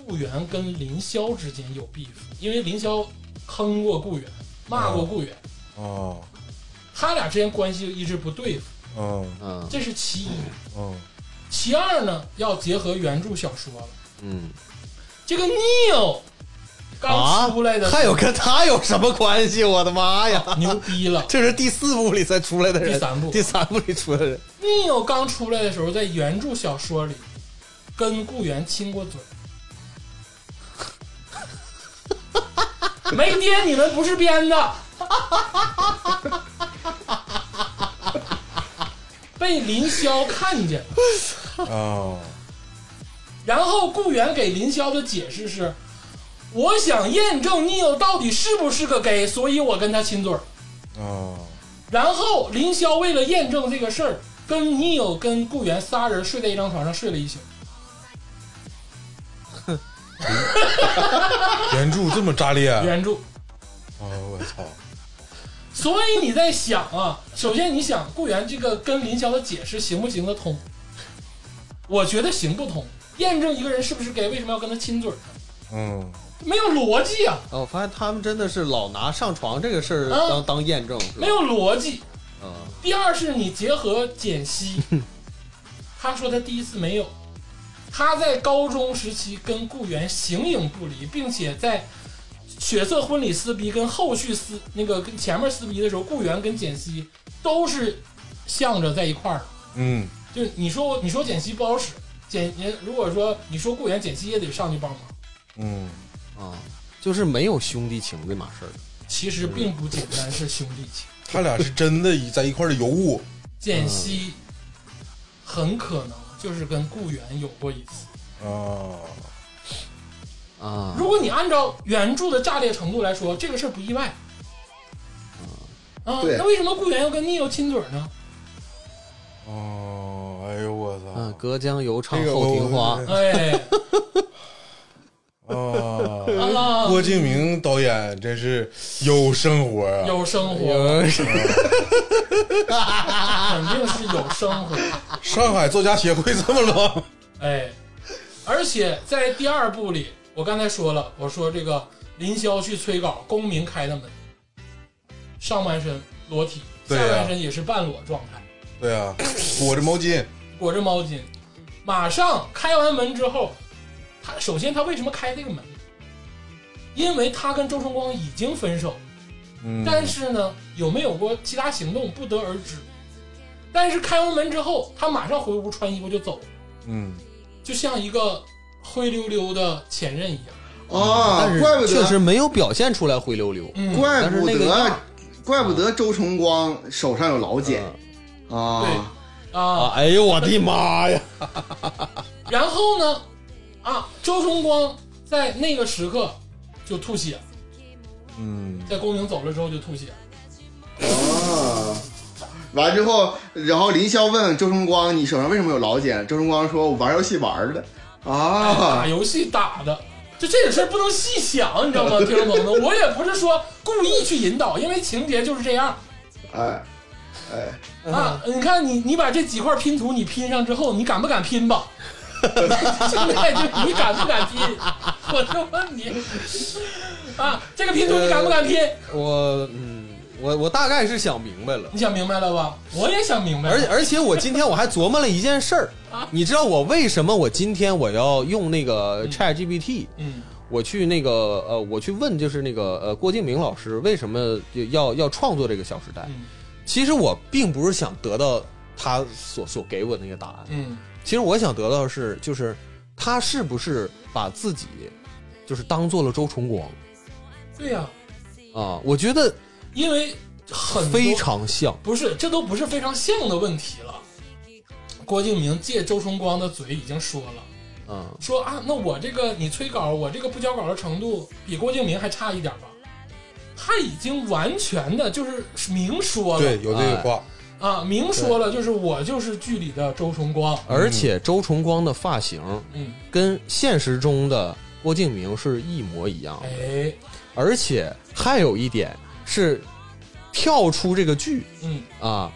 [SPEAKER 1] 顾源跟林霄之间有 beef，因为林霄坑过顾源，骂过顾源，
[SPEAKER 2] 啊，
[SPEAKER 1] 他俩之间关系一直不对付，
[SPEAKER 2] 嗯
[SPEAKER 3] 嗯
[SPEAKER 1] 这是其一。
[SPEAKER 2] 嗯
[SPEAKER 1] 其二呢，要结合原著小说了。
[SPEAKER 3] 嗯，
[SPEAKER 1] 这个 Neil
[SPEAKER 3] 啊
[SPEAKER 1] 刚出来的时候、
[SPEAKER 3] 还有跟他有什么关系？我的妈呀！
[SPEAKER 1] 牛逼了。
[SPEAKER 3] 这是第四部里才出来的人，
[SPEAKER 1] 第三部
[SPEAKER 3] 哦第三部里出来的人，
[SPEAKER 1] Neil 刚出来的时候，在原著小说里跟顾源亲过嘴。没爹，你们不是编的。被林霄看见了，
[SPEAKER 2] 啊，
[SPEAKER 1] 然后顾源给林霄的解释是：我想验证 Neil 到底是不是个 gay，所以我跟他亲嘴儿。
[SPEAKER 2] 啊，
[SPEAKER 1] 然后林霄为了验证这个事儿，跟 Neil 跟顾源仨人睡在一张床上睡了一宿。
[SPEAKER 2] 原著这么炸裂啊！
[SPEAKER 1] 原著。
[SPEAKER 2] 我操，
[SPEAKER 1] 所以你在想啊，首先你想顾源这个跟林霄的解释行不行得通？我觉得行不通。验证一个人是不是 gay，为什么要跟他亲嘴呢？
[SPEAKER 2] 嗯
[SPEAKER 1] 没有逻辑啊，
[SPEAKER 3] 哦，我发现他们真的是老拿上床这个事儿
[SPEAKER 1] 啊
[SPEAKER 3] 当、当验证，是吧
[SPEAKER 1] 没有逻辑。
[SPEAKER 3] 啊，
[SPEAKER 1] 第二是你结合简溪， 他说他第一次没有，他在高中时期跟顾源形影不离，并且在血色婚礼撕逼跟后续撕那个跟前面撕逼的时候，顾源跟简溪都是向着在一块儿的。
[SPEAKER 2] 嗯
[SPEAKER 1] 就是你说我，你说简溪不好使，简你如果说你说顾源，简溪也得上去帮忙。
[SPEAKER 2] 嗯
[SPEAKER 3] 啊，就是没有兄弟情这码事儿。
[SPEAKER 1] 其实并不简单是兄弟情，
[SPEAKER 2] 嗯他俩是真的在一块儿的尤物
[SPEAKER 1] 简溪很可能就是跟顾源有过一次。
[SPEAKER 2] 啊，
[SPEAKER 3] 啊
[SPEAKER 1] 如果你按照原著的炸裂程度来说，这个事儿不意外。啊，
[SPEAKER 4] 对
[SPEAKER 1] 那为什么顾源要跟 Neo 亲嘴呢？
[SPEAKER 2] 哦，哎呦我
[SPEAKER 3] 嗯，
[SPEAKER 2] 操，
[SPEAKER 3] 隔江犹唱
[SPEAKER 2] 这个
[SPEAKER 3] 后庭花，
[SPEAKER 1] 哎，
[SPEAKER 2] 啊，
[SPEAKER 1] 啊，
[SPEAKER 2] 郭敬明导演真是有生活啊，
[SPEAKER 1] 有生活，
[SPEAKER 3] 有
[SPEAKER 1] 肯定是有生活。
[SPEAKER 2] 上海作家协会这么冷，
[SPEAKER 1] 哎，而且在第二部里，我刚才说了，我说这个林霄去催稿，公明开的门，上半身裸体，下
[SPEAKER 2] 对呀
[SPEAKER 1] 半身也是半裸状态，
[SPEAKER 2] 对啊，裹着毛巾，
[SPEAKER 1] 裹着毛巾。马上开完门之后，他首先他为什么开这个门？因为他跟周崇光已经分手，
[SPEAKER 2] 嗯，
[SPEAKER 1] 但是呢，有没有过其他行动不得而知。但是开完门之后，他马上回屋穿衣服就走了，
[SPEAKER 2] 嗯，
[SPEAKER 1] 就像一个灰溜溜的前任一样。
[SPEAKER 4] 啊
[SPEAKER 3] 哎但，是
[SPEAKER 4] 怪不
[SPEAKER 3] 确实
[SPEAKER 4] 得，
[SPEAKER 3] 没有表现出来灰溜溜。
[SPEAKER 1] 嗯，
[SPEAKER 4] 怪
[SPEAKER 3] 但是
[SPEAKER 4] 不
[SPEAKER 3] 那个样
[SPEAKER 4] 得
[SPEAKER 3] 儿，
[SPEAKER 4] 怪不得周崇光手上有老茧
[SPEAKER 3] 嗯
[SPEAKER 4] 啊！
[SPEAKER 1] 啊
[SPEAKER 3] 啊，，哎呦我的妈呀！
[SPEAKER 1] 然后呢，啊，周崇光在那个时刻就吐血，
[SPEAKER 2] 嗯，
[SPEAKER 1] 在公明走了之后就吐血，
[SPEAKER 4] 啊，完之后，然后林霄问周崇光：“你手上为什么有老茧？”周崇光说：“我玩游戏玩的。”
[SPEAKER 1] 打
[SPEAKER 4] 啊，
[SPEAKER 1] 游戏打的。就这个事儿不能细想，你知道吗，听众朋友们？我也不是说故意去引导，因为情节就是这样
[SPEAKER 4] 哎，哎，
[SPEAKER 1] 啊。你看你，你把这几块拼图你拼上之后，你敢不敢拼吧？现在就你敢不敢拼？我就问你啊，这个拼图你敢不敢拼？
[SPEAKER 3] 我嗯，我我大概是想明白了，
[SPEAKER 1] 你想明白了吧？我也想明白了，
[SPEAKER 3] 而且而且我今天我还琢磨了一件事儿，
[SPEAKER 1] 啊
[SPEAKER 3] 你知道我为什么我今天我要用那个 Chat GPT，
[SPEAKER 1] 嗯
[SPEAKER 3] 我去那个呃，我去问就是那个呃郭敬明老师为什么就要要创作这个《小时代》？
[SPEAKER 1] 嗯
[SPEAKER 3] 其实我并不是想得到他所所给我的那个答案，
[SPEAKER 1] 嗯
[SPEAKER 3] 其实我想得到的是就是他是不是把自己就是当做了周崇光
[SPEAKER 1] 对呀、
[SPEAKER 3] 啊？我觉得
[SPEAKER 1] 因为很多
[SPEAKER 3] 非常像。
[SPEAKER 1] 不是，这都不是非常像的问题了。郭敬明借周崇光的嘴已经说了，
[SPEAKER 3] 嗯，
[SPEAKER 1] 说啊，那我这个你催稿，我这个不交稿的程度比郭敬明还差一点吧？他已经完全的就是明说了
[SPEAKER 2] 对，有这个话，
[SPEAKER 1] 啊，明说了，就是我就是剧里的周崇光，
[SPEAKER 3] 而且周崇光的发型
[SPEAKER 1] 嗯，
[SPEAKER 3] 跟现实中的郭敬明是一模一样的，
[SPEAKER 1] 哎，
[SPEAKER 3] 而且还有一点是跳出这个剧
[SPEAKER 1] 嗯，
[SPEAKER 3] 啊，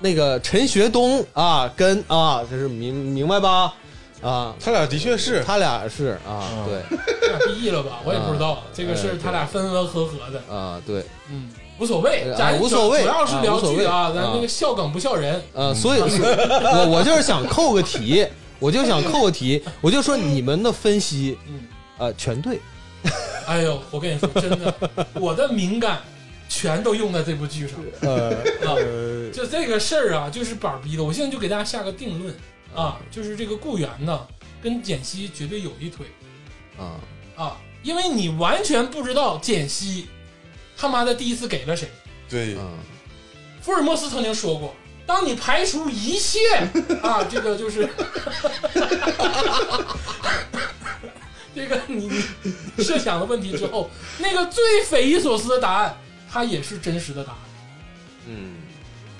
[SPEAKER 3] 那个陈学冬啊跟啊，就是明明白吧？啊，
[SPEAKER 2] 他俩的确是，
[SPEAKER 3] 他俩是啊，
[SPEAKER 2] 嗯
[SPEAKER 3] 对
[SPEAKER 1] 这俩毕业了吧？我也不知道，这个
[SPEAKER 3] 哎
[SPEAKER 1] 是
[SPEAKER 3] 对
[SPEAKER 1] 他俩分分合合的，
[SPEAKER 3] 啊，对，
[SPEAKER 1] 嗯，无所谓
[SPEAKER 3] 哎，
[SPEAKER 1] 咱
[SPEAKER 3] 无所谓
[SPEAKER 1] 主要是
[SPEAKER 3] 啊
[SPEAKER 1] 聊
[SPEAKER 3] 无所
[SPEAKER 1] 剧
[SPEAKER 3] 谓
[SPEAKER 1] 啊，咱
[SPEAKER 3] 啊
[SPEAKER 1] 那个笑梗不笑人，
[SPEAKER 3] 呃，所以我我就是想扣个题，我就想扣个题，我就说你们的分析
[SPEAKER 1] 嗯。
[SPEAKER 3] 呃全对，
[SPEAKER 1] 哎呦，我跟你说，真的， 我的敏感全都用在这部剧上了。
[SPEAKER 3] 呃
[SPEAKER 1] 就这个事儿啊，就是板儿逼的。我现在就给大家下个定论啊，就是这个顾源呢，跟简溪绝对有一腿
[SPEAKER 3] 啊
[SPEAKER 1] 啊，因为你完全不知道简溪他妈的第一次给了谁。
[SPEAKER 2] 对，
[SPEAKER 3] 嗯
[SPEAKER 1] 福尔摩斯曾经说过，当你排除一切啊，这个就是， 这个你你设想的问题之后，那个最匪夷所思的答案，它也是真实的答案。
[SPEAKER 3] 嗯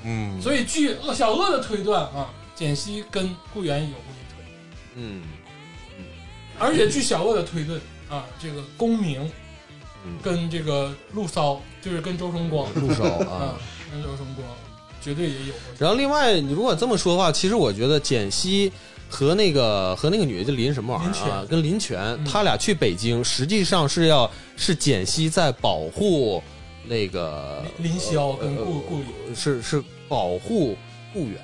[SPEAKER 2] 嗯，
[SPEAKER 1] 所以据恶小恶的推断啊，简溪跟顾源有过一腿，
[SPEAKER 3] 嗯
[SPEAKER 1] 而且据小恶的推论啊，这个公明
[SPEAKER 3] 嗯
[SPEAKER 1] 跟这个陆骚，就是跟周崇光
[SPEAKER 3] 入手啊
[SPEAKER 1] 啊。，跟周崇光绝对也有过一腿。
[SPEAKER 3] 然后另外，你如果这么说的话，其实我觉得简溪和那个和那个女的叫林什么玩意
[SPEAKER 1] 林
[SPEAKER 3] 儿啊
[SPEAKER 1] 泉，嗯
[SPEAKER 3] 跟林泉，他俩去北京，实际上是要是简溪在保护那个
[SPEAKER 1] 林林霄跟顾顾里
[SPEAKER 3] 呃是是保护顾源，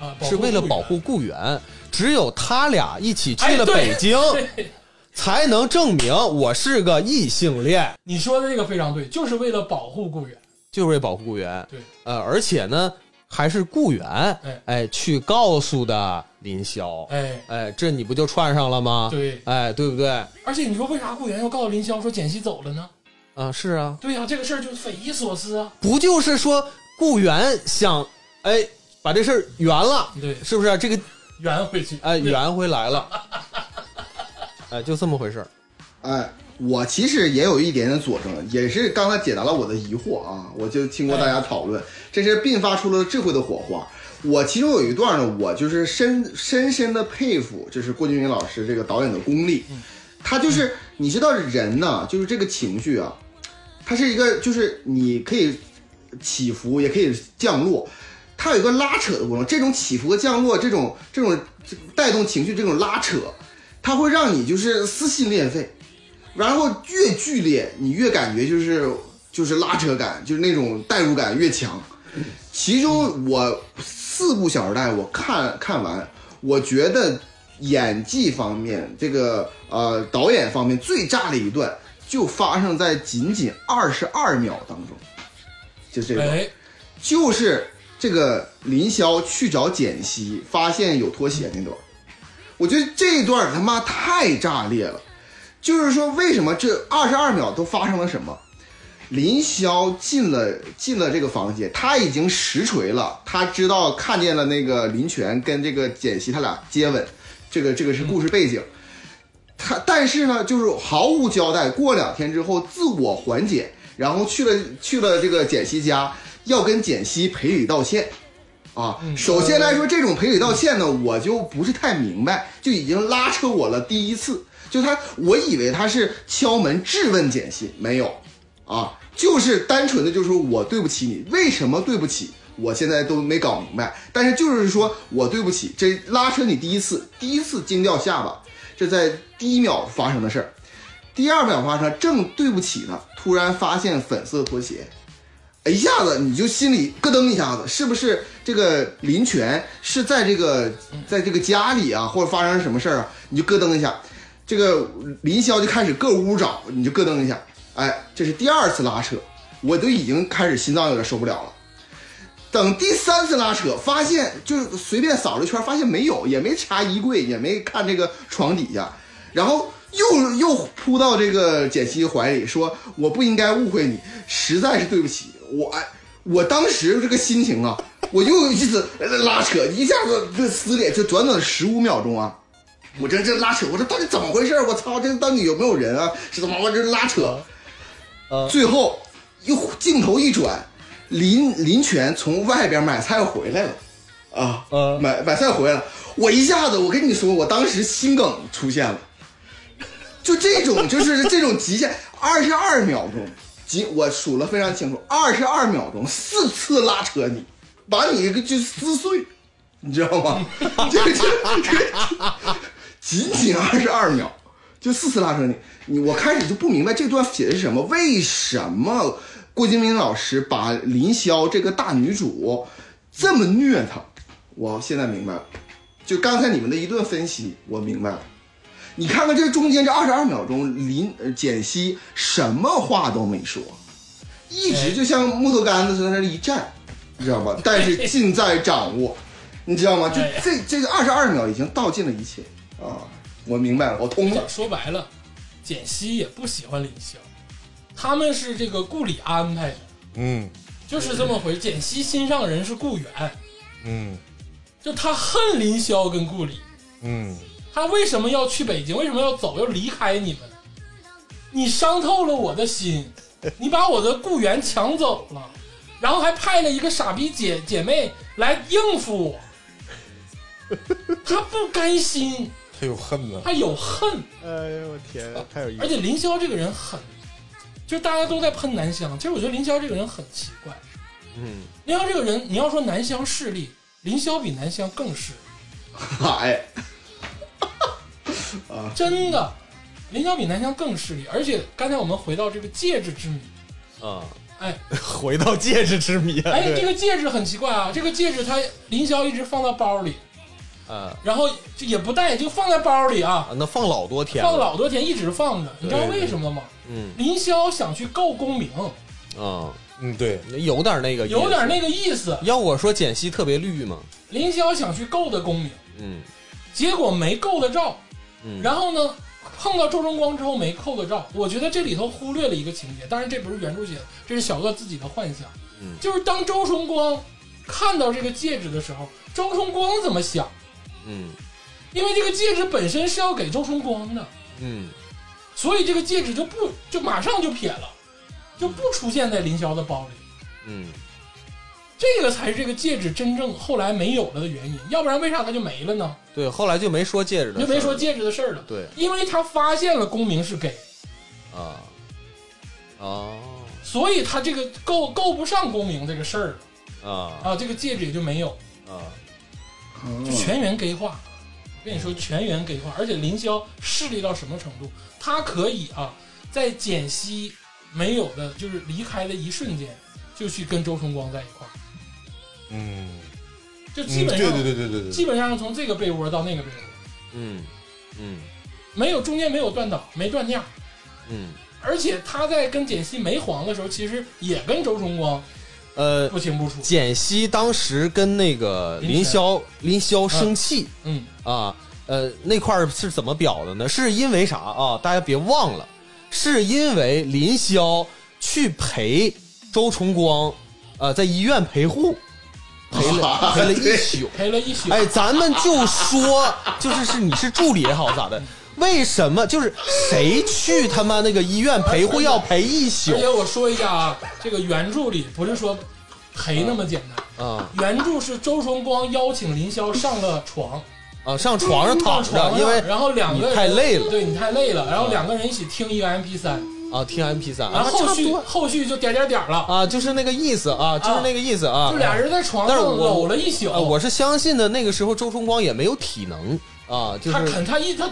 [SPEAKER 1] 啊，
[SPEAKER 3] 是为了保
[SPEAKER 1] 护
[SPEAKER 3] 护顾源。只有他俩一起去
[SPEAKER 1] 哎
[SPEAKER 3] 了
[SPEAKER 1] 对
[SPEAKER 3] 北京，
[SPEAKER 1] 顾源。对
[SPEAKER 3] 才能证明我是个异性恋，
[SPEAKER 1] 你说的这个非常对，就是为了保护雇员。
[SPEAKER 3] 就是为保护顾源。
[SPEAKER 1] 对，
[SPEAKER 3] 呃，而且呢，还是顾源
[SPEAKER 1] 哎
[SPEAKER 3] 哎去告诉的林霄。
[SPEAKER 1] 哎，
[SPEAKER 3] 哎，这你不就串上了吗？，
[SPEAKER 1] 对，
[SPEAKER 3] 哎，对不对？
[SPEAKER 1] 而且你说为啥雇员要告诉林霄说简溪走了呢？
[SPEAKER 3] 啊，是啊，
[SPEAKER 1] 对呀、这个事儿就匪夷所思啊。
[SPEAKER 3] 不就是说顾源想哎把这事儿圆了，
[SPEAKER 1] 对
[SPEAKER 3] 是不是、这个
[SPEAKER 1] 圆回去。
[SPEAKER 3] 哎，圆回来了， 哎，就这么回事儿。
[SPEAKER 4] 哎，我其实也有一点点佐证，也是刚才解答了我的疑惑啊。我就经过大家讨论，这是并发出了智慧的火花。我其中有一段呢，我就是深深深的佩服，就是郭敬明老师这个导演的功力。他就是你知道人呐，就是这个情绪啊，它是一个就是你可以起伏，也可以降落，它有一个拉扯的过程。这种起伏和降落，这种这种带动情绪这种拉扯，它会让你就是撕心裂肺。然后越剧烈，你越感觉就是就是拉扯感，就是那种代入感越强。其中我四部《小时代》，我看看完，我觉得演技方面，这个呃导演方面最炸的一段，就发生在仅仅二十二秒当中，就这段，
[SPEAKER 1] 哎，
[SPEAKER 4] 就是这个林霄去找简溪，发现有拖鞋那段，我觉得这一段他妈太炸裂了。就是说，为什么这二十二秒都发生了什么？林霄进了进了这个房间，他已经实锤了，他知道看见了那个林泉跟这个简溪他俩接吻，这个这个是故事背景。他但是呢，就是毫无交代。过两天之后自我缓解，然后去了去了这个简溪家，要跟简溪赔礼道歉。啊，首先来说，这种赔礼道歉呢，我就不是太明白，就已经拉扯我了。第一次，就他，我以为他是敲门质问简溪，没有，啊，就是单纯的就是说我对不起你，为什么对不起？我现在都没搞明白，但是就是说我对不起，这拉扯你第一次，第一次惊掉下巴，这在第一秒发生的事儿，第二秒发生，正对不起呢，突然发现粉色拖鞋，一下子你就心里咯噔一下子，是不是这个林泉是在这个在这个家里啊，或者发生什么事儿啊？你就咯噔一下，这个林霄就开始各屋找，你就咯噔一下，哎，这是第二次拉扯，我都已经开始心脏有点受不了了。等第三次拉扯，发现就是随便扫了一圈，发现没有，也没查衣柜，也没看这个床底下，然后又又扑到这个简溪怀里，说我不应该误会你，实在是对不起，我哎我当时这个心情啊，我又一次拉扯，一下子这撕裂，就短短十五秒钟啊，我这这拉扯，我这到底怎么回事？我操，这到底有没有人啊？是怎么？我这拉扯，
[SPEAKER 3] 呃
[SPEAKER 4] 最后又镜头一转，林林泉从外边买菜回来了，啊，
[SPEAKER 3] 嗯
[SPEAKER 4] 买买菜回来了，我一下子，我跟你说，我当时心梗出现了，就这种就是这种极限，二十二秒钟，极我数了非常清楚，二十二秒钟四次拉扯你，把你给就撕碎，你知道吗？ 这这这，仅仅二十二秒，就四次拉扯你，你我开始就不明白这段写的是什么，为什么郭敬明老师把林霄这个大女主这么虐她？我现在明白了，就刚才你们的一顿分析，我明白了。你看看这中间这二十二秒钟，林呃简溪什么话都没说，一直就像木头杆子在那儿一站，你知道吧？但是尽在掌握，你知道吗？就
[SPEAKER 1] 哎
[SPEAKER 4] 这这个二十二秒已经道尽了一切啊！我明白了，我 通了。
[SPEAKER 1] 说白了，简溪也不喜欢林霄，他们是这个故里安排的，
[SPEAKER 2] 嗯
[SPEAKER 1] 就是这么回事。简溪心上人是顾源，
[SPEAKER 2] 嗯
[SPEAKER 1] 就他恨林霄跟顾里，
[SPEAKER 2] 嗯
[SPEAKER 1] 他为什么要去北京？为什么要走？要离开你们？你伤透了我的心，你把我的雇员抢走了，然后还派了一个傻逼姐姐妹来应付我。他不甘心，
[SPEAKER 2] 他有恨呐。
[SPEAKER 1] 他有恨，
[SPEAKER 5] 哎呦我天，太有意思
[SPEAKER 1] 而
[SPEAKER 5] 了。
[SPEAKER 1] 且林霄这个人狠，就是大家都在喷南湘，其实我觉得林霄这个人很奇怪。
[SPEAKER 3] 嗯，
[SPEAKER 1] 林霄这个人，你要说南湘势利，林霄比南湘更势利。
[SPEAKER 4] 哎，
[SPEAKER 1] 真的，林霄比南湘更势利。而且刚才我们回到这个戒指之谜，
[SPEAKER 3] 啊，
[SPEAKER 1] 哎
[SPEAKER 3] 回到戒指之谜，
[SPEAKER 5] 啊
[SPEAKER 1] 哎，这个戒指很奇怪啊，这个戒指他林霄一直放到包里，
[SPEAKER 3] 啊，
[SPEAKER 1] 然后就也不戴，就放在包里啊，
[SPEAKER 3] 那放老多天了，
[SPEAKER 1] 放老多天一直放着。你知道为什么吗？
[SPEAKER 3] 嗯
[SPEAKER 1] 林霄想去告功名，
[SPEAKER 3] 啊，
[SPEAKER 2] 嗯，对，
[SPEAKER 3] 有点那个，
[SPEAKER 1] 有点那。个意思。
[SPEAKER 3] 要我说，简溪特别绿嘛，
[SPEAKER 1] 林霄想去够的功名，
[SPEAKER 3] 嗯
[SPEAKER 1] 结果没够得着，
[SPEAKER 3] 嗯，
[SPEAKER 1] 然后呢，碰到周崇光之后没扣得着。我觉得这里头忽略了一个情节，当然这不是原著写的，这是小鳄自己的幻想。
[SPEAKER 3] 嗯
[SPEAKER 1] 就是当周崇光看到这个戒指的时候，周崇光怎么想？
[SPEAKER 3] 嗯
[SPEAKER 1] 因为这个戒指本身是要给周崇光的，
[SPEAKER 3] 嗯
[SPEAKER 1] 所以这个戒指就不就马上就撇了，就不出现在林霄的包里。
[SPEAKER 3] 嗯
[SPEAKER 1] 这个才是这个戒指真正后来没有了的原因，要不然为啥它就没了呢？
[SPEAKER 3] 对，后来就没说戒指了，
[SPEAKER 1] 就没说戒指的事儿了。
[SPEAKER 3] 对
[SPEAKER 1] 因为他发现了公明是 gay，
[SPEAKER 3] 啊哦
[SPEAKER 1] 所以他这个够够不上公明这个事儿了
[SPEAKER 3] 啊
[SPEAKER 2] 嗯
[SPEAKER 1] 啊，这个戒指也就没有，
[SPEAKER 3] 啊
[SPEAKER 1] 就全员 gay 化。我跟你说，全员 gay 化，而且林霄势力到什么程度？他可以啊，在简溪没有的，就是离开的一瞬间，就去跟周崇光在一块儿，
[SPEAKER 2] 嗯，
[SPEAKER 1] 就基
[SPEAKER 2] 嗯
[SPEAKER 1] 本
[SPEAKER 2] 对
[SPEAKER 1] 上、
[SPEAKER 2] 对对对对
[SPEAKER 1] 基
[SPEAKER 2] 对，
[SPEAKER 1] 本上从这个被窝到那个被窝，
[SPEAKER 3] 嗯嗯
[SPEAKER 1] 没有中间没有断档，没断架，
[SPEAKER 3] 嗯
[SPEAKER 1] 而且他在跟简溪没黄的时候，其实也跟周崇光
[SPEAKER 3] 呃，
[SPEAKER 1] 不清不楚。
[SPEAKER 3] 简溪当时跟那个林
[SPEAKER 1] 林
[SPEAKER 3] 霄林霄生气。
[SPEAKER 1] 嗯，
[SPEAKER 3] 啊，呃，那块儿是怎么表的呢？是因为啥啊？大家别忘了，是因为林霄去陪周崇光，呃，在医院陪护，陪 了陪了一宿。
[SPEAKER 1] 陪了一宿。
[SPEAKER 3] 哎，咱们就说，就是是你是助理也好咋的，为什么就是谁去他妈那个医院陪护要陪一宿
[SPEAKER 1] 而且我说一下啊，这个原著里不是说陪那么简单，
[SPEAKER 3] 啊
[SPEAKER 1] 原著是周崇光邀请林霄上了床，
[SPEAKER 3] 啊？上床上躺
[SPEAKER 1] 嗯上床
[SPEAKER 3] 着，
[SPEAKER 1] 了
[SPEAKER 3] 因为
[SPEAKER 1] 然后两个人
[SPEAKER 3] 你太累了
[SPEAKER 1] 对你太累了，然后两个人一起听一个 MP 三，
[SPEAKER 3] 啊听 MP 三
[SPEAKER 1] 然
[SPEAKER 3] 啊
[SPEAKER 1] 后，
[SPEAKER 3] 差
[SPEAKER 1] 后
[SPEAKER 3] 不
[SPEAKER 1] 续
[SPEAKER 3] 多
[SPEAKER 1] 后续就点点点了，
[SPEAKER 3] 啊，就是那个意思啊，就是那个意思啊，
[SPEAKER 1] 就俩人在床
[SPEAKER 3] 但
[SPEAKER 1] 上
[SPEAKER 3] 是我
[SPEAKER 1] 搂了一宿。
[SPEAKER 3] 啊，我是相信的。那个时候周崇光也没有体能啊，就
[SPEAKER 1] 他
[SPEAKER 3] 是
[SPEAKER 1] 肯他一他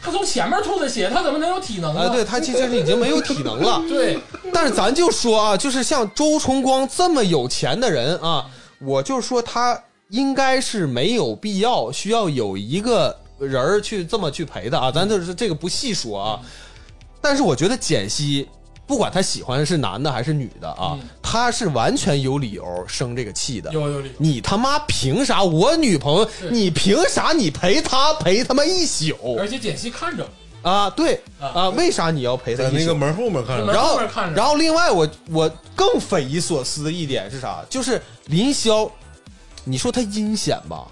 [SPEAKER 1] 他从前面吐的血，他怎么能有体能
[SPEAKER 3] 啊，
[SPEAKER 1] 呢？
[SPEAKER 3] 对他其实已经没有体能了。
[SPEAKER 1] 对，
[SPEAKER 3] 但是咱就说啊，就是像周崇光这么有钱的人啊，我就说他应该是没有必要需要有一个人儿去这么去陪的啊。咱就是这个不细说啊，但是我觉得简溪。不管他喜欢是男的还是女的啊，
[SPEAKER 1] 嗯
[SPEAKER 3] 他是完全有理由生这个气的。
[SPEAKER 1] 有有理由。
[SPEAKER 3] 你他妈凭啥？我女朋友，你凭啥？你陪她陪他妈一宿
[SPEAKER 1] 而且简溪看着我，
[SPEAKER 3] 啊？对
[SPEAKER 1] 啊
[SPEAKER 3] 啊，为啥你要陪她
[SPEAKER 2] 在
[SPEAKER 3] 一
[SPEAKER 2] 那个
[SPEAKER 3] 宿？
[SPEAKER 2] 门后面看着
[SPEAKER 1] 门
[SPEAKER 3] 然后
[SPEAKER 1] 后面看着，
[SPEAKER 3] 然后另外我我更匪夷所思的一点是啥？就是林霄，你说他阴险吧，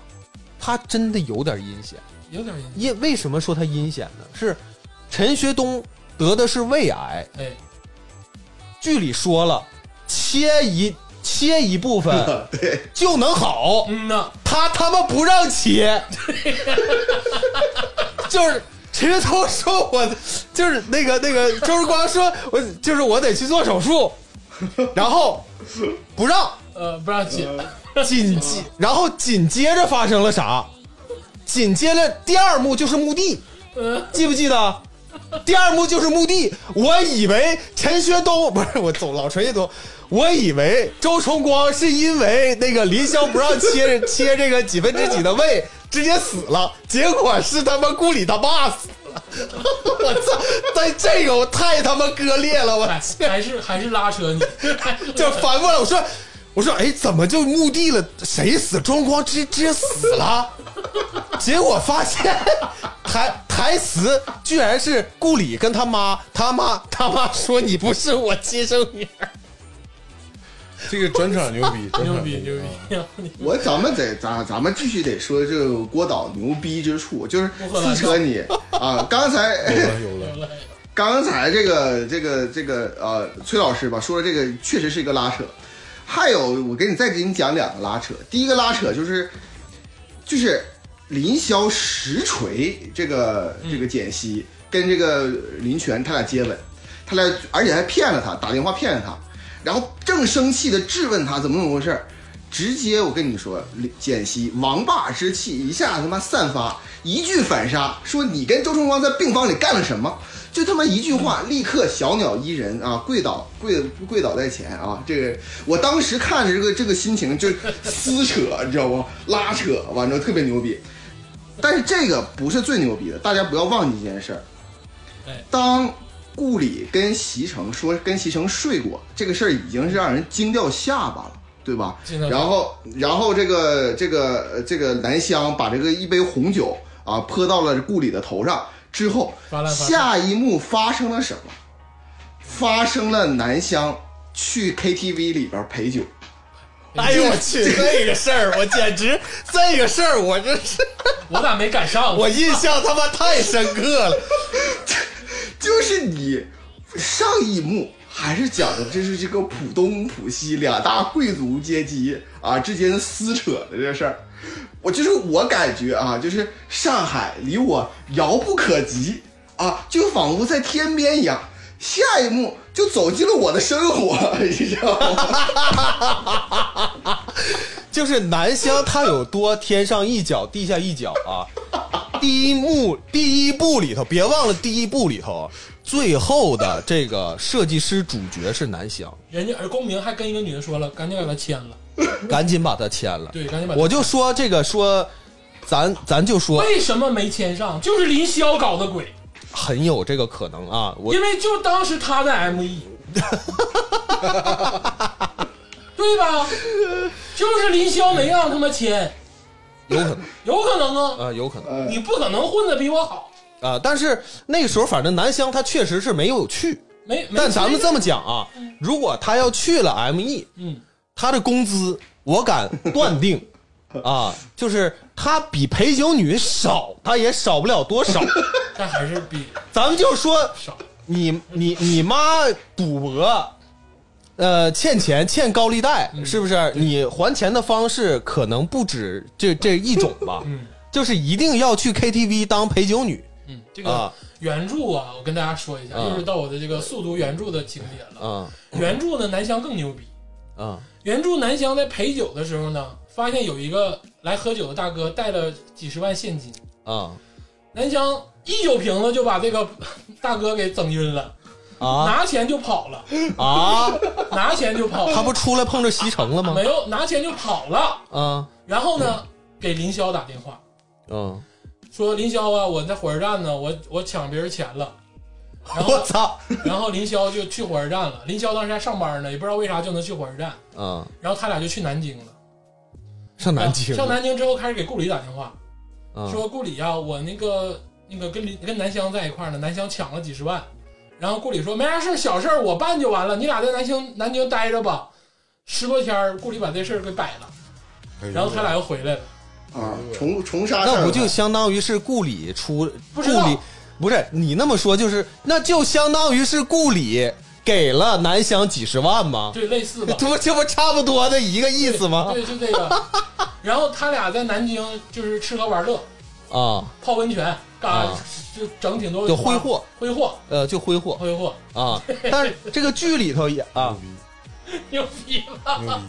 [SPEAKER 3] 他真的有点阴险。
[SPEAKER 1] 有点阴
[SPEAKER 3] 因为什么说他阴险呢？是陈学冬得的是胃癌，
[SPEAKER 1] 哎，
[SPEAKER 3] 剧里说了，切一切一 部分就能好。
[SPEAKER 1] 嗯呐，
[SPEAKER 3] 他他妈不让切，就是陈学冬说我就是那个那个周日光说我就是我得去做手术，然后不让
[SPEAKER 1] 呃，不让解，
[SPEAKER 3] 紧接然后紧接着发生了啥？紧接着第二幕就是墓地，
[SPEAKER 1] 呃，
[SPEAKER 3] 记不记得？第二幕就是墓地，我以为陈学冬 不是我走老陈学冬，我以为周崇光是因为那个林霄不让切 切这个几分之几的胃，直接死了，结果是他妈顾里他爸死了， 我操！但这个我太他妈割裂了，我
[SPEAKER 1] 还 还是还是拉扯你，
[SPEAKER 3] 就反过来，我说，我说，哎，怎么就墓地了？谁死？庄光直直接死了。 结果发现台台词居然是顾里跟他妈，他妈他妈说你不是我亲生女儿。
[SPEAKER 2] 这个转场牛逼，转
[SPEAKER 1] 牛
[SPEAKER 2] 场
[SPEAKER 1] 逼牛
[SPEAKER 2] 啊
[SPEAKER 1] 逼牛逼，
[SPEAKER 4] 我咱们得咱咱们必须得说这个郭导牛逼之处，就是
[SPEAKER 1] 不可拦
[SPEAKER 4] 撕扯你啊！刚
[SPEAKER 2] 哎
[SPEAKER 4] 才
[SPEAKER 2] 有了有
[SPEAKER 1] 嗯
[SPEAKER 2] 了，
[SPEAKER 4] 刚才这个这个这个呃，崔老师吧说的这个呃确实是一个拉扯。还有，我给你再给你讲两个拉扯。第一个拉扯就是就是林霄实锤这个这个简溪跟这个林泉他俩接吻，他俩而且还骗了他，打电话骗了他，然后正生气的质问他怎么怎么回事儿直接我跟你说，林简溪王霸之气一下他妈散发，一句反杀，说你跟周崇光在病房里干了什么？就他妈一句话，立刻小鸟依人啊，跪倒跪跪倒在前啊！这个我当时看着这个这个心情就撕扯，你知道不？拉扯完之后特别牛逼，但是这个不是最牛逼的，大家不要忘记一件事儿
[SPEAKER 1] 哎。
[SPEAKER 4] 当顾里跟席城说跟席城睡过这个事儿，已经是让人惊掉下巴了，对吧
[SPEAKER 1] 惊掉？下巴
[SPEAKER 4] 然后，然后这个这个呃这个南湘把这个一杯红酒啊泼到了顾里的头上之后
[SPEAKER 1] 发烂，发烂
[SPEAKER 4] 下一幕发生了什么？发生了南湘去 KTV 里边陪酒。
[SPEAKER 3] 哎呦我去， 这个事儿我简直，这个事儿我真是，
[SPEAKER 1] 我咋没赶上？
[SPEAKER 3] 我印象他妈太深刻了。
[SPEAKER 4] 就是你上一幕还是讲的这是这个浦东浦西两大贵族阶级啊之间撕扯的这事儿，我就是我感觉啊，就是上海离我遥不可及啊，就仿佛在天边一样。下一幕就走进了我的生活， 你知道吗？
[SPEAKER 3] 就是南湘它有多天上一脚地下一脚啊！ 第一幕第一部里头，别忘了第一部里头最后的这个设计师主角是南湘，
[SPEAKER 1] 人家而公明还跟一个女的说了，赶紧给他签了。
[SPEAKER 3] 赶紧把他签了。
[SPEAKER 1] 对赶紧把他
[SPEAKER 3] 我就说这个说，咱咱就说
[SPEAKER 1] 为什么没签上？就是林霄搞的鬼，
[SPEAKER 3] 很有这个可能啊。我
[SPEAKER 1] 因为就当时他在 E ME，对吧？就是林霄没让他们签，
[SPEAKER 3] 有可能
[SPEAKER 1] 有可能啊，
[SPEAKER 3] 啊，有可能
[SPEAKER 1] 你不可能混的比我好，
[SPEAKER 3] 啊，但是那个时候反正南湘他确实是没有去。
[SPEAKER 1] 没。没
[SPEAKER 3] 但咱们
[SPEAKER 1] 签
[SPEAKER 3] 这么讲啊，如果他要去了 E，ME，
[SPEAKER 1] 嗯，
[SPEAKER 3] 他的工资我敢断定 啊，就是他比陪酒女少，他也少不了多 少。
[SPEAKER 1] 但还是比
[SPEAKER 3] 咱们就说
[SPEAKER 1] 少。
[SPEAKER 3] 你你你妈赌博，呃，欠钱欠高利贷，
[SPEAKER 1] 嗯
[SPEAKER 3] 是不是？你还钱的方式可能不止这这一种吧，
[SPEAKER 1] 嗯
[SPEAKER 3] 就是一定要去 KTV 当陪酒女
[SPEAKER 1] 嗯，这个
[SPEAKER 3] 啊
[SPEAKER 1] 原著啊，我跟大家说一下，
[SPEAKER 3] 啊
[SPEAKER 1] 又是到我的这个速读原著的情节了。
[SPEAKER 3] 啊
[SPEAKER 1] 原著呢，南湘更牛逼。
[SPEAKER 3] 啊
[SPEAKER 1] 原著南湘在陪酒的时候呢，发现有一个来喝酒的大哥带了几十万现金，
[SPEAKER 3] 啊
[SPEAKER 1] 南湘一酒瓶子就把这个大哥给整晕了，
[SPEAKER 3] 啊
[SPEAKER 1] 拿钱就跑了，
[SPEAKER 3] 啊！
[SPEAKER 1] 拿钱就跑了，
[SPEAKER 3] 他不出来碰着西城了吗
[SPEAKER 1] 没？有拿钱就跑了。
[SPEAKER 3] 啊
[SPEAKER 1] 然后呢，给林霄打电话
[SPEAKER 3] 嗯，
[SPEAKER 1] 说：“林霄啊，我在火车站呢，我我抢别人钱了。”然
[SPEAKER 3] 我
[SPEAKER 1] 后
[SPEAKER 3] 操！
[SPEAKER 1] 然后林霄就去火车站了，林霄当时还上班呢，也不知道为啥就能去火车站。
[SPEAKER 3] 啊，
[SPEAKER 1] 然后他俩就去南京了，啊
[SPEAKER 3] 上南京
[SPEAKER 1] 上南京之后开始给顾里打电话，
[SPEAKER 3] 啊
[SPEAKER 1] 说顾里啊，我那个那个跟林跟南湘在一块儿呢，南湘抢了几十万，然后顾里说没啥事儿，小事儿我办就完了，你俩在南京南京待着吧。十多天儿，顾里把这事儿给摆了，
[SPEAKER 2] 哎
[SPEAKER 1] 然后他俩又回来了。
[SPEAKER 4] 啊，重重杀事儿
[SPEAKER 3] 那
[SPEAKER 4] 吧
[SPEAKER 3] 不就相当于是顾里出
[SPEAKER 1] 不知道
[SPEAKER 3] 顾里不是你那么说就是那就相当于是顾里给了南湘几十万吗？
[SPEAKER 1] 对，类 似吧，
[SPEAKER 3] 这不这不差不多的一个意思吗？
[SPEAKER 1] 对，就这个。然后他俩在南京就是吃喝玩乐，
[SPEAKER 3] 啊，
[SPEAKER 1] 泡温泉，干、
[SPEAKER 3] 啊
[SPEAKER 1] 就整挺多，
[SPEAKER 3] 就挥霍，
[SPEAKER 1] 挥霍，
[SPEAKER 3] 呃，就挥霍
[SPEAKER 1] 挥霍，
[SPEAKER 3] 啊。但是这个剧里头也啊
[SPEAKER 1] 牛逼了！
[SPEAKER 2] 牛逼，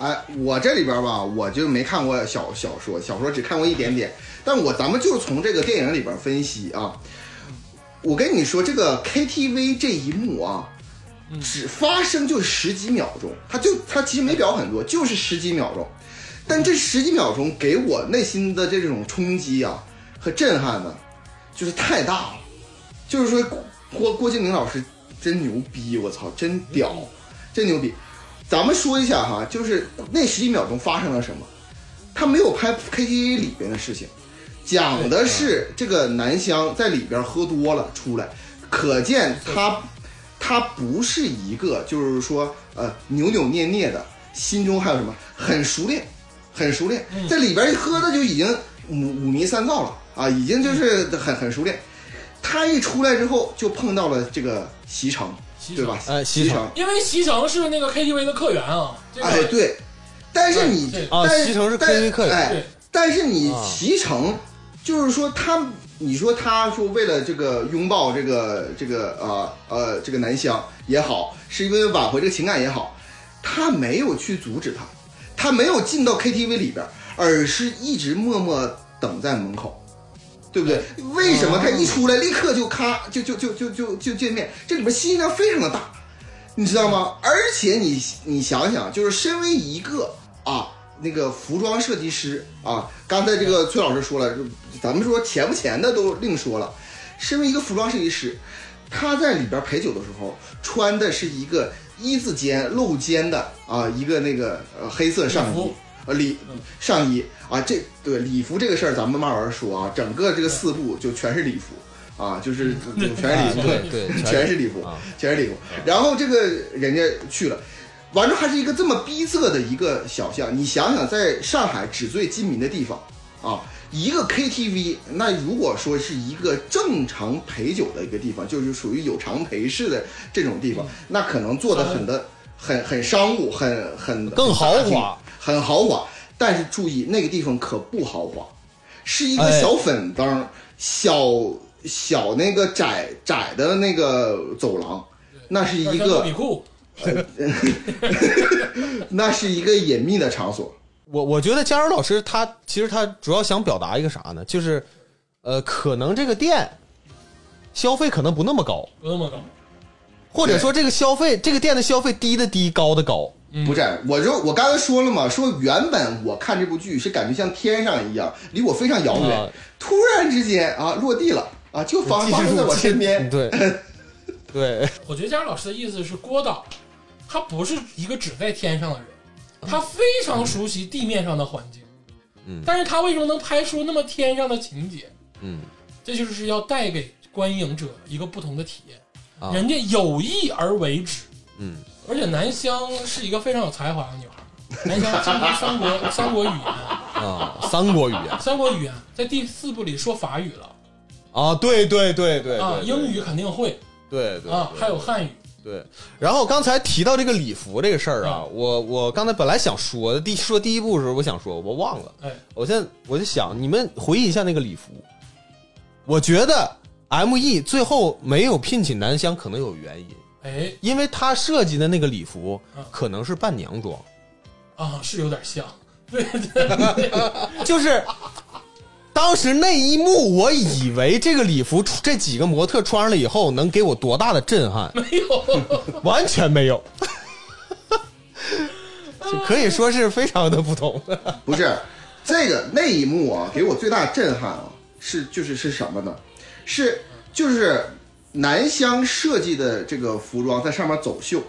[SPEAKER 4] 哎，我这里边吧，我就没看过小小说，小说只看过一点点。但我咱们就是从这个电影里边分析啊。我跟你说，这个 KTV 这一幕啊，只发生就十几秒钟，它就它其实没表很多，就是十几秒钟。但这十几秒钟给我内心的这种冲击啊和震撼呢，就是太大了。就是说郭郭郭敬明老师真牛逼，我操，真屌，真牛逼。咱们说一下哈，就是那十几秒钟发生了什么？他没有拍 KTV 里边的事情，讲的是
[SPEAKER 3] 嗯
[SPEAKER 4] 这个南湘在里边喝多了出来，可见他他不是一个就是说呃扭扭捏捏的，心中还有什么很熟练，很熟练，
[SPEAKER 3] 嗯
[SPEAKER 4] 在里边喝的就已经五五迷三道了啊，已经
[SPEAKER 3] 嗯
[SPEAKER 4] 就是很很熟练。他一出来之后就碰到了这个席城，
[SPEAKER 1] 席
[SPEAKER 4] 对吧？
[SPEAKER 3] 城哎席
[SPEAKER 4] 席
[SPEAKER 3] 城
[SPEAKER 4] 城，
[SPEAKER 1] 因为席城是那个 KTV 的客源啊，这个、
[SPEAKER 4] 哎，对，但是你
[SPEAKER 1] 对
[SPEAKER 3] 啊
[SPEAKER 4] 但
[SPEAKER 3] 西城是
[SPEAKER 4] 但
[SPEAKER 3] KTV 客人
[SPEAKER 4] 哎
[SPEAKER 1] 对，
[SPEAKER 4] 但是你
[SPEAKER 3] 啊
[SPEAKER 4] 西城就是说他，你说他说为了这个拥抱这个这个呃呃这个南湘也好，是因为挽回这个情感也好，他没有去阻止他，他没有进到 KTV 里边，而是一直默默等在门口。对不对？为
[SPEAKER 3] 哦
[SPEAKER 4] 什么他一出来立刻就咔就就就就就就见面？这里边信息量非常的大，你知道吗？而且你你想想，就是身为一个啊那个服装设计师啊，刚才这个崔老师说了，咱们说钱不钱的都另说了，身为一个服装设计师，他在里边陪酒的时候穿的是一个一字肩露肩的啊一个那个呃黑色上衣
[SPEAKER 1] 礼服。嗯
[SPEAKER 4] 呃礼上衣啊，这对礼服这个事儿咱们慢慢说啊，整个这个四部就全是礼服啊， 就是就全是
[SPEAKER 3] 啊
[SPEAKER 4] 礼服，
[SPEAKER 3] 对对
[SPEAKER 4] 全是礼服
[SPEAKER 3] 啊，
[SPEAKER 4] 全是礼服。然后这个人家去了，完之后还是一个这么逼仄的一个小巷，你想想，在上海纸醉金迷的地方啊，一个 KTV，那如果说是一个正常陪酒的一个地方，就是属于有偿陪侍的这种地
[SPEAKER 3] 嗯
[SPEAKER 4] 方，那可能做的很的很很商务，很很
[SPEAKER 3] 更豪华
[SPEAKER 4] 很大气很豪华。但是注意，那个地方可不豪华，是一个
[SPEAKER 3] 哎
[SPEAKER 4] 小粉灯儿，小小那个窄窄的那个走廊，那是一
[SPEAKER 1] 穿小
[SPEAKER 4] 个
[SPEAKER 1] 比裤，
[SPEAKER 4] 那是一个隐秘的场所。
[SPEAKER 3] 我我觉得佳柔老师他其实他主要想表达一个啥呢？就是，呃，可能这个店消费可能不那么高，
[SPEAKER 1] 不那么高。
[SPEAKER 3] 或者说这个消费这个店的消费低的低，高的高。
[SPEAKER 4] 不是，我就我刚才说了嘛，说原本我看这部剧是感觉像天上一样，离我非常遥远，
[SPEAKER 3] 啊
[SPEAKER 4] 突然之间啊落地了啊，就发
[SPEAKER 3] 技
[SPEAKER 4] 发生在
[SPEAKER 3] 术
[SPEAKER 4] 我身边。
[SPEAKER 3] 对对，
[SPEAKER 1] 我觉得佳老师的意思是，郭导他不是一个只在天上的人，他非常熟悉地面上的环境，
[SPEAKER 3] 嗯
[SPEAKER 1] 但是他为什么能拍出那么天上的情节？
[SPEAKER 3] 嗯，
[SPEAKER 1] 这就是要带给观影者一个不同的体验，
[SPEAKER 3] 啊
[SPEAKER 1] 人家有意而为之。
[SPEAKER 3] 嗯，
[SPEAKER 1] 而且南湘是一个非常有才华的女孩，南湘精通三国三国语言，
[SPEAKER 3] 啊，三国语言
[SPEAKER 1] 三国语言在第四部里说法语了
[SPEAKER 3] 啊，对对对对
[SPEAKER 1] 啊，
[SPEAKER 3] 对
[SPEAKER 1] 英语肯定会
[SPEAKER 3] 对对
[SPEAKER 1] 啊，
[SPEAKER 3] 对
[SPEAKER 1] 还有汉语，
[SPEAKER 3] 对，然后刚才提到这个礼服这个事儿啊，
[SPEAKER 1] 嗯
[SPEAKER 3] 我我刚才本来想说的，第说第一步的时候我想说，我忘了，
[SPEAKER 1] 哎，
[SPEAKER 3] 我现在我就想你们回忆一下那个礼服，我觉得 M E 最后没有聘请南湘可能有原因，
[SPEAKER 1] 哎
[SPEAKER 3] 因为他设计的那个礼服
[SPEAKER 1] 嗯
[SPEAKER 3] 可能是伴娘装，
[SPEAKER 1] 啊，是有点像，对对对，
[SPEAKER 3] 就是。当时那一幕，我以为这个礼服出这几个模特穿上了以后能给我多大的震撼，
[SPEAKER 1] 没有。
[SPEAKER 3] 完全 没有，就可以说是非常的 不同。
[SPEAKER 4] 不是这个那一幕啊，给我最大震撼啊，是就是是什么呢？是就是南湘设计的这个服装在上面走秀，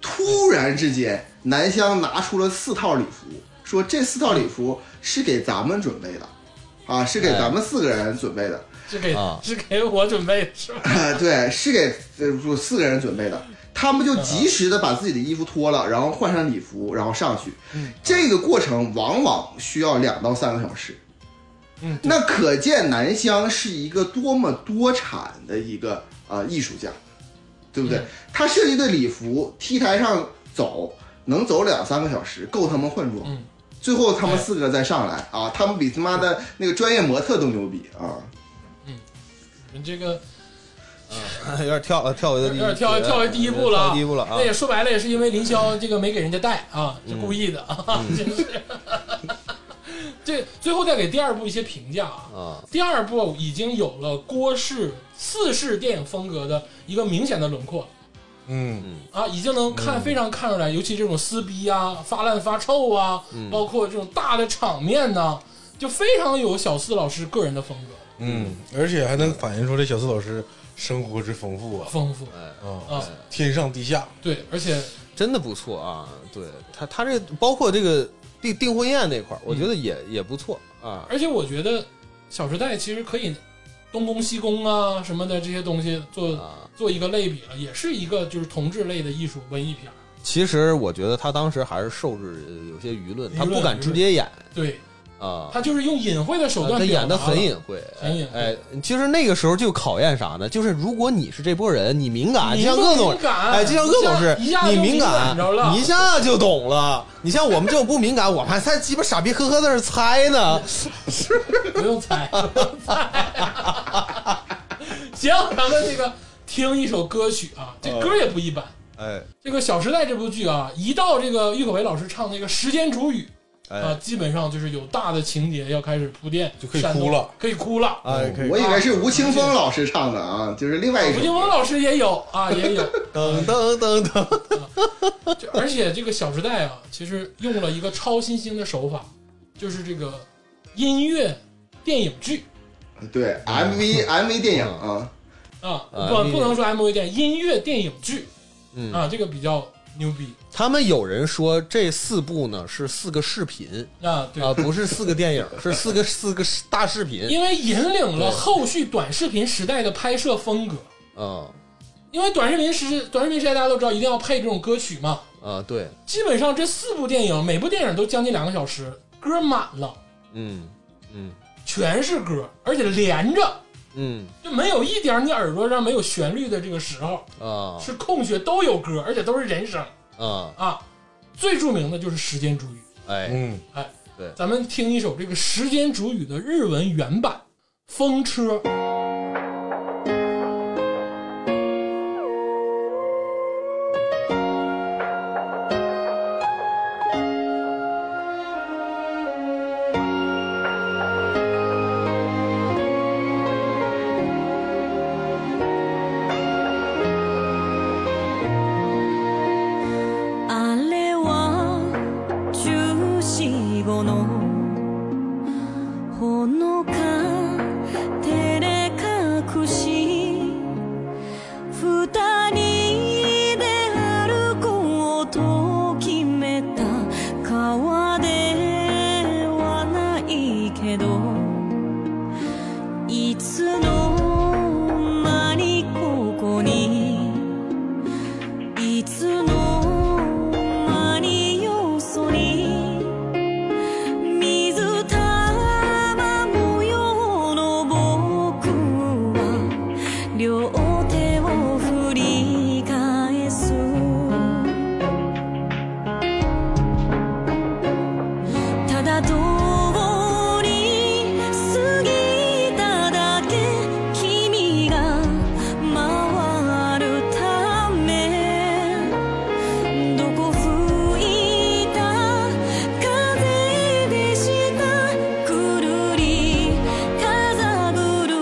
[SPEAKER 4] 突然之间南湘拿出了四套礼服，说这四套礼服是给咱们准备的，啊，是给
[SPEAKER 3] 哎
[SPEAKER 4] 咱们四个人准备的。
[SPEAKER 1] 是给、
[SPEAKER 3] 啊
[SPEAKER 1] 是给我准备的是吧？
[SPEAKER 4] 啊， 对，是给呃不四个人准备的。他们就及时的把自己的衣服脱了，然后换上礼服，然后上去。
[SPEAKER 1] 嗯
[SPEAKER 4] 这个过程往往需要两到三个小时。
[SPEAKER 1] 嗯，
[SPEAKER 4] 那可见南湘是一个多么多产的一个呃艺术家，对不对？
[SPEAKER 1] 嗯
[SPEAKER 4] 他设计的礼服 T 台上走能走两三个小时，够他们换装。
[SPEAKER 1] 嗯
[SPEAKER 4] 最后他们
[SPEAKER 1] 哎
[SPEAKER 4] 四个再上来啊，他们比他妈的那个专业模特都牛逼啊！
[SPEAKER 1] 你这 个
[SPEAKER 3] 有点跳呃跳回
[SPEAKER 1] 有点跳跳回第一步了啊，
[SPEAKER 3] 呃第一步了啊
[SPEAKER 1] 那！也说白了也是因为林霄这个没给人家带啊，是故意的
[SPEAKER 3] 嗯
[SPEAKER 1] 啊，就是。 这最后再给第二部一些评价啊，
[SPEAKER 3] 啊，
[SPEAKER 1] 第二部已经有了郭氏四式电影风格的一个明显的轮廓了
[SPEAKER 2] 嗯，
[SPEAKER 1] 啊，已经能
[SPEAKER 3] 嗯
[SPEAKER 1] 看非常看出来，尤其这种撕逼啊、发烂发臭啊，
[SPEAKER 3] 嗯
[SPEAKER 1] 包括这种大的场面呐，就非常有小四老师个人的风格
[SPEAKER 2] 嗯，而且还能反映出这小四老师生活之丰富
[SPEAKER 3] 呃
[SPEAKER 2] 啊
[SPEAKER 1] 丰富
[SPEAKER 2] 啊，
[SPEAKER 1] 啊，
[SPEAKER 2] 天上地下，
[SPEAKER 1] 对，而且
[SPEAKER 3] 真的不错啊！对他，他这包括这个订订婚宴那块儿，我觉得也
[SPEAKER 1] 嗯
[SPEAKER 3] 也不错啊。
[SPEAKER 1] 而且我觉得《小时代》其实可以东宫西宫啊什么的这些东西做
[SPEAKER 3] 啊，
[SPEAKER 1] 做一个类比了，也是一个就是同志类的艺术文艺片儿。
[SPEAKER 3] 其实我觉得他当时还是受制有些舆论，
[SPEAKER 1] 舆论
[SPEAKER 3] 他不敢直接演
[SPEAKER 1] 对
[SPEAKER 3] 啊。
[SPEAKER 1] 他就是用隐晦的手段
[SPEAKER 3] 呃他
[SPEAKER 1] 表达
[SPEAKER 3] 演的很
[SPEAKER 1] 了，
[SPEAKER 3] 隐晦，
[SPEAKER 1] 很隐晦
[SPEAKER 3] 哎，哎其实那个时候就考验啥呢？就是如果你是这波人，你敏啊感，就
[SPEAKER 1] 你
[SPEAKER 3] 像
[SPEAKER 1] 不
[SPEAKER 3] 鄂总
[SPEAKER 1] 敏感
[SPEAKER 3] 哎，就像鄂总是
[SPEAKER 1] 一下，
[SPEAKER 3] 你
[SPEAKER 1] 就
[SPEAKER 3] 敏
[SPEAKER 1] 感
[SPEAKER 3] 感
[SPEAKER 1] 着了，，
[SPEAKER 3] 你一下就懂了。你像我们这种不敏感，我们还在鸡巴傻逼呵呵在这儿 猜呢。
[SPEAKER 1] 不用猜，不用猜。行，咱们这个听一首歌曲啊，
[SPEAKER 2] 嗯
[SPEAKER 1] 这歌也不一般。
[SPEAKER 3] 哎
[SPEAKER 1] 这个《小时代》这部剧啊，一到这个郁可唯老师唱那个时间煮雨啊，
[SPEAKER 3] 哎
[SPEAKER 1] 基本上就是有大的情节要开始铺垫，
[SPEAKER 2] 就可以
[SPEAKER 1] 煽动
[SPEAKER 2] 哭了，
[SPEAKER 1] 可以哭了。
[SPEAKER 3] 哎，可以
[SPEAKER 4] 我以为是啊吴青峰老师唱的啊，就是另外一
[SPEAKER 1] 吴
[SPEAKER 4] 首
[SPEAKER 1] 京峰老师也有啊，也有。
[SPEAKER 3] 噔噔噔噔，
[SPEAKER 1] 就而且这个《小时代》啊，其实用了一个超新星的手法，就是这个音乐电影剧
[SPEAKER 4] 对 MV MV 电影啊，
[SPEAKER 1] 啊，
[SPEAKER 3] 啊
[SPEAKER 1] 不
[SPEAKER 3] 音乐
[SPEAKER 1] 不能说 MV 电影，音乐电影剧
[SPEAKER 3] 嗯，
[SPEAKER 1] 啊，这个比较牛逼
[SPEAKER 3] 他们有人说这四部呢是四个视频
[SPEAKER 1] 啊，对。
[SPEAKER 3] 啊，不是四个电影，是四个四个大视频
[SPEAKER 1] 因为引领了后续短视频时代的拍摄风格，
[SPEAKER 3] 啊
[SPEAKER 1] 因为短视频时短视频时代大家都知道一定要配这种歌曲嘛，
[SPEAKER 3] 啊，对，
[SPEAKER 1] 基本上这四部电影，每部电影都将近两个小时，歌满了，
[SPEAKER 3] 嗯嗯
[SPEAKER 1] 全是歌，而且连着，
[SPEAKER 3] 嗯
[SPEAKER 1] 就没有一点你耳朵上没有旋律的这个时候，
[SPEAKER 3] 啊
[SPEAKER 1] 是空穴，都有歌，而且都是人声
[SPEAKER 3] 啊，
[SPEAKER 1] 啊。最著名的就是《时间煮雨
[SPEAKER 3] 哎，
[SPEAKER 2] 嗯，》，
[SPEAKER 1] 咱们听一首这个《时间煮雨》的日文原版《风车》。
[SPEAKER 6] あれは中四後のほのか照れ隠し二人で歩こうと決めた川ではないけどいつの間にここにいつの間によそに水たま模様の僕は両手を振り返すただ通り過ぎただけ君が回るためどこ吹いた風でしたくるり風車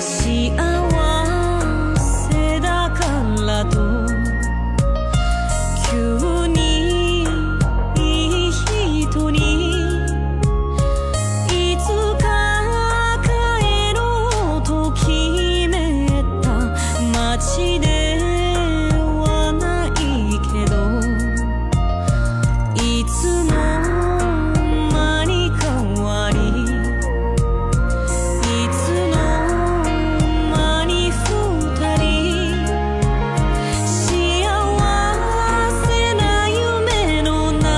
[SPEAKER 6] 幸せだからと急にいい人にいつか帰ろうと決めた街ではないけどいつの間に変わりいつの間に二人幸せな夢の中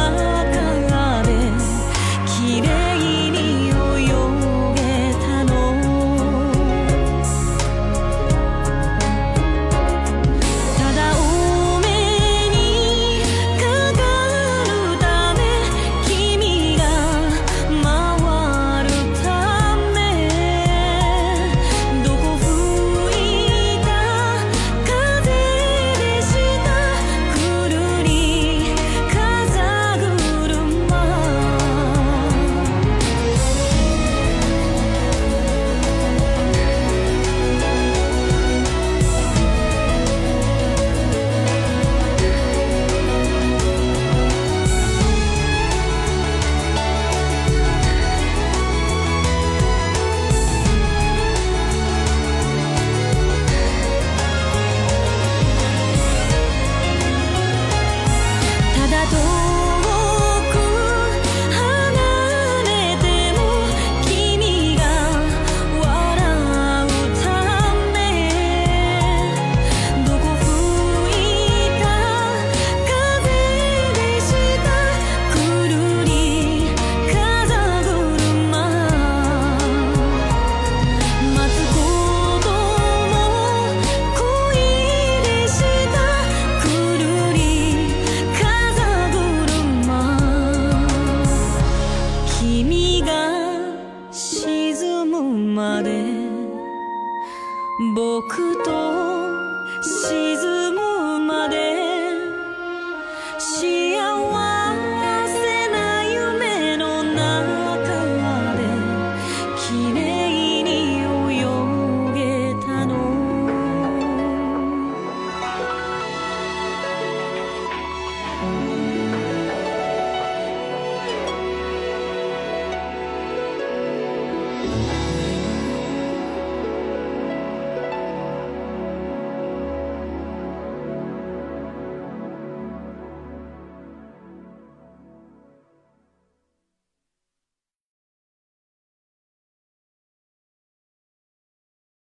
[SPEAKER 6] で綺麗に泳げたのただお目にかかるため君が回るためどこ吹いた風でしたくるり風車ただ遠く離れても君が笑うためどこ吹いた風でしたくるり風車待つことも恋でしたくるり風車君が沈むまで僕と沈むまで幸せな夢の中で綺麗に泳げたの
[SPEAKER 2] 嗯